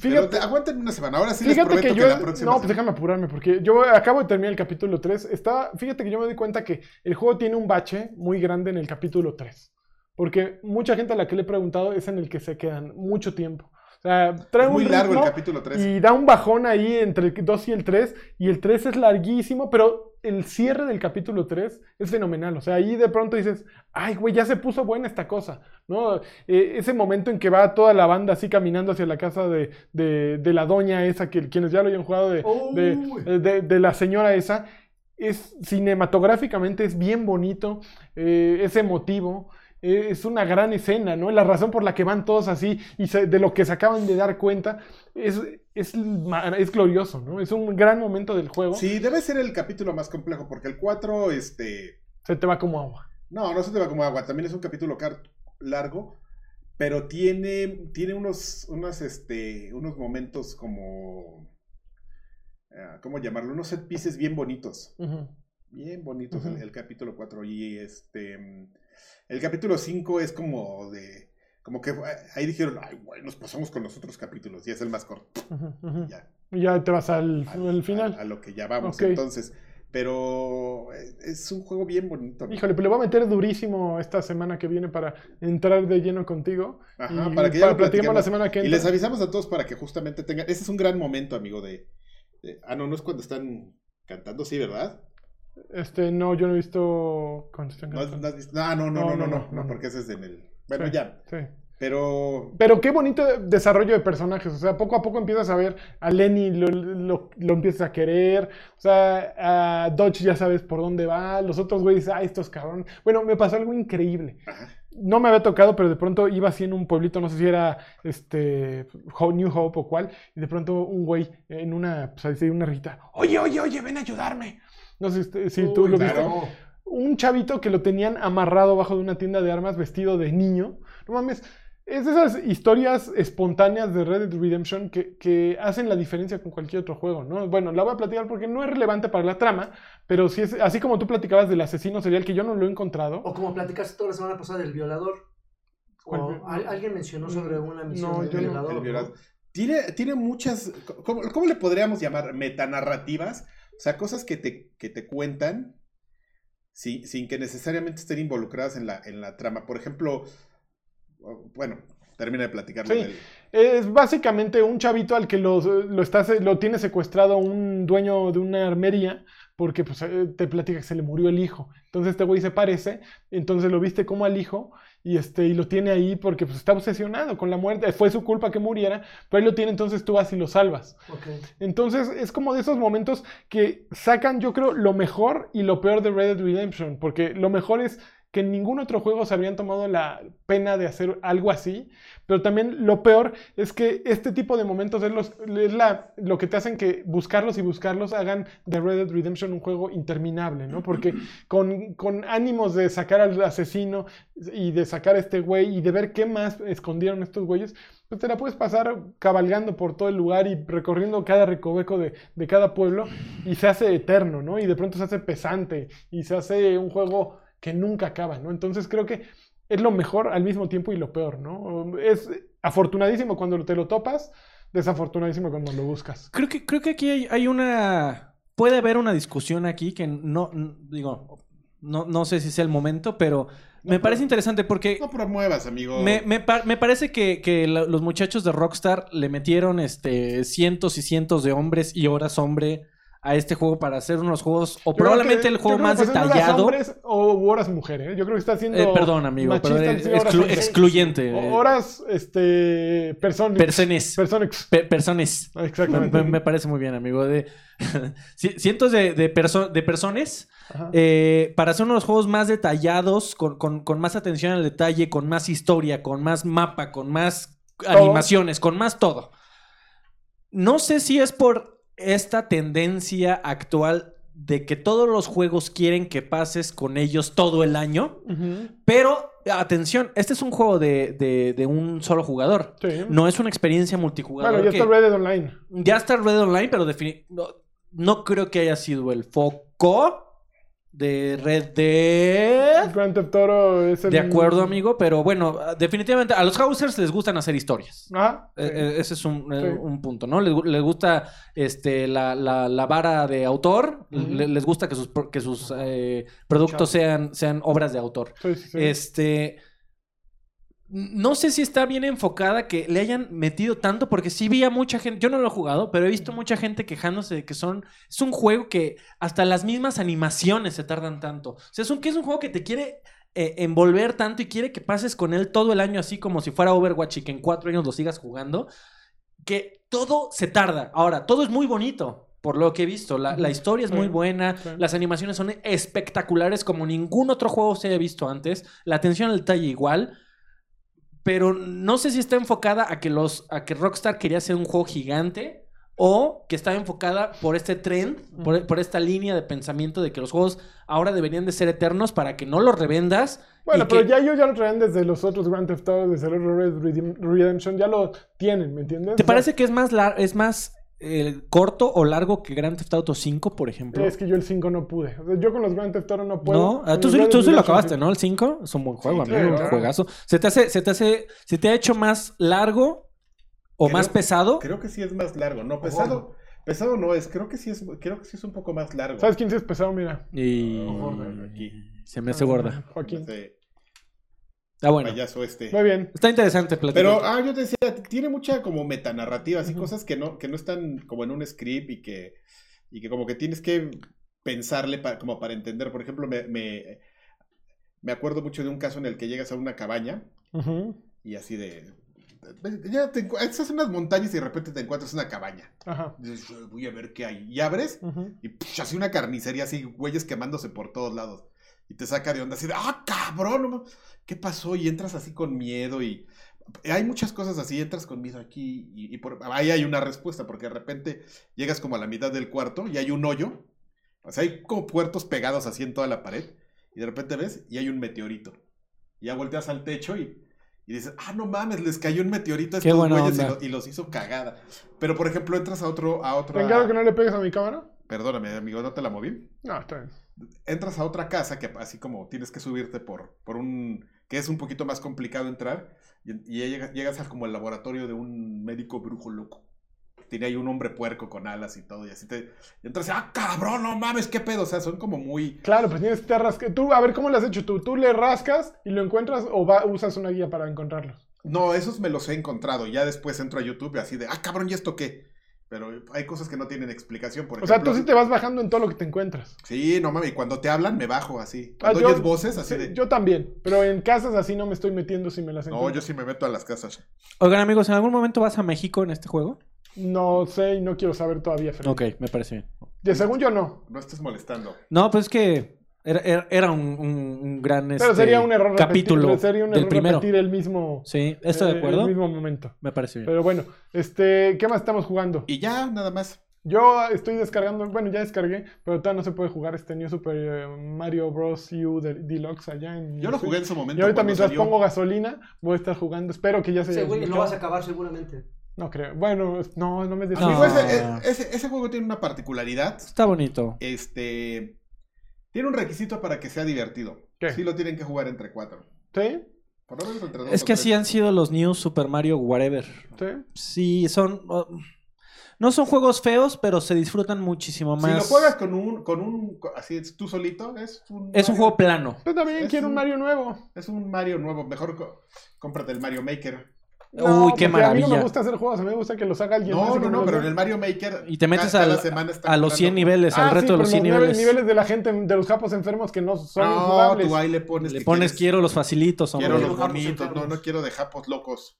S3: pero
S1: Fíjate,
S3: te- aguántenme una semana, ahora sí les
S1: fíjate
S3: prometo
S1: que
S3: que,
S1: yo.
S3: la próxima...
S1: no, pues
S3: semana-
S1: déjame apurarme, porque yo acabo de terminar el capítulo 3. Está, fíjate que yo me di cuenta que el juego tiene un bache muy grande en el capítulo 3. Porque mucha gente a la que le he preguntado es en el que se quedan mucho tiempo. O sea, trae
S3: Es muy
S1: un
S3: largo el
S1: ritmo
S3: capítulo 3.
S1: Y da un bajón ahí entre el 2 y el 3. Y el 3 es larguísimo, pero el cierre del capítulo 3 es fenomenal. O sea, ahí de pronto dices, ay, güey, ya se puso buena esta cosa. ¿No? Eh, ese momento en que va toda la banda así caminando hacia la casa de, de- de la doña esa, que quienes ya lo hayan jugado, de,
S4: Uy.
S1: de, de- de la señora esa. Es cinematográficamente es bien bonito, eh, es emotivo, eh, es una gran escena, ¿no? La razón por la que van todos así y se- de lo que se acaban de dar cuenta es, es, ma- es glorioso, ¿no? Es un gran momento del juego.
S3: Sí, debe ser el capítulo más complejo porque el 4, este...
S1: Se te va como agua.
S3: No, no se te va como agua. También es un capítulo car- largo, pero tiene, tiene unos, unas, este, unos momentos como... eh, ¿Cómo llamarlo? Unos set pieces bien bonitos.
S1: Ujú.
S3: Bien bonitos el-
S1: Ujú.
S3: el, capítulo 4. Y este... mm, El capítulo 5 es como de... Como que fue- ahí dijeron, ay, güey, nos pasamos con los otros capítulos. Y es el más
S1: [laughs]
S3: corto.
S1: Ujú, ujú.
S3: Ya,
S1: Y ya te vas al,
S3: al-
S1: al
S3: A,
S1: final.
S3: a lo que ya vamos.
S1: Ok.
S3: Entonces, pero es, es un juego bien bonito. amigo.
S1: Híjole, pero le voy a meter durísimo esta semana que viene para entrar de lleno contigo.
S3: Ajá,
S1: Y
S3: para que ya
S1: platiquemos la
S3: lo platiquemos.
S1: semana que
S3: Y
S1: entra.
S3: les avisamos a todos para que justamente tengan. Ese es un gran momento, amigo, de. de- ah, no, no es cuando están cantando, sí, ¿verdad?
S1: Este, no, yo no he visto Constitución
S3: No,
S1: Católica.
S3: no has visto- Ah, no, no, no, no, no,
S1: no.
S3: no, porque ese es en el. Bueno,
S1: Sí,
S3: ya.
S1: sí.
S3: Pero.
S1: Pero qué bonito desarrollo de personajes. O sea, poco a poco empiezas a ver a Lenny, lo, lo- lo empiezas a querer. O sea, a Dodge ya sabes por dónde va. Los otros güeyes, ah, estos cabrones. Bueno, me pasó algo increíble.
S3: Ajá.
S1: No me había tocado, pero de pronto iba así en un pueblito, no sé si era este Ho- New Hope o cuál, y de pronto un güey en una, pues así, una rejita, oye, oye, oye, ven a ayudarme. No sé si, usted- si tú
S4: Uy,
S1: lo viste
S3: claro.
S1: un chavito que lo tenían amarrado bajo de una tienda de armas vestido de niño. No mames, es de esas historias espontáneas de Red Dead Redemption que, que hacen la diferencia con cualquier otro juego, ¿no? Bueno, la voy a platicar porque no es relevante para la trama, pero sí es, así como tú platicabas del asesino serial que yo no lo he encontrado.
S4: O como platicaste toda la semana pasada del violador. O
S1: ¿Cuál vi-
S4: al- alguien mencionó sobre una misión
S1: No,
S4: del
S1: yo no.
S4: violador.
S3: El
S4: ¿no?
S3: violador. Tiene, tiene muchas. ¿cómo, cómo le podríamos llamar? Metanarrativas. O sea, cosas que te, que te cuentan sin, sin que necesariamente estén involucradas en la, en la trama. Por ejemplo. Bueno, termina de platicarlo
S1: Sí.
S3: del-
S1: Es básicamente un chavito al que lo, lo, está, lo tiene secuestrado un dueño de una armería porque pues, eh, te platica que se le murió el hijo. Entonces este güey se parece, entonces lo viste como al hijo y, este, y lo tiene ahí porque pues, está obsesionado con la muerte. Fue su culpa que muriera, pero ahí lo tiene, entonces tú vas y lo salvas.
S4: Ok.
S1: Entonces es como de esos momentos que sacan, yo creo, lo mejor y lo peor de Red Dead Redemption, porque lo mejor es que en ningún otro juego se habrían tomado la pena de hacer algo así, pero también lo peor es que este tipo de momentos es, los- es la- lo que te hacen que buscarlos y buscarlos hagan de Red Dead Redemption un juego interminable, ¿no? Porque con, con ánimos de sacar al asesino y de sacar a este güey y de ver qué más escondieron estos güeyes, pues te la puedes pasar cabalgando por todo el lugar y recorriendo cada recoveco de, de cada pueblo y se hace eterno, ¿no? Y de pronto se hace pesante y se hace un juego que nunca acaba, ¿no? Entonces creo que es lo mejor al mismo tiempo y lo peor, ¿no? Es afortunadísimo cuando te lo topas, desafortunadísimo cuando lo buscas.
S2: Creo que, creo que aquí hay, hay una. Puede haber una discusión aquí que no. n- Digo, no, no sé si sea el momento, pero me
S3: pero-
S2: parece interesante porque.
S3: No promuevas, amigo.
S2: Me, me pa- me parece que, que la- los muchachos de Rockstar le metieron este, cientos y cientos de hombres y horas hombre a este juego para hacer unos juegos, o probablemente el juego más detallado.
S1: horas hombres o u horas mujeres. Yo creo que está haciendo.
S2: Eh, perdón, amigo,
S1: machista,
S2: pero
S1: sí,
S2: es-
S1: horas
S2: exclu-
S1: hombres.
S2: excluyente. eh,
S1: O- Horas, este. Personas.
S2: Personas.
S1: Personas.
S2: pe- personas. Me,
S1: Exactamente.
S2: me- me parece muy bien, amigo. De, [laughs] ci- cientos de, de, perso- de personas
S1: Ajá.
S2: eh, para hacer unos juegos más detallados, con, con- con más atención al detalle, con más historia, con más mapa, con más animaciones, con más todo. No sé si es por esta tendencia actual de que todos los juegos quieren que pases con ellos todo el año, pero atención, este es un juego de, de- de un solo jugador.
S1: Sí.
S2: No es una experiencia multijugador.
S1: bueno, ya
S2: que-
S1: está Red Dead Online.
S2: ya está Red Online, pero defini- no, no creo que haya sido el foco de Red Dead.
S1: Grand Theft Auto es el...
S2: ¿Eh? De acuerdo, amigo, pero bueno, definitivamente a los Hausers les gustan hacer historias.
S1: Ajá.
S2: Eh, eh, Ese es un, eh,
S1: Sí.
S2: un punto, ¿no? Les, gu- les gusta este, la, la- la vara de autor,
S1: Ujú.
S2: le- les gusta que sus, pro- que sus eh, productos sean, sean obras de autor.
S1: Sí, sí, sí.
S2: Este. No sé si está bien enfocada que le hayan metido tanto, porque sí vi a mucha gente. Yo no lo he jugado, pero he visto mucha gente quejándose de que son. Es un juego que hasta las mismas animaciones se tardan tanto. O sea, es un, que es un juego que te quiere eh, envolver tanto y quiere que pases con él todo el año, así como si fuera Overwatch y que en cuatro años lo sigas jugando. Que todo se tarda. Ahora, todo es muy bonito, por lo que he visto. La, la historia es
S1: Sí.
S2: muy buena,
S1: Sí.
S2: las animaciones son espectaculares como ningún otro juego se haya visto antes. La atención al detalle igual. Pero no sé si está enfocada a que los. a que Rockstar quería hacer un juego gigante. O que está enfocada por este trend, por, por esta línea de pensamiento de que los juegos ahora deberían de ser eternos para que no los revendas.
S1: Bueno,
S2: y
S1: pero
S2: que-
S1: ya ellos ya lo traen desde los otros Grand Theft Auto, desde el otro Red Redem- Redemption, ya lo tienen, ¿me entiendes?
S2: ¿Te
S1: O sea,
S2: parece que es más lar- es más eh, corto o largo que Grand Theft Auto 5, por ejemplo?
S1: Es que yo el 5 no pude. O sea, yo con los Grand Theft Auto no puedo.
S2: No, Ah,
S1: Con
S2: tú,
S1: los
S2: sí-
S1: Red
S2: tú
S1: Dead
S2: sí lo
S1: Redemption
S2: acabaste,
S1: sí.
S2: ¿no? El 5 es un buen juego,
S3: Sí,
S2: amigo, un
S1: claro.
S2: juegazo. ¿Se te, hace, se, te hace, ¿Se te ha hecho más largo o
S3: Creo-
S2: más pesado?
S3: Creo que sí es más largo, no pesado. Pesado no es, creo que sí es, creo que sí es un poco más largo.
S1: ¿Sabes quién se es pesado? Mira.
S2: Y...
S3: Oh, gorda, aquí.
S2: Se me hace gorda.
S1: Joaquín.
S3: Ese
S2: Ah, bueno.
S3: payaso este.
S1: Muy bien.
S2: Está interesante platicar.
S3: Pero, ah, yo te decía, tiene mucha como metanarrativa, así cosas que no, que no están como en un script y que, y que como que tienes que pensarle pa- como para entender. Por ejemplo, me, me, me acuerdo mucho de un caso en el que llegas a una cabaña
S1: Ujú.
S3: y así de... Ya te encu- estás en unas montañas y de repente te encuentras una cabaña.
S1: Ajá.
S3: Dices, "Yo voy a ver qué hay. Y abres
S1: Ujú.
S3: y psh, así una carnicería, así güeyes quemándose por todos lados. Y te saca de onda así de, ah, cabrón, no mam- ¿qué pasó? Y entras así con miedo y eh, hay muchas cosas así, entras con miedo aquí y, y por- ahí hay una respuesta, porque de repente llegas como a la mitad del cuarto y hay un hoyo, o sea, hay como puertos pegados así en toda la pared, y de repente ves y hay un meteorito. Y ya volteas al techo y, y dices, ah, no mames, les cayó un meteorito a
S2: Qué
S3: estos
S2: buena
S3: güeyes y,
S2: onda.
S3: lo- y los hizo cagada. Pero, por ejemplo, entras a otro, a
S1: ¿Te
S3: otra...
S1: encargo que no le pegues a mi cámara?
S3: Perdóname, amigo, no te la moví
S1: No, está bien.
S3: entras a otra casa que así como tienes que subirte por, por un... que es un poquito más complicado entrar y, y ya llega- llegas al como el laboratorio de un médico brujo loco. Tiene ahí un hombre puerco con alas y todo y así te... Y entras y, ah, cabrón, no mames, qué pedo. O sea, son como muy...
S1: Claro, pues tienes que te rascar. Tú, a ver, ¿cómo lo has hecho tú? ¿Tú le rascas y lo encuentras o va- usas una guía para encontrarlo?
S3: No, esos me los he encontrado. Ya después entro a YouTube y así de, ah, cabrón, ¿y esto qué? Pero hay cosas que no tienen explicación. Por
S1: O sea,
S3: ejemplo,
S1: tú sí te vas bajando en todo lo que te encuentras.
S3: Sí, no mames, y cuando te hablan me bajo así.
S1: Ah,
S3: Cuando
S1: yo-
S3: oyes voces así
S1: Sí,
S3: de...
S1: Yo también, pero en casas así no me estoy metiendo si me las
S3: No, yo
S1: encuentro.
S3: sí me meto a las casas.
S2: Oigan, amigos, ¿en algún momento vas a México en este juego?
S1: No sé y no quiero saber todavía, Fred.
S2: Ok, me parece bien.
S1: De según yo no.
S3: No estés molestando.
S2: No, pues es que era, era- era un, un- un gran
S1: Pero
S2: este,
S1: sería un error
S2: capítulo
S1: repetir, sería un
S2: del
S1: error
S2: primero.
S1: repetir el mismo
S2: Sí, ¿estoy de
S1: eh,
S2: acuerdo?
S1: el mismo momento.
S2: Me parece bien.
S1: Pero bueno, este, ¿qué más estamos jugando?
S3: Y ya, nada más.
S1: Yo estoy descargando, bueno, ya descargué, pero todavía no se puede jugar este New Super eh, Mario Bros. U de- Deluxe allá en
S3: Yo lo jugué en su momento.
S1: Y ahorita
S3: cuando
S1: mientras
S3: salió.
S1: pongo gasolina, voy a estar jugando. Espero que ya se haya
S4: Ese güey lo
S1: desbloqueado.
S4: vas a acabar seguramente.
S1: No creo. Bueno, es- no, no me des...
S3: Amigo,
S2: Ah.
S3: ese, e- ese- ese juego tiene una particularidad.
S2: Está bonito.
S3: Este. Tiene un requisito para que sea divertido.
S1: ¿Qué?
S3: Sí lo tienen que jugar entre cuatro.
S1: ¿Sí?
S3: Por lo menos entre dos
S2: Es
S3: o
S2: que
S3: tres.
S2: así han sido los New Super Mario Whatever.
S1: ¿Sí?
S2: Sí, son... uh, No son juegos feos, pero se disfrutan muchísimo
S3: Si
S2: más.
S3: lo juegas con un, con un. con- Así es, tú solito, es un.
S2: Es un
S3: Mario-
S2: juego plano.
S1: Yo también
S3: Es
S1: quiero un
S3: un-
S1: Mario nuevo.
S3: Es un Mario nuevo. Mejor co- cómprate el Mario Maker.
S1: No,
S2: Uy, qué
S1: porque A mí no
S2: maravilla.
S1: me gusta hacer juegos, a mí me gusta que los haga alguien más.
S3: No,
S1: y que
S3: no,
S1: me
S3: no,
S1: los
S3: pero
S1: dé.
S3: en el Mario Maker.
S2: Y te metes
S3: ca- cada
S2: al-
S3: semana está
S2: A los
S3: comprando-
S2: 100 niveles,
S1: Ah,
S2: Pues al
S1: sí,
S2: reto de los
S1: pero
S2: 100
S1: los nueve
S2: niveles.
S1: de la gente, de los japos enfermos que no son
S3: No,
S1: jugables.
S3: tú ahí le pones.
S2: Le
S3: que
S2: pones
S3: quieres-
S2: quiero los facilitos, hombre.
S3: Quiero
S4: Hombre.
S3: los
S4: Japos
S3: bonitos, no,
S4: enfermos.
S3: no quiero de japos locos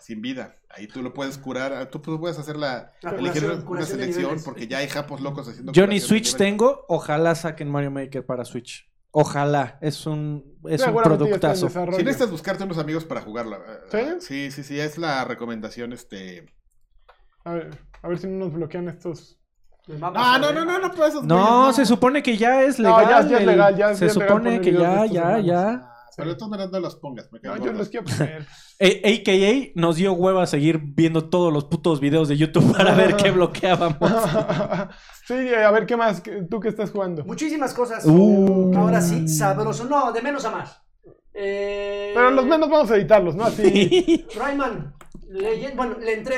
S3: sin vida. Ahí tú lo puedes curar, ah, tú tú puedes hacer la,
S4: La
S3: elegir
S4: curación-
S3: una
S4: curación de
S3: selección
S4: niveles.
S3: porque ya hay japos locos haciendo
S2: Yo ni
S3: curación de
S2: Switch
S3: niveles.
S2: tengo, ojalá saquen Mario Maker para Switch. Ojalá, es un, es
S1: Seguramente
S2: un
S1: ya está en
S2: productazo.
S1: desarrollo.
S3: Si necesitas buscarte unos amigos para jugarla. eh,
S1: ¿Sí?
S3: Sí, sí, sí, es la recomendación este
S1: A ver, a ver si no nos bloquean estos.
S4: El mapa
S3: Ah,
S4: se
S3: no,
S4: ve.
S3: no, no, no, pues esos
S2: No,
S3: güeyes,
S2: se supone que ya es
S1: No,
S2: legal.
S1: ya- ya es
S2: el-
S1: legal, ya es-
S2: se
S1: ya es legal
S2: supone
S1: poner
S2: que
S1: videos de
S2: ya,
S1: estos
S2: ya,
S1: humanos.
S2: ya.
S3: Ah, Pero de todas maneras no los pongas, me
S1: No,
S3: caen
S1: yo
S3: gordos.
S1: los quiero
S3: [laughs]
S1: poner.
S2: Eh, AKA nos dio hueva a seguir viendo todos los putos videos de YouTube para
S1: [laughs]
S2: ver qué bloqueábamos.
S1: sí, eh, a ver, ¿qué más? ¿Qué- ¿Tú qué estás jugando?
S4: Muchísimas cosas.
S2: Uh.
S4: Ahora sí, sabroso. No, de menos a más. Eh,
S1: Pero los menos vamos a editarlos, ¿no? Así.
S4: Rayman. Legend- bueno, le entré.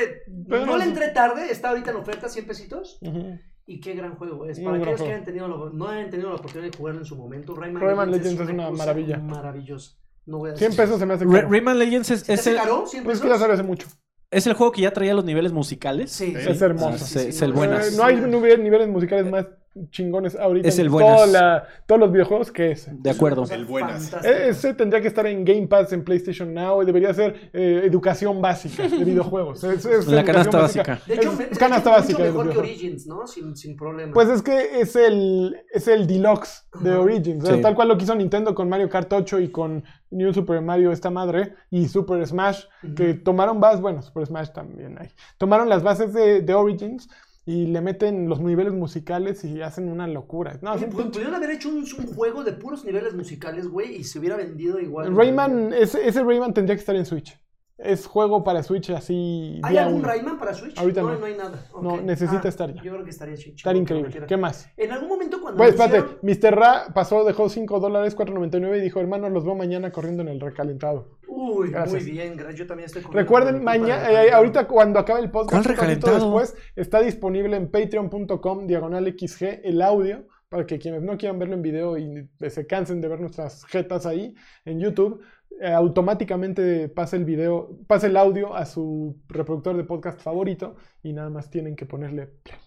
S1: Pero-
S4: no le entré tarde, está ahorita en oferta, 100 pesitos.
S1: Ujú.
S4: Y qué gran juego es.
S1: Un
S4: Para
S1: gran
S4: aquellos que
S1: juego.
S4: hayan tenido la- no hayan tenido la oportunidad de jugarlo en su momento, Rayman,
S1: Rayman Legends es una
S4: cosa
S1: maravilla.
S4: Maravillosa. No voy a
S1: 100
S4: decir.
S1: pesos se me hace
S2: Re-
S1: caro.
S2: Rayman Legends es,
S4: ¿Es
S2: es el,
S4: caro? ¿100
S1: Pues es
S4: pesos?
S1: que ya salió hace mucho.
S2: es el juego que ya traía los niveles musicales.
S4: Sí, sí.
S1: Es hermoso.
S2: Ah, es- es el buenas.
S1: Eh, no hay nive- niveles musicales más chingones ahorita.
S2: Es
S1: en
S2: el buenas.
S1: toda la- todos los videojuegos que es.
S2: De acuerdo.
S3: El buenas.
S1: E- Ese tendría que estar en Game Pass, en PlayStation Now, y debería ser eh, educación básica de videojuegos. Es, es
S2: La
S1: educación
S2: canasta básica.
S4: De hecho,
S1: Es
S4: me- es
S1: canasta
S4: mucho
S1: básica de
S4: mejor que
S1: videojuegos.
S4: Origins, ¿no? Sin, sin problema.
S1: Pues es que es el, es el deluxe de
S4: Ajá.
S1: Origins. o sea,
S2: Sí.
S1: Tal cual lo quiso Nintendo con Mario Kart 8 y con New Super Mario, esta madre, y Super Smash, que tomaron bases, bueno, Super Smash también hay. Tomaron las bases de, de Origins y le meten los niveles musicales y hacen una locura. No, es
S4: Oye, pues,
S1: un
S4: pu-
S1: pinche-
S4: pudieron haber hecho un, un juego de puros niveles musicales, güey, y se hubiera vendido igual. güey.
S1: Rayman, ese, ese Rayman tendría que estar en Switch. Es juego para Switch así.
S4: ¿Hay
S1: día
S4: algún
S1: uno.
S4: Rayman para Switch?
S1: Ahorita
S4: no,
S1: no.
S4: hay nada. Ok. Ah,
S1: No, necesita estar ya.
S4: Yo creo que estaría chido.
S1: Estar increíble. ¿Qué más?
S4: En algún momento cuando.
S1: Güey, espérate,
S4: anunciaron-
S1: Mr. Ra pasó, dejó 5 dólares, 4.99 y dijo, hermano, los veo mañana corriendo en el recalentado.
S4: Uy,
S1: Gracias.
S4: muy bien, gracias. Yo también estoy con
S1: Recuerden, mañana, ahorita cuando acabe el podcast,
S2: ¿Cuál
S1: un ratito
S2: recalentado?
S1: después, está disponible en patreon.com diagonal XG el audio para que quienes no quieran verlo en video y se cansen de ver nuestras jetas ahí en YouTube, eh, automáticamente pase el video, pase el audio a su reproductor de podcast favorito y nada más tienen que ponerle play.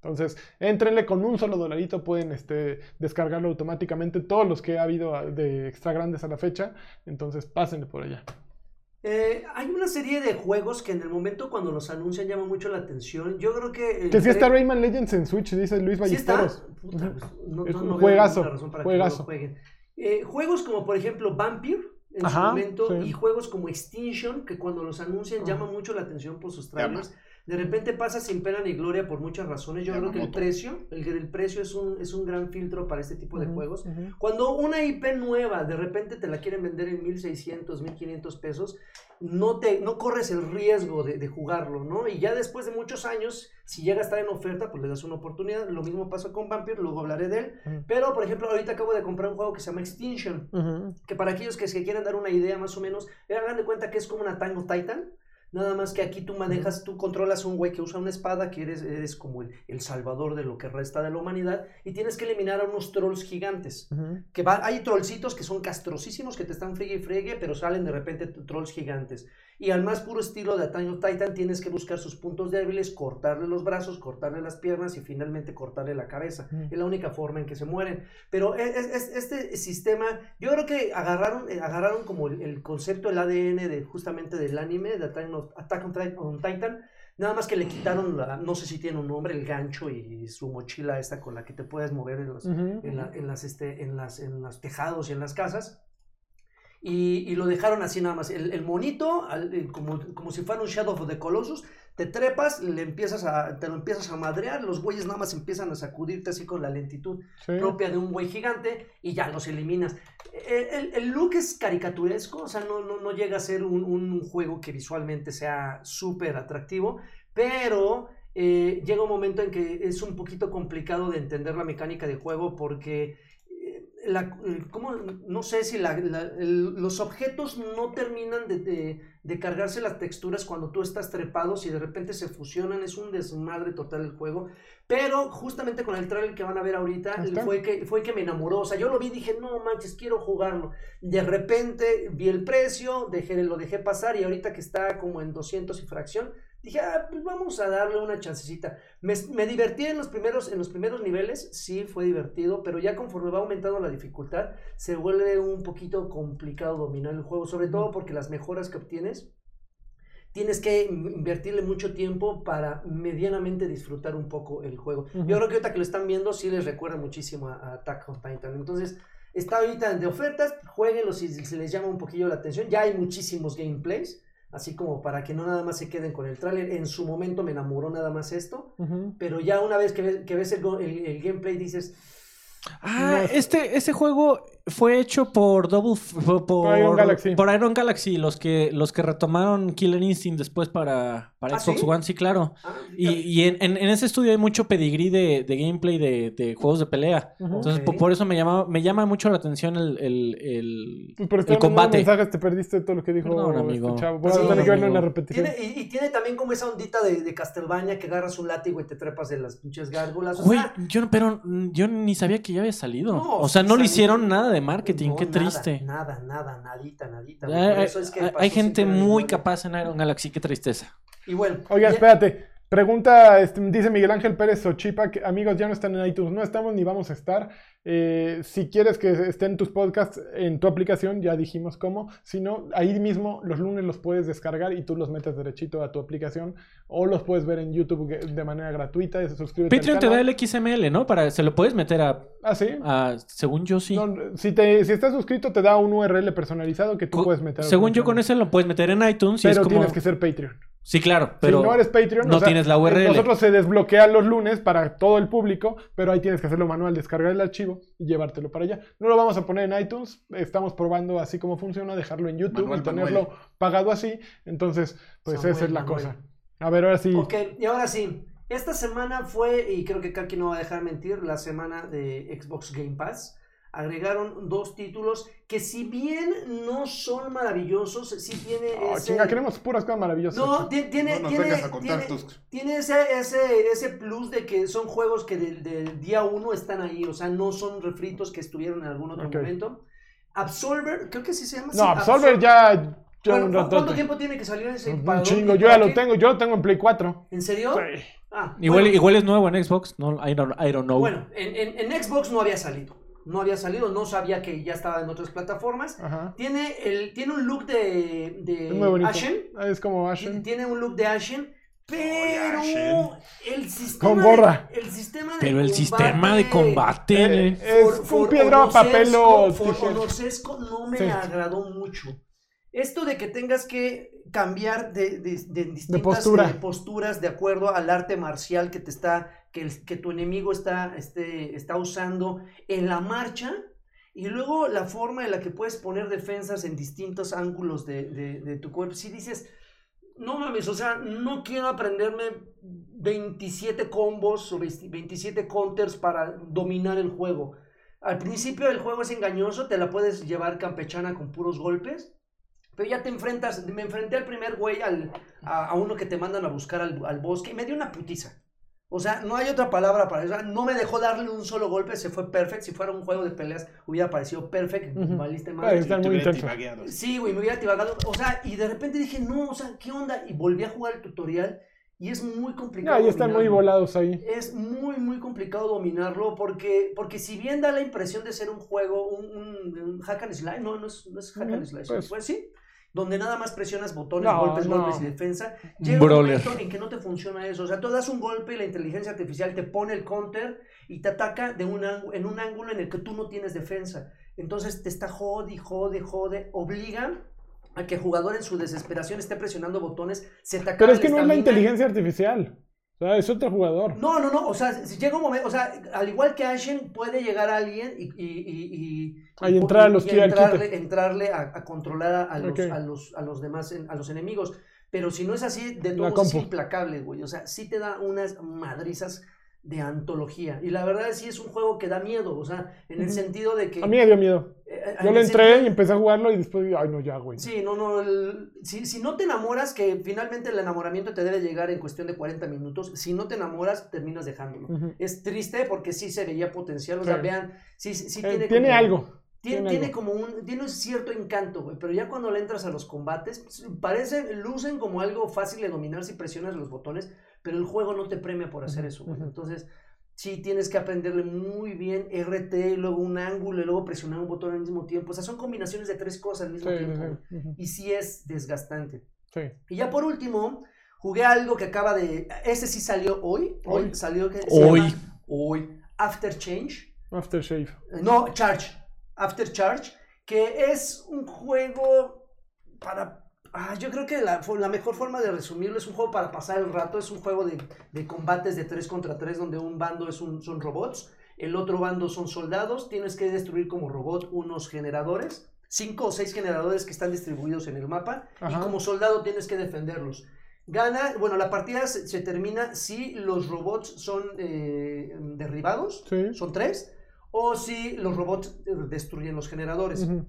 S1: Entonces, entrenle con un solo dolarito, pueden este, descargarlo automáticamente, todos los que ha habido a- de extra grandes a la fecha, entonces pásenle por allá.
S4: Eh, hay una serie de juegos que en el momento cuando los anuncian llama mucho la atención. Yo creo que. eh,
S1: Que sí está
S4: creo-
S1: Rayman Legends en Switch, dice Luis
S4: Sí está.
S1: Ballesteros.
S4: Puta, pues, no,
S1: Es
S4: no-
S1: un
S4: no veo
S1: juegazo,
S4: ninguna razón para
S1: juegazo.
S4: que no lo jueguen. Eh, juegos como por ejemplo Vampire en su
S1: Ajá,
S4: momento
S1: sí. Ah.
S4: y juegos como Extinction que cuando los anuncian llama mucho la atención por sus trailers. De repente pasa sin pena ni gloria por muchas razones. Yo creo que el
S3: Yamamoto.
S4: precio, el, el precio es un, es un gran filtro para este tipo de
S1: Ujú,
S4: juegos.
S1: ujú.
S4: Cuando una IP nueva de repente te la quieren vender en 1600, 1500 pesos, no, te, no corres el riesgo de, de jugarlo, ¿no? Y ya después de muchos años, si llega a estar en oferta, pues le das una oportunidad. Lo mismo pasó con Vampire, luego hablaré de él.
S1: Ujú.
S4: Pero, por ejemplo, ahorita acabo de comprar un juego que se llama Extinction
S1: Ujú.
S4: que para aquellos que se quieran dar una idea más o menos, eh, hagan de cuenta que es como una Tango Titan. Nada más que aquí tú manejas, tú controlas un güey que usa una espada, que eres, eres como el, el salvador de lo que resta de la humanidad, y tienes que eliminar a unos trolls gigantes.
S1: Ujú.
S4: Que va, hay trollcitos que son castrosísimos, que te están friegue y friegue, pero salen de repente t- trolls gigantes. Y al más puro estilo de Attack on Titan, tienes que buscar sus puntos débiles, cortarle los brazos, cortarle las piernas y finalmente cortarle la cabeza.
S1: Mm.
S4: Es la única forma en que se mueren. Pero e- es- es- este sistema, yo creo que agarraron, eh, agarraron como el, el concepto, el ADN de, justamente del anime, de Attack on, Attack on Titan- on Titan. Nada más que le quitaron, la- no sé si tiene un nombre, el gancho y su mochila esta con la que te puedes mover en los,
S1: Ujú.
S4: en, la- en las, este, en, las, en los tejados y en las casas. Y, y lo dejaron así nada más. El, el monito, al- eh, como, como si fuera un Shadow of the Colossus, te trepas, le empiezas a, te lo empiezas a madrear, los güeyes nada más empiezan a sacudirte así con la lentitud
S1: Sí.
S4: propia de un güey gigante y ya los eliminas. El, el- el look es caricaturesco, o sea, no, no, no llega a ser un, un juego que visualmente sea súper atractivo, pero eh, llega un momento en que es un poquito complicado de entender la mecánica de juego porque... eh, La, ¿cómo? No sé si la- la- el- los objetos no terminan de, de- de cargarse las texturas cuando tú estás trepado, si de repente se fusionan, es un desmadre total el juego. Pero justamente con el trailer que van a ver ahorita,
S1: Ahí está.
S4: fue que, fue que me enamoró. O sea, yo lo vi y dije, no manches, quiero jugarlo. De repente vi el precio, dejé, lo dejé pasar y ahorita que está como en 200 y fracción, dije, ah, pues vamos a darle una chancecita. Me, me divertí en los, primeros, en los primeros niveles, sí, fue divertido, pero ya conforme va aumentando la dificultad, se vuelve un poquito complicado dominar el juego, sobre todo porque las mejoras que obtienes tienes que in- invertirle mucho tiempo para medianamente disfrutar un poco el juego.
S1: Ujú.
S4: Yo creo que ahorita que lo están viendo sí les recuerda muchísimo a, a Attack on Titan. Entonces, está ahorita de ofertas, jueguenlo si si les llama un poquillo la atención. Ya hay muchísimos gameplays. así como para que no nada más se queden con el tráiler. En su momento me enamoró nada más esto,
S1: Ujú.
S4: pero ya una vez que ves, que ves el, go- el- el gameplay dices,
S2: Ah,
S1: No.
S2: este, este juego fue hecho por Double F- por, por
S1: Iron Galaxy.
S2: por Iron Galaxy, los que, los que retomaron Killer Instinct después para, para
S4: ¿Ah,
S2: Xbox
S4: sí?
S2: One, sí, claro.
S4: ah,
S2: Y, y en, en- en ese estudio hay mucho pedigrí de, de gameplay de, de juegos de pelea.
S1: Ujú.
S2: Entonces,
S4: Ok.
S2: po- por eso me llama, me llama mucho la atención el, el- el-
S1: Pues, Pero
S2: el
S1: estoy mandando
S2: combate.
S1: mensajes, te perdiste todo lo que dijo
S2: Perdón, amigo.
S1: este chavo. Voy a
S4: Sí,
S1: tener que verlo en la
S2: amigo.
S1: repetición.
S4: tiene, y, y tiene también como esa ondita de, de Castlevania que agarras un látigo y te trepas de las pinches gárgolas. O
S2: Güey,
S4: sea,
S2: yo, no- pero mm, yo ni sabía que ya había salido.
S4: No,
S2: o sea, no le
S4: salió.
S2: hicieron nada de marketing,
S4: no,
S2: qué
S4: nada,
S2: triste.
S4: Nada, nada, nadita, nadita.
S2: Hay,
S4: güey. Por eso es que
S2: hay-
S4: pasó
S2: hay gente
S4: siempre lo
S2: muy
S4: mismo.
S2: capaz en Iron Galaxy, qué tristeza.
S4: Y bueno,
S1: Oiga,
S4: ya-
S1: espérate. Pregunta, este, dice Miguel Ángel Pérez Ochipa, que amigos ya no están en iTunes, no estamos ni vamos a estar. Eh, si quieres que estén tus podcasts en tu aplicación, ya dijimos cómo. Si no, ahí mismo los lunes los puedes descargar y tú los metes derechito a tu aplicación o los puedes ver en YouTube que- de manera gratuita. eh, Suscríbete. al
S2: Patreon te da
S1: canal.
S2: el XML, ¿no? Para, se lo puedes meter a,
S1: Ah, sí.
S2: a- según yo sí.
S1: No, si, te, si estás suscrito, te da un URL personalizado que tú
S2: Co-
S1: puedes meter.
S2: según yo con
S1: eso
S2: ese lo puedes meter en iTunes y
S1: Pero
S2: es como...
S1: tienes que ser Patreon.
S2: Sí, claro, pero...
S1: si no eres Patreon,
S2: no tienes la URL.
S1: Pues Nosotros se desbloquea los lunes para todo el público, pero ahí tienes que hacerlo manual, descargar el archivo y llevártelo para allá. No lo vamos a poner en iTunes, estamos probando así como funciona, dejarlo en YouTube
S3: Manual,
S1: y tenerlo pagado así. Entonces, pues
S4: Samuel,
S1: esa es la
S4: Manuel.
S1: cosa. A ver, ahora sí.
S4: Ok, y ahora sí. Esta semana fue, y creo que Kaki no va a dejar mentir, la semana de Xbox Game Pass. Agregaron dos títulos que si bien no son maravillosos, sí tiene
S1: Oh,
S4: ese...
S1: chinga, queremos puras cosas maravillosas.
S4: No, ti- tiene,
S3: no nos
S4: tiene,
S3: vengas a contar
S4: tiene-
S3: tus.
S4: tiene ese, ese, ese plus de que son juegos que del, del día uno están ahí, o sea, no son refritos que estuvieron en algún otro
S1: Ok.
S4: momento. Absolver, creo que sí se llama.
S1: No,
S4: sí,
S1: Absolver ya. ya
S4: Bueno,
S1: un
S4: ¿cu- ¿Cuánto
S1: ratote.
S4: tiempo tiene que salir ese?
S1: Un
S4: ¿Para
S1: chingo,
S4: dónde?
S1: yo ya
S4: ¿Para
S1: lo
S4: qué?
S1: tengo, yo lo tengo en Play 4.
S4: ¿En serio?
S1: Sí.
S4: Ah,
S2: Igual,
S4: bueno.
S2: igual es nuevo en Xbox, no, I don't, I don't know.
S4: Bueno, en, en- en Xbox no había salido. No había salido, no sabía que ya estaba en otras plataformas.
S1: Ajá.
S4: Tiene, el, tiene un look de, de
S1: Es muy bonito.
S4: Eh, Ashen.
S1: Es como Ashen.
S4: Tiene un look de Ashen. Pero
S3: Ashen.
S4: el sistema.
S1: Con gorra.
S4: de- el sistema de
S2: pero el
S4: combate-
S2: sistema de combate...
S1: Eh,
S2: eh,
S1: es
S4: for-
S1: un
S4: for
S1: piedra,
S4: Orozesco-
S1: papel o
S4: for
S1: tijera.
S4: Orozesco no me
S1: Sí.
S4: agradó mucho. Esto de que tengas que cambiar de, de- de distintas
S1: postura.
S4: eh, posturas de acuerdo al arte marcial que te está, que, el- que tu enemigo está, este, está usando en la marcha. Y luego la forma en la que puedes poner defensas en distintos ángulos de, de- de tu cuerpo. Si dices, no mames, o sea, no quiero aprenderme 27 combos o 20 27 counters para dominar el juego. Al principio el juego es engañoso, te la puedes llevar campechana con puros golpes, pero ya te enfrentas, me enfrenté al primer güey, al, a, a uno que te mandan a buscar al, al bosque, y me dio una putiza. O sea, no hay otra palabra para eso. No me dejó darle un solo golpe, se fue perfect. Si fuera un juego de peleas, hubiera parecido perfect.
S1: Ujú.
S4: valiste
S1: Ahí
S4: madre.
S1: está
S3: Están
S1: muy intenso.
S4: Sí, güey, me hubiera divagado. O sea, y de repente dije, no, o sea, ¿qué onda? Y volví a jugar el tutorial y es muy complicado.
S1: ahí están muy
S4: dominarlo
S1: volados ahí.
S4: es muy, muy complicado dominarlo porque, porque si bien da la impresión de ser un juego, un, un- un hack and slash, no, no es, no es hack and
S1: Ujú,
S4: slash,
S1: pues.
S4: pues, sí, donde nada más presionas botones,
S1: No,
S4: golpes,
S1: no.
S4: golpes y defensa, llega
S2: Brawler.
S4: un momento en que no te funciona eso, o sea, tú das un golpe y la inteligencia artificial te pone el counter y te ataca de un ángu- en un ángulo en el que tú no tienes defensa, entonces te está jode, y jode, jode, obliga a que el jugador en su desesperación esté presionando botones, se te
S1: Pero
S4: acaba
S1: es que no es la
S4: estamina.
S1: inteligencia artificial. O sea, es otro jugador.
S4: No, no, no. O sea, si llega un momento. O sea, al igual que Ashen, puede llegar alguien y. y, y, y-
S1: Ahí entrar a los
S4: y
S1: tíos al
S4: entrarle, entrarle a, a controlar a, a los,
S1: Ok.
S4: a, los, a los demás, en- a los enemigos. Pero si no es así, de
S1: La
S4: todo es
S1: compu.
S4: implacable, güey. O sea, sí te da unas madrizas de antología. Y la verdad sí es un juego que da miedo. O sea, en el
S1: Ujú.
S4: sentido de que.
S1: A mí me dio miedo.
S4: eh, eh,
S1: Yo
S4: en
S1: le
S4: el
S1: entré
S4: sentido-
S1: y empecé a jugarlo y después digo, ay no, ya, güey.
S4: Sí, no, no. el- si, si no te enamoras, que finalmente el enamoramiento te debe llegar en cuestión de 40 minutos, si no te enamoras, terminas dejándolo.
S1: Ujú.
S4: Es triste porque sí se veía potencial. O sea,
S1: Sí.
S4: vean, sí, sí, sí
S1: Eh,
S4: tiene,
S1: tiene
S4: como-
S1: algo.
S4: Tiene,
S1: tiene
S4: tiene
S1: algo.
S4: como un, tiene un cierto encanto, güey. Pero ya cuando le entras a los combates, pues, parecen, lucen como algo fácil de dominar si presionas los botones, pero el juego no te premia por hacer
S1: Ujú,
S4: eso, güey.
S1: ujú.
S4: Entonces, sí tienes que aprenderle muy bien RT, y luego un ángulo, y luego presionar un botón al mismo tiempo. O sea, son combinaciones de tres cosas al
S1: Sí,
S4: mismo
S1: sí,
S4: tiempo. güey.
S1: sí. Ujú.
S4: Y sí es desgastante.
S1: Sí.
S4: Y ya por último, jugué algo que acaba de. Ese sí salió hoy. Hoy,
S1: Hoy.
S4: salió que se
S2: Hoy.
S4: llama- hoy. After Change.
S1: Aftershave.
S4: Eh, No, Charge. After Charge. Que es un juego para Ah, yo creo que la, fo- la mejor forma de resumirlo es un juego para pasar el rato, es un juego de, de combates de 3 contra 3 donde un bando es un, son robots, el otro bando son soldados, tienes que destruir como robot unos generadores, 5 o 6 generadores que están distribuidos en el mapa,
S1: Ajá.
S4: y como soldado tienes que defenderlos. Gana, bueno, la partida se, se termina si los robots son eh, derribados,
S1: Sí.
S4: son 3, o si los robots eh, destruyen los generadores.
S1: Ujú.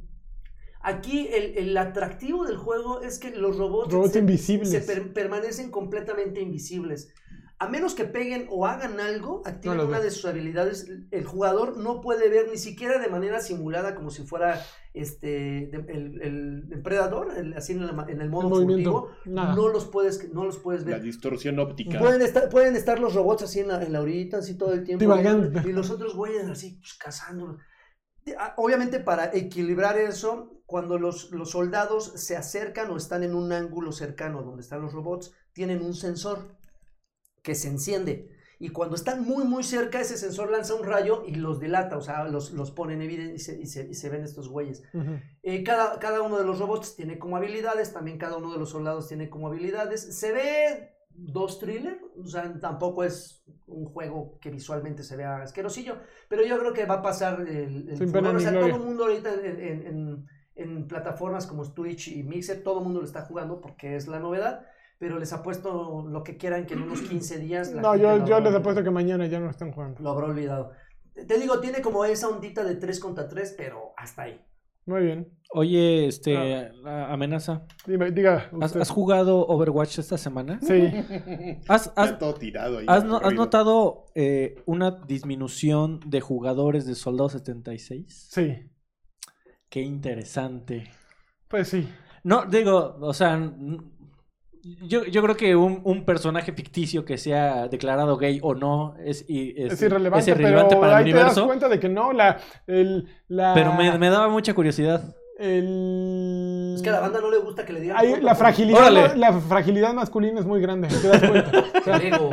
S4: Aquí el, el atractivo del juego es que los robots,
S1: Robots
S4: se,
S1: invisibles.
S4: se per- permanecen completamente invisibles. A menos que peguen o hagan algo, activen
S1: los
S4: una
S1: ve.
S4: de sus habilidades, el jugador no puede ver ni siquiera de manera simulada como si fuera este de- el, el depredador, el- así en, la- en el
S1: El
S4: modo
S1: movimiento.
S4: furtivo,
S1: Nada.
S4: no los puedes no los puedes
S3: La
S4: ver.
S3: distorsión óptica.
S4: Pueden estar, pueden estar los robots así en la, en la orillita, así todo el tiempo.
S1: Divagando.
S4: Y los otros güeyes así, pues, cazándolos. De- ah, Obviamente, para equilibrar eso, cuando los, los soldados se acercan o están en un ángulo cercano donde están los robots, tienen un sensor que se enciende. Y cuando están muy, muy cerca, ese sensor lanza un rayo y los delata, o sea, los, los pone en evidencia y se- y se- y se ven estos güeyes.
S1: Ujú.
S4: Eh, cada, cada uno de los robots tiene como habilidades, también cada uno de los soldados tiene como habilidades. Se ve dos thriller, o sea, tampoco es un juego que visualmente se vea asquerosillo, pero yo creo que va a pasar el, el
S1: Sin pena
S4: furor. O
S1: ni
S4: sea,
S1: gloria.
S4: todo el mundo ahorita en, en- en- en plataformas como Twitch y Mixer, todo el mundo lo está jugando porque es la novedad, pero les apuesto lo que quieran que en unos 15 días... la
S1: No,
S4: gente
S1: yo,
S4: lo
S1: yo
S4: habrá
S1: les
S4: olvidado.
S1: apuesto que mañana ya no lo están jugando.
S4: Lo habrá olvidado. Te digo, tiene como esa ondita de 3 contra 3, pero hasta ahí.
S1: Muy bien.
S2: Oye, este, a- amenaza.
S1: Dime, diga eh,
S2: ¿Has,
S1: ah. usted.
S2: has jugado Overwatch esta semana?
S1: Sí.
S2: ¿Has, has-
S3: Está todo tirado ahí.
S2: has no- has
S3: ruido.
S2: notado eh, una disminución de jugadores de Soldado 76?
S1: Sí.
S2: Qué interesante.
S1: Pues sí.
S2: No, digo, o sea, n- yo, yo creo que un, un personaje ficticio que sea declarado gay o no es, i- es-
S1: Es, irrelevante,
S2: es irrelevante
S1: pero
S2: para el
S1: ahí te das
S2: universo.
S1: cuenta de que no, la, el, la,
S2: Pero me, me daba mucha curiosidad.
S1: el-
S4: Es que a la banda no le gusta que le digan.
S1: Ahí
S4: puto,
S1: la
S4: güey. [laughs]
S1: fragilidad,
S2: ¡Órale!
S1: la fragilidad masculina es muy grande, te das cuenta. O sea,
S4: Digo,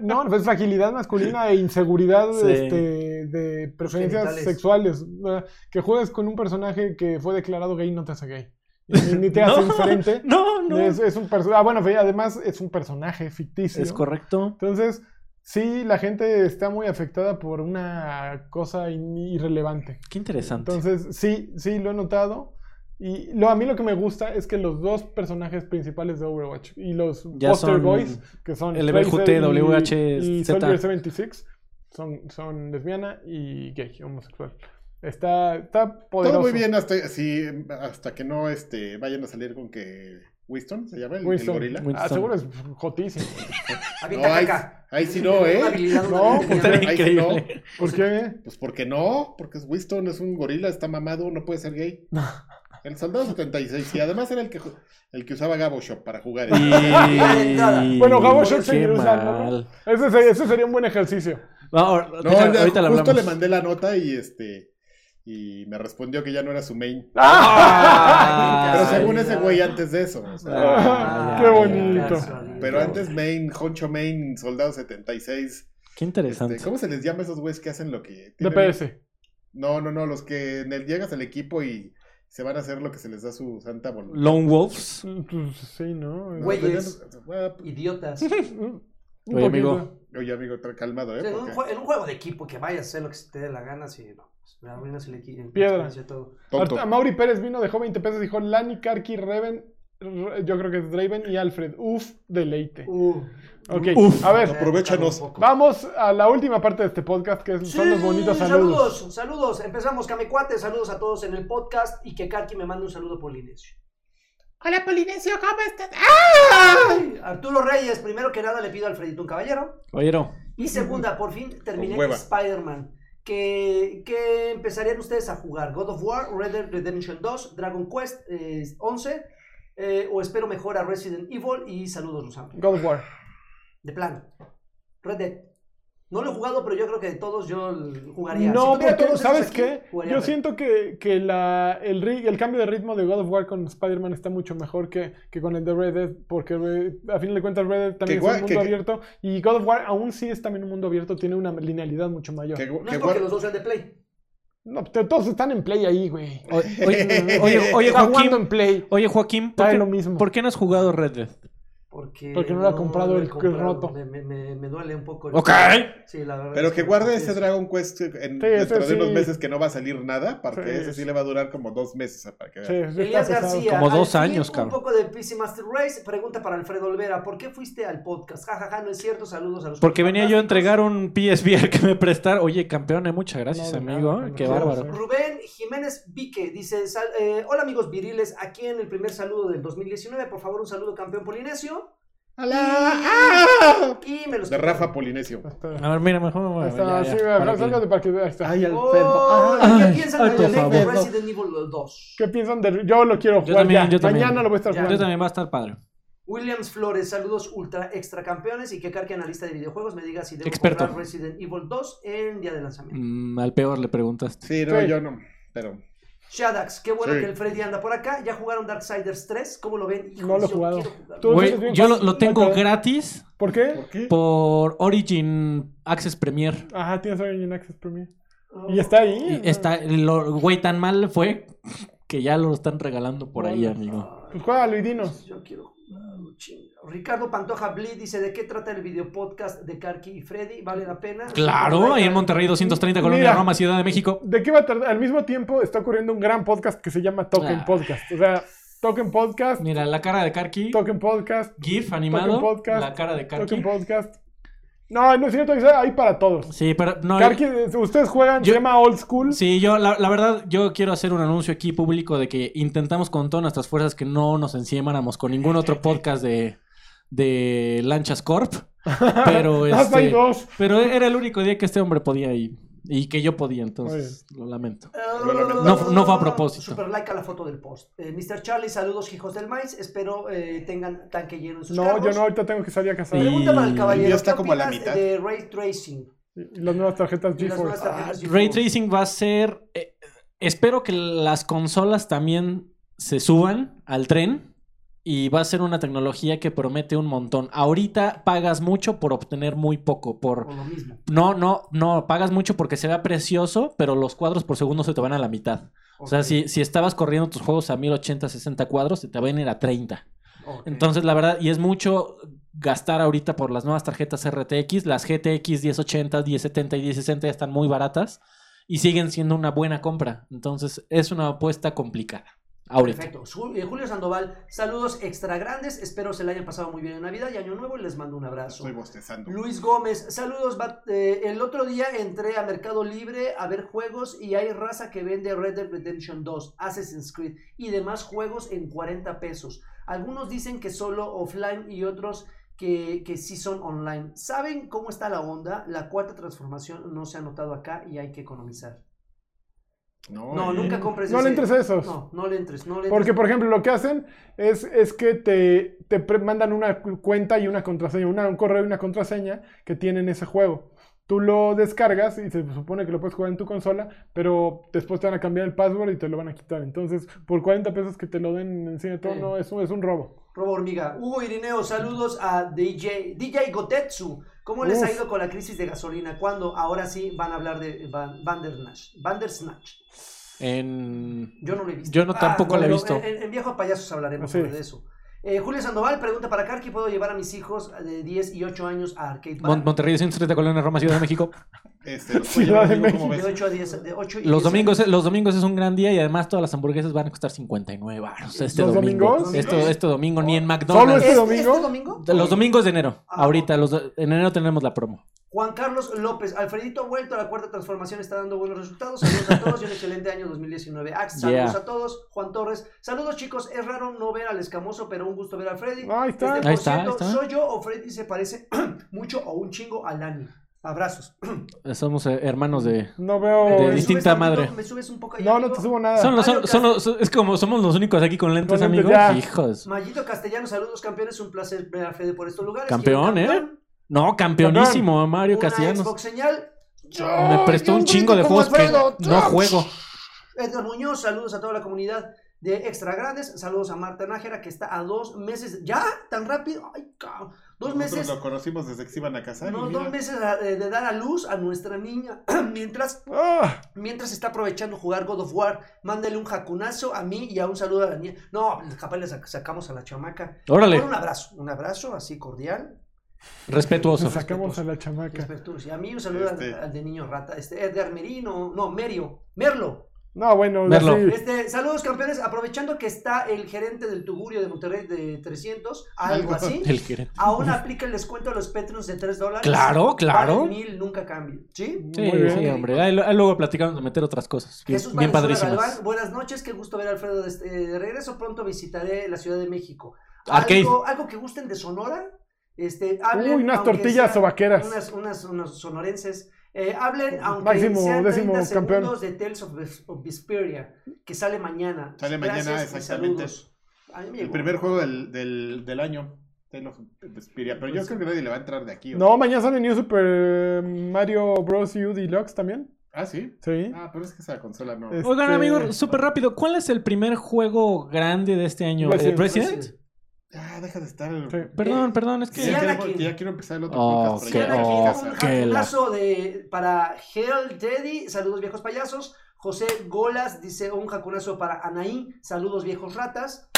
S1: no, es fragilidad masculina e inseguridad
S2: Sí.
S1: este, de preferencias
S4: genitales.
S1: sexuales. ¿verdad? Que juegues con un personaje que fue declarado gay no te hace gay. Ni, ni te hace
S2: No,
S1: diferente.
S2: No, [laughs] no.
S1: Es,
S2: Es,
S1: es un personaje. Ah, bueno, pero además es un personaje ficticio.
S2: correcto.
S1: Entonces, sí, la gente está muy afectada por una cosa in- irrelevante.
S2: Qué interesante. [laughs]
S1: Entonces, sí, sí, lo he notado. Y lo, a mí lo que me gusta es que los dos personajes principales de Overwatch y los
S2: Ya
S1: poster
S2: son
S1: boys, que son
S2: LBJT,
S1: Tracer y-
S2: WHZ.
S1: y Soldier 76, son, son lesbiana y gay, homosexual. Está, está poderoso.
S3: Todo muy bien hasta, sí, hasta que no este, vayan a salir con que Winston se llama el, el
S1: Winston.
S3: gorila.
S2: Winston.
S1: Ah, seguro es
S3: [laughs]
S1: jotísimo.
S4: avienta
S3: No, ahí-
S4: caca.
S3: ahí sí no, ¿eh?
S4: Una habilidad, una
S1: No,
S4: habilidad.
S1: pues,
S3: Ahí sí no.
S2: Increíble.
S1: ¿Por qué?
S3: Pues porque no, porque es Winston es un gorila, está mamado, no puede
S2: [laughs]
S3: ser gay. El soldado 76 y además era el que ju- el que usaba Gabo Shop para jugar. ¿eh?
S2: Y-
S1: Bueno, Gabo Shock
S2: qué
S1: seguirá usando,
S2: mal.
S1: Ese, se- ese sería un buen ejercicio.
S2: Va, ahor-
S3: No,
S2: deja-
S3: le-
S2: ahorita lo
S3: justo
S2: hablamos.
S3: le mandé la nota y este y me respondió que ya no era su main.
S2: Ah,
S3: [laughs] Pero
S2: ay,
S3: según
S4: ya.
S3: ese güey antes de eso. o sea,
S2: Ah,
S1: Qué
S2: ya, ya,
S1: bonito.
S2: ya.
S3: pero antes main, Honcho main, soldado 76.
S2: Qué
S3: Este,
S2: interesante.
S3: ¿Cómo se les llama a esos güeyes que hacen lo que tienen-
S1: DPS.
S3: No, no, no, los que en el- llegas al equipo y se van a hacer lo que se les da su santa voluntad.
S2: Lone Wolves.
S1: Pues, Sí, ¿no? Mm,
S4: Güey. Güeyes.
S3: Ah, pues,
S4: Idiotas.
S1: Un
S2: Oye, amigo.
S1: poquito.
S3: Oye, amigo, tra- calmado, ¿eh?
S4: en, un,
S3: Porque
S4: jue- en un juego de equipo que vaya a hacer lo que se te dé la gana, si no. pues, La ruina se le quita.
S1: Piedra.
S4: Todo.
S3: tonto.
S1: Hasta Mauri Pérez vino, dejó 20 pesos, dijo Lani, Karki, Reven, R- yo creo que es Draven y Alfred. Uf, deleite.
S4: Uh,
S1: Ok,
S2: Uf.
S1: a ver,
S3: Aprovéchanos.
S4: un poco.
S1: vamos a la última parte de este podcast, que es- son los
S4: Sí,
S1: bonitos saludos.
S4: Saludos, saludos. Empezamos, Camecuate. Saludos a todos en el podcast y que Karki me mande un saludo polinesio.
S5: Hola Polinesio, ¿cómo estás?
S4: Arturo Reyes, primero que nada le pido a Alfredito un caballero.
S2: Oyero.
S4: Y segunda, por fin terminé
S3: Con hueva.
S4: Spider-Man. ¿Qué, qué empezarían ustedes a jugar? ¿God of War, Red Dead Redemption 2, Dragon Quest eh, 11? eh, o espero mejor a Resident Evil y saludos, los amo.
S1: God of War.
S4: De plano. Red Dead. No lo he jugado, pero yo creo que de todos yo l- jugaría. Si
S1: No,
S4: tuviera
S1: porque,
S4: todos esos
S1: ¿sabes
S4: aquí,
S1: qué?
S4: jugaría
S1: Yo
S4: Red Dead.
S1: siento que, que la, el, ri- el cambio de ritmo de God of War con Spider-Man está mucho mejor que, que con el de Red Dead, porque Red- a fin de cuentas Red Dead también
S3: Que
S1: es
S3: gua-
S1: un mundo
S3: que- que-
S1: abierto, y God of War aún sí es también un mundo abierto, tiene una linealidad mucho mayor.
S3: Que,
S4: No
S3: que
S4: es porque
S3: guar-
S4: los dos sean de Play.
S1: No, te- todos están en play ahí, güey.
S2: O-
S1: [laughs]
S2: Oye, oye, oye,
S1: Está jugando
S2: Joaquín,
S1: en play.
S2: oye, Joaquín, ¿por
S1: Trae
S2: qué,
S1: lo mismo.
S2: por qué no has jugado Red Dead?
S4: Porque,
S1: Porque no lo ha comprado
S4: lo he
S1: el- el roto.
S4: Me, me- me- me duele un poco.
S2: Ok.
S4: Sí, la verdad.
S3: Pero
S4: es
S3: que guarde
S4: sí,
S3: ese
S4: es-
S3: Dragon Quest en-
S1: Sí,
S3: dentro
S1: ese
S3: de unos
S1: sí.
S3: meses que no va a salir nada, porque
S1: Sí,
S3: ese sí
S1: sí.
S3: le va a durar como dos meses. ah, Para que
S1: Sí,
S3: veas.
S1: sí, está
S4: Elías
S1: pesado.
S4: García.
S2: Como dos
S4: al fin,
S2: años, cabrón.
S4: Un poco de PC Master Race. Pregunta para Alfredo Olvera. ¿Por qué fuiste al podcast? Jajaja, no es cierto. Saludos a los.
S2: Porque venía yo a entregar
S4: fantásticos.
S2: un PSVR que me prestar. Oye, campeón, eh, muchas gracias,
S1: No, de nada,
S2: amigo.
S1: cuando
S2: Qué
S1: quieras,
S2: bárbaro.
S1: eh.
S4: Rubén Jiménez Vique dice: sal- eh, Hola amigos viriles, aquí en el primer saludo del 2019. Por favor, un saludo campeón polinesio.
S1: Ah,
S4: Y me los
S3: De Rafa Polinesio.
S1: Está-
S2: A ver, mira, mejor. bueno,
S1: Está
S2: ya,
S1: así,
S2: ya, para
S1: güey.
S2: que- Ah.
S1: Sálgate para que vea. ahí está.
S4: Oh,
S2: Ay,
S4: ¿Qué piensan
S2: ay,
S4: del
S2: por
S4: remake de
S2: favor.
S4: Resident Evil 2?
S1: ¿Qué piensan de.? Yo lo quiero jugar
S2: también,
S1: ya.
S2: yo también.
S1: Mañana lo voy a estar
S4: Ya.
S2: Yo
S1: jugando.
S2: también va a estar padre.
S4: Williams Flores, saludos ultra extra campeones y que Carque, analista de videojuegos, me diga si debo
S2: Experto.
S4: comprar Resident Evil 2 en día de lanzamiento.
S2: Mm, al peor le preguntaste.
S3: Sí, no,
S1: Sí.
S3: yo no. Pero
S4: Shadax, qué bueno
S3: Sí.
S4: que el Freddy anda por acá. ¿Ya jugaron Darksiders 3? ¿Cómo lo ven? Hijo,
S1: No lo he
S4: yo
S1: jugado.
S4: quiero jugarlo.
S1: Tú-
S2: Güey,
S1: es bien
S2: yo lo,
S1: fácil.
S2: lo tengo
S1: Ok.
S2: gratis
S1: ¿Por qué?
S3: ¿por qué?
S2: por Origin Access Premier.
S1: Ajá, tienes Origin Access Premier.
S4: Oh.
S1: Y este- está ahí.
S2: Y está, lo- güey, tan mal fue que ya lo están regalando por ahí,
S1: Hola.
S2: amigo.
S1: Pues juégalo y dinos.
S4: Yo quiero jugarlo, chinga. Ricardo Pantoja Blee dice: ¿De qué trata el videopodcast de Carqui y Freddy? ¿Vale la pena?
S2: Claro, ahí en Monterrey 230, Colonia
S1: Mira.
S2: Roma, Ciudad de México.
S1: ¿De qué va a tardar? Al mismo tiempo está ocurriendo un gran podcast que se llama Token
S2: Ah.
S1: Podcast. O sea, Token Podcast,
S2: Mira, la cara de Karki.
S1: Token Podcast,
S2: GIF animado.
S1: Token Podcast,
S2: la cara de Karki.
S1: Token Podcast. No, no es cierto, hay para todos.
S2: Sí, pero no.
S1: Karki, eh, ustedes juegan,
S2: Yo-
S1: se llama Old School.
S2: Sí, yo, la, la verdad, yo quiero hacer un anuncio aquí público de que intentamos con todas nuestras fuerzas que no nos enciémanamos con
S1: [laughs]
S2: ningún otro podcast de, de Lanchas Corp. Pero,
S1: [laughs] Hasta hay
S2: este,
S1: dos.
S2: pero era el único día que este hombre podía ir. Y que yo podía, entonces lo lamento.
S3: No-
S2: no fue a propósito.
S4: Super like a la foto del post. Eh, Mr. Charlie, saludos, hijos del maíz. Espero eh, tengan tanque lleno en sus
S1: No,
S4: carros.
S1: yo no, ahorita tengo que salir a casar.
S2: Sí.
S4: Pregunta para el
S2: Y-
S4: caballero.
S3: Ya está
S4: ¿qué
S3: como a la
S4: opinas
S3: mitad.
S4: De ray tracing.
S1: Y Las nuevas tarjetas Ah,
S4: Y las nuevas
S1: GeForce.
S4: tarjetas GeForce.
S2: Ah, Ray Tracing va a ser... eh, espero que las consolas también se suban al tren. Y va a ser una tecnología que promete un montón. Ahorita pagas mucho por obtener muy poco, por
S4: O lo mismo.
S2: No, no, no, pagas mucho porque se vea precioso, pero los cuadros por segundo se te van a la mitad. O sea,
S4: Ok,
S2: si, si estabas corriendo tus juegos a 1080, 60 cuadros, se te van a ir a 30.
S4: ok.
S2: Entonces, la verdad, y es mucho gastar ahorita por las nuevas tarjetas RTX. Las GTX 1080, 1070 y 1060 ya están muy baratas y siguen siendo una buena compra. Entonces, es una apuesta complicada. Ahorita.
S4: Perfecto. Ju- eh, Julio Sandoval, saludos extra grandes. Espero se la hayan pasado muy bien en Navidad y Año Nuevo y les mando un abrazo.
S3: Estoy bostezando.
S4: Luis Gómez, saludos. bat- eh, el otro día entré a Mercado Libre a ver juegos y hay raza que vende Red Dead Redemption 2, Assassin's Creed y demás juegos en 40 pesos. Algunos dicen que solo offline y otros que, que sí son online. ¿Saben cómo está la onda? La cuarta transformación no se ha notado acá y hay que economizar. No,
S3: eh.
S4: nunca compres
S1: No
S4: ese-
S1: le entres a esos.
S4: No, no le entres, no le entres.
S1: Porque, por ejemplo, lo que hacen es, es que te, te pre- mandan una cu- cuenta y una contraseña, una- un correo y una contraseña que tienen ese juego. Tú lo descargas y se supone que lo puedes jugar en tu consola, pero después te van a cambiar el password y te lo van a quitar. Entonces, por 40 pesos que te lo den en cine todo,
S4: Sí.
S1: no, es un, es un robo.
S4: Robo hormiga. Hugo Irineo, saludos a DJ, DJ Gotetsu. ¿Cómo les ha
S1: Uf.
S4: ido con la crisis de gasolina? ¿Cuándo? Ahora sí van a hablar de Van, Vandernash. Vandersnatch.
S2: En...
S4: Yo no lo he visto.
S2: Yo no, tampoco lo he
S4: pero
S2: visto.
S4: En, en Viejo a Payasos hablaremos
S1: Así
S4: sobre
S1: es.
S4: de eso. Eh, Julio Sandoval pregunta para Karki, ¿puedo llevar a mis hijos de 10 y 8 años a Arcade Bar?
S2: Mon- Monterrey 230, Colonia Roma, Ciudad de México.
S3: Este, los
S1: Ciudad
S3: pollos,
S1: de
S3: amigo, ¿cómo
S4: de
S3: ves?
S4: 8 a 10, de 8 [laughs] y
S2: Los
S4: 10
S2: domingos, los domingos es un gran día y además todas las hamburguesas van a costar 59 baros este
S1: ¿Los
S2: domingo.
S1: domingos?
S2: Este, este domingo ni en
S1: ¿Solo
S2: McDonald's.
S1: este
S4: ¿Este,
S1: domingo?
S4: este domingo?
S2: Los domingos de enero.
S4: Ah,
S2: Ahorita, los do- en enero tenemos la promo.
S4: Juan Carlos López, Alfredito ha vuelto a la cuarta transformación, está dando buenos resultados. Saludos a todos y un excelente año 2019. Ax, saludos
S2: Yeah.
S4: a todos. Juan Torres, saludos chicos. Es raro no ver al escamoso, pero un gusto ver a Freddy.
S1: Ahí está.
S4: Este,
S2: Ahí
S4: por
S2: está,
S4: cierto,
S2: ahí está.
S4: ¿Soy yo o Freddy se parece [clears throat] mucho o un chingo a Lani? Abrazos.
S2: Somos eh, hermanos de.
S1: No
S4: ¿Me
S1: veo...
S2: De-
S4: subes
S2: distinta
S4: tantito?
S2: madre.
S4: ¿Me subes un poco ahí,
S1: No, no
S4: amigo?
S1: te subo nada.
S2: Son los- son-
S4: Mario
S2: son los- es como somos los únicos aquí con lentes,
S1: Con lentes,
S2: amigos.
S1: ya.
S2: Hijos.
S4: Mallito Castellano, saludos campeones. Un placer ver a Freddy por estos lugares.
S2: Campeón,
S4: Y el
S2: ¿eh? No, campeonísimo, Mario
S4: una
S2: Castellanos.
S4: Xbox señal. ¡Ah!
S2: Me prestó un chingo de juegos que no juego.
S4: Edgar Muñoz, saludos a toda la comunidad. de Extra Grandes. Saludos a Marta Nájera, que está a dos meses. ¿Ya? ¿Tan rápido? ¡Ay, cabrón! Dos
S3: Nosotros
S4: meses.
S3: lo conocimos desde que se iban a casar.
S4: No,
S3: y
S4: dos
S3: mira,
S4: meses a- eh, de, de dar a luz a nuestra niña. [clears throat] mientras,
S1: ¡Ah!
S4: mientras está aprovechando jugar God of War, mándale un jacunazo a mí y a un saludo a la niña. No, capaz le sac- sacamos a la chamaca.
S2: Órale,
S4: Bueno, un abrazo, un abrazo así cordial.
S2: respetuoso.
S1: Sacamos a la chamaca.
S4: respetuoso. Y a mí un saludo al-
S3: Este.
S4: al, de niño rata. Este, Edgar Merino, no, Merio, Merlo.
S1: No, bueno,
S2: Merlo.
S1: así-
S4: Este, saludos campeones, aprovechando que está el gerente del Tugurio de Monterrey de 300,
S3: Algo.
S4: algo así.
S2: El gerente.
S4: Aún aplica el descuento a los Patreons de 3 dólares.
S2: Claro, claro.
S4: Vale mil, nunca cambie. ¿Sí?
S2: Sí,
S1: Muy bien.
S2: sí, hombre. Ahí, lo- ahí luego platicamos de meter otras cosas. Bien, bien
S4: Valenzuela
S2: padrísimas.
S4: Galván, buenas noches, qué gusto ver a Alfredo de, este- de regreso. Pronto visitaré la Ciudad de México.
S2: Arcade.
S4: Algo, algo que gusten de Sonora. Este, hablen,
S1: Uy, unas
S4: aunque
S1: tortillas
S4: sea-
S1: o vaqueras.
S4: unas, unas, unos sonorenses. Eh, hablen, aunque
S1: Máximo,
S4: sean 30
S1: décimo campeón.
S4: segundos de Tales of, Ves- of Vesperia, que sale mañana.
S3: Sale mañana,
S4: Gracias y
S3: exactamente.
S4: saludos. A mí me
S3: El
S4: llegó.
S3: primer juego del, del, del año. Tale of Vesperia, Pero yo
S4: Pues-
S3: creo que nadie le va a entrar de aquí. ¿o?
S1: No, mañana sale New Super eh, Mario Bros. U Deluxe también.
S3: Ah, sí.
S1: Sí.
S3: Ah, pero es que esa consola no.
S1: Es-
S2: Oigan,
S1: este-
S2: amigos, súper rápido. ¿Cuál es el primer juego grande de este año?
S1: Resident.
S2: ¿El Resident?
S3: Ah, deja de estar.
S1: Sí.
S2: Perdón, perdón, es
S3: Que
S2: que.
S4: Sí,
S3: ya,
S4: Anakin.
S3: quiero, que ya quiero empezar el otro
S2: Oh,
S3: podcast.
S2: que-
S3: pero ya quiero
S2: oh,
S4: Siana,
S3: empezar.
S2: que-
S4: que un
S2: la-
S4: jacunazo de para Hell Teddy. Saludos, viejos payasos. José Golas dice un jacunazo para Anaí. Saludos, viejos ratas.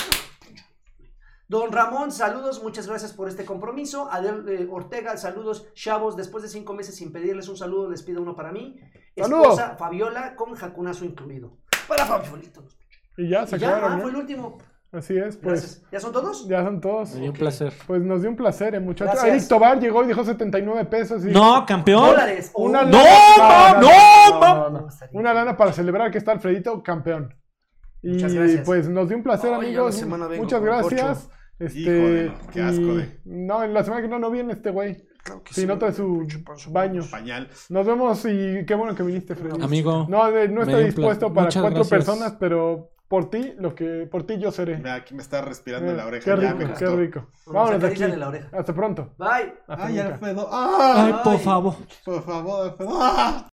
S4: Don Ramón, saludos, muchas gracias por este compromiso. Adel eh, Ortega, saludos, chavos. Después de cinco meses sin pedirles un saludo, les pido uno para mí.
S1: ¡Saludo!
S4: Esposa Fabiola con jacunazo incluido. Para Fabiolito.
S1: Y ya, se
S4: Y ya, ah,
S1: acabaron,
S4: fue el
S1: ¿no?
S4: último.
S1: Así es, pues.
S4: Gracias. ¿Ya son todos?
S1: Ya son todos.
S2: Me dio un placer.
S1: Pues nos dio un placer, eh, muchachos.
S4: Gracias.
S1: Eric Tobar llegó y dijo 79 pesos. Y
S2: No, campeón.
S4: Dólares.
S1: Una
S4: Oh,
S2: No,
S1: lana-
S2: ma- no,
S1: no,
S2: ma-
S1: no. Una lana para celebrar que está Alfredito campeón. Y
S4: Muchas gracias.
S1: pues nos dio un placer,
S4: Ay, yo la
S1: amigos.
S4: semana vengo
S1: Muchas
S4: con
S1: gracias. Este,
S3: Híjole, no, qué asco
S1: y-
S3: de-
S1: No, en la semana que no, no viene este güey. si no trae su baño.
S3: Pañal.
S1: Nos vemos y qué bueno que viniste, Freddy.
S2: Amigo.
S1: No, de- no estoy
S2: Me dio un pla-
S1: dispuesto para
S2: muchas
S1: cuatro
S2: gracias.
S1: personas, pero por ti, lo que por ti yo seré.
S3: Mira, aquí me está respirando en la
S1: Eh,
S3: oreja.
S1: Qué
S3: ya
S1: rico,
S3: me
S1: qué
S3: gustó. Ah,
S1: rico.
S4: Nos
S1: Vámonos de aquí.
S4: acarician en la oreja.
S1: Hasta pronto.
S4: Bye.
S1: Hasta
S3: Ay,
S1: nunca.
S3: Alfredo.
S2: Ay,
S3: ¡Ah!
S2: por
S4: Ay.
S2: favor.
S3: Por favor, Alfredo. ¡Ah!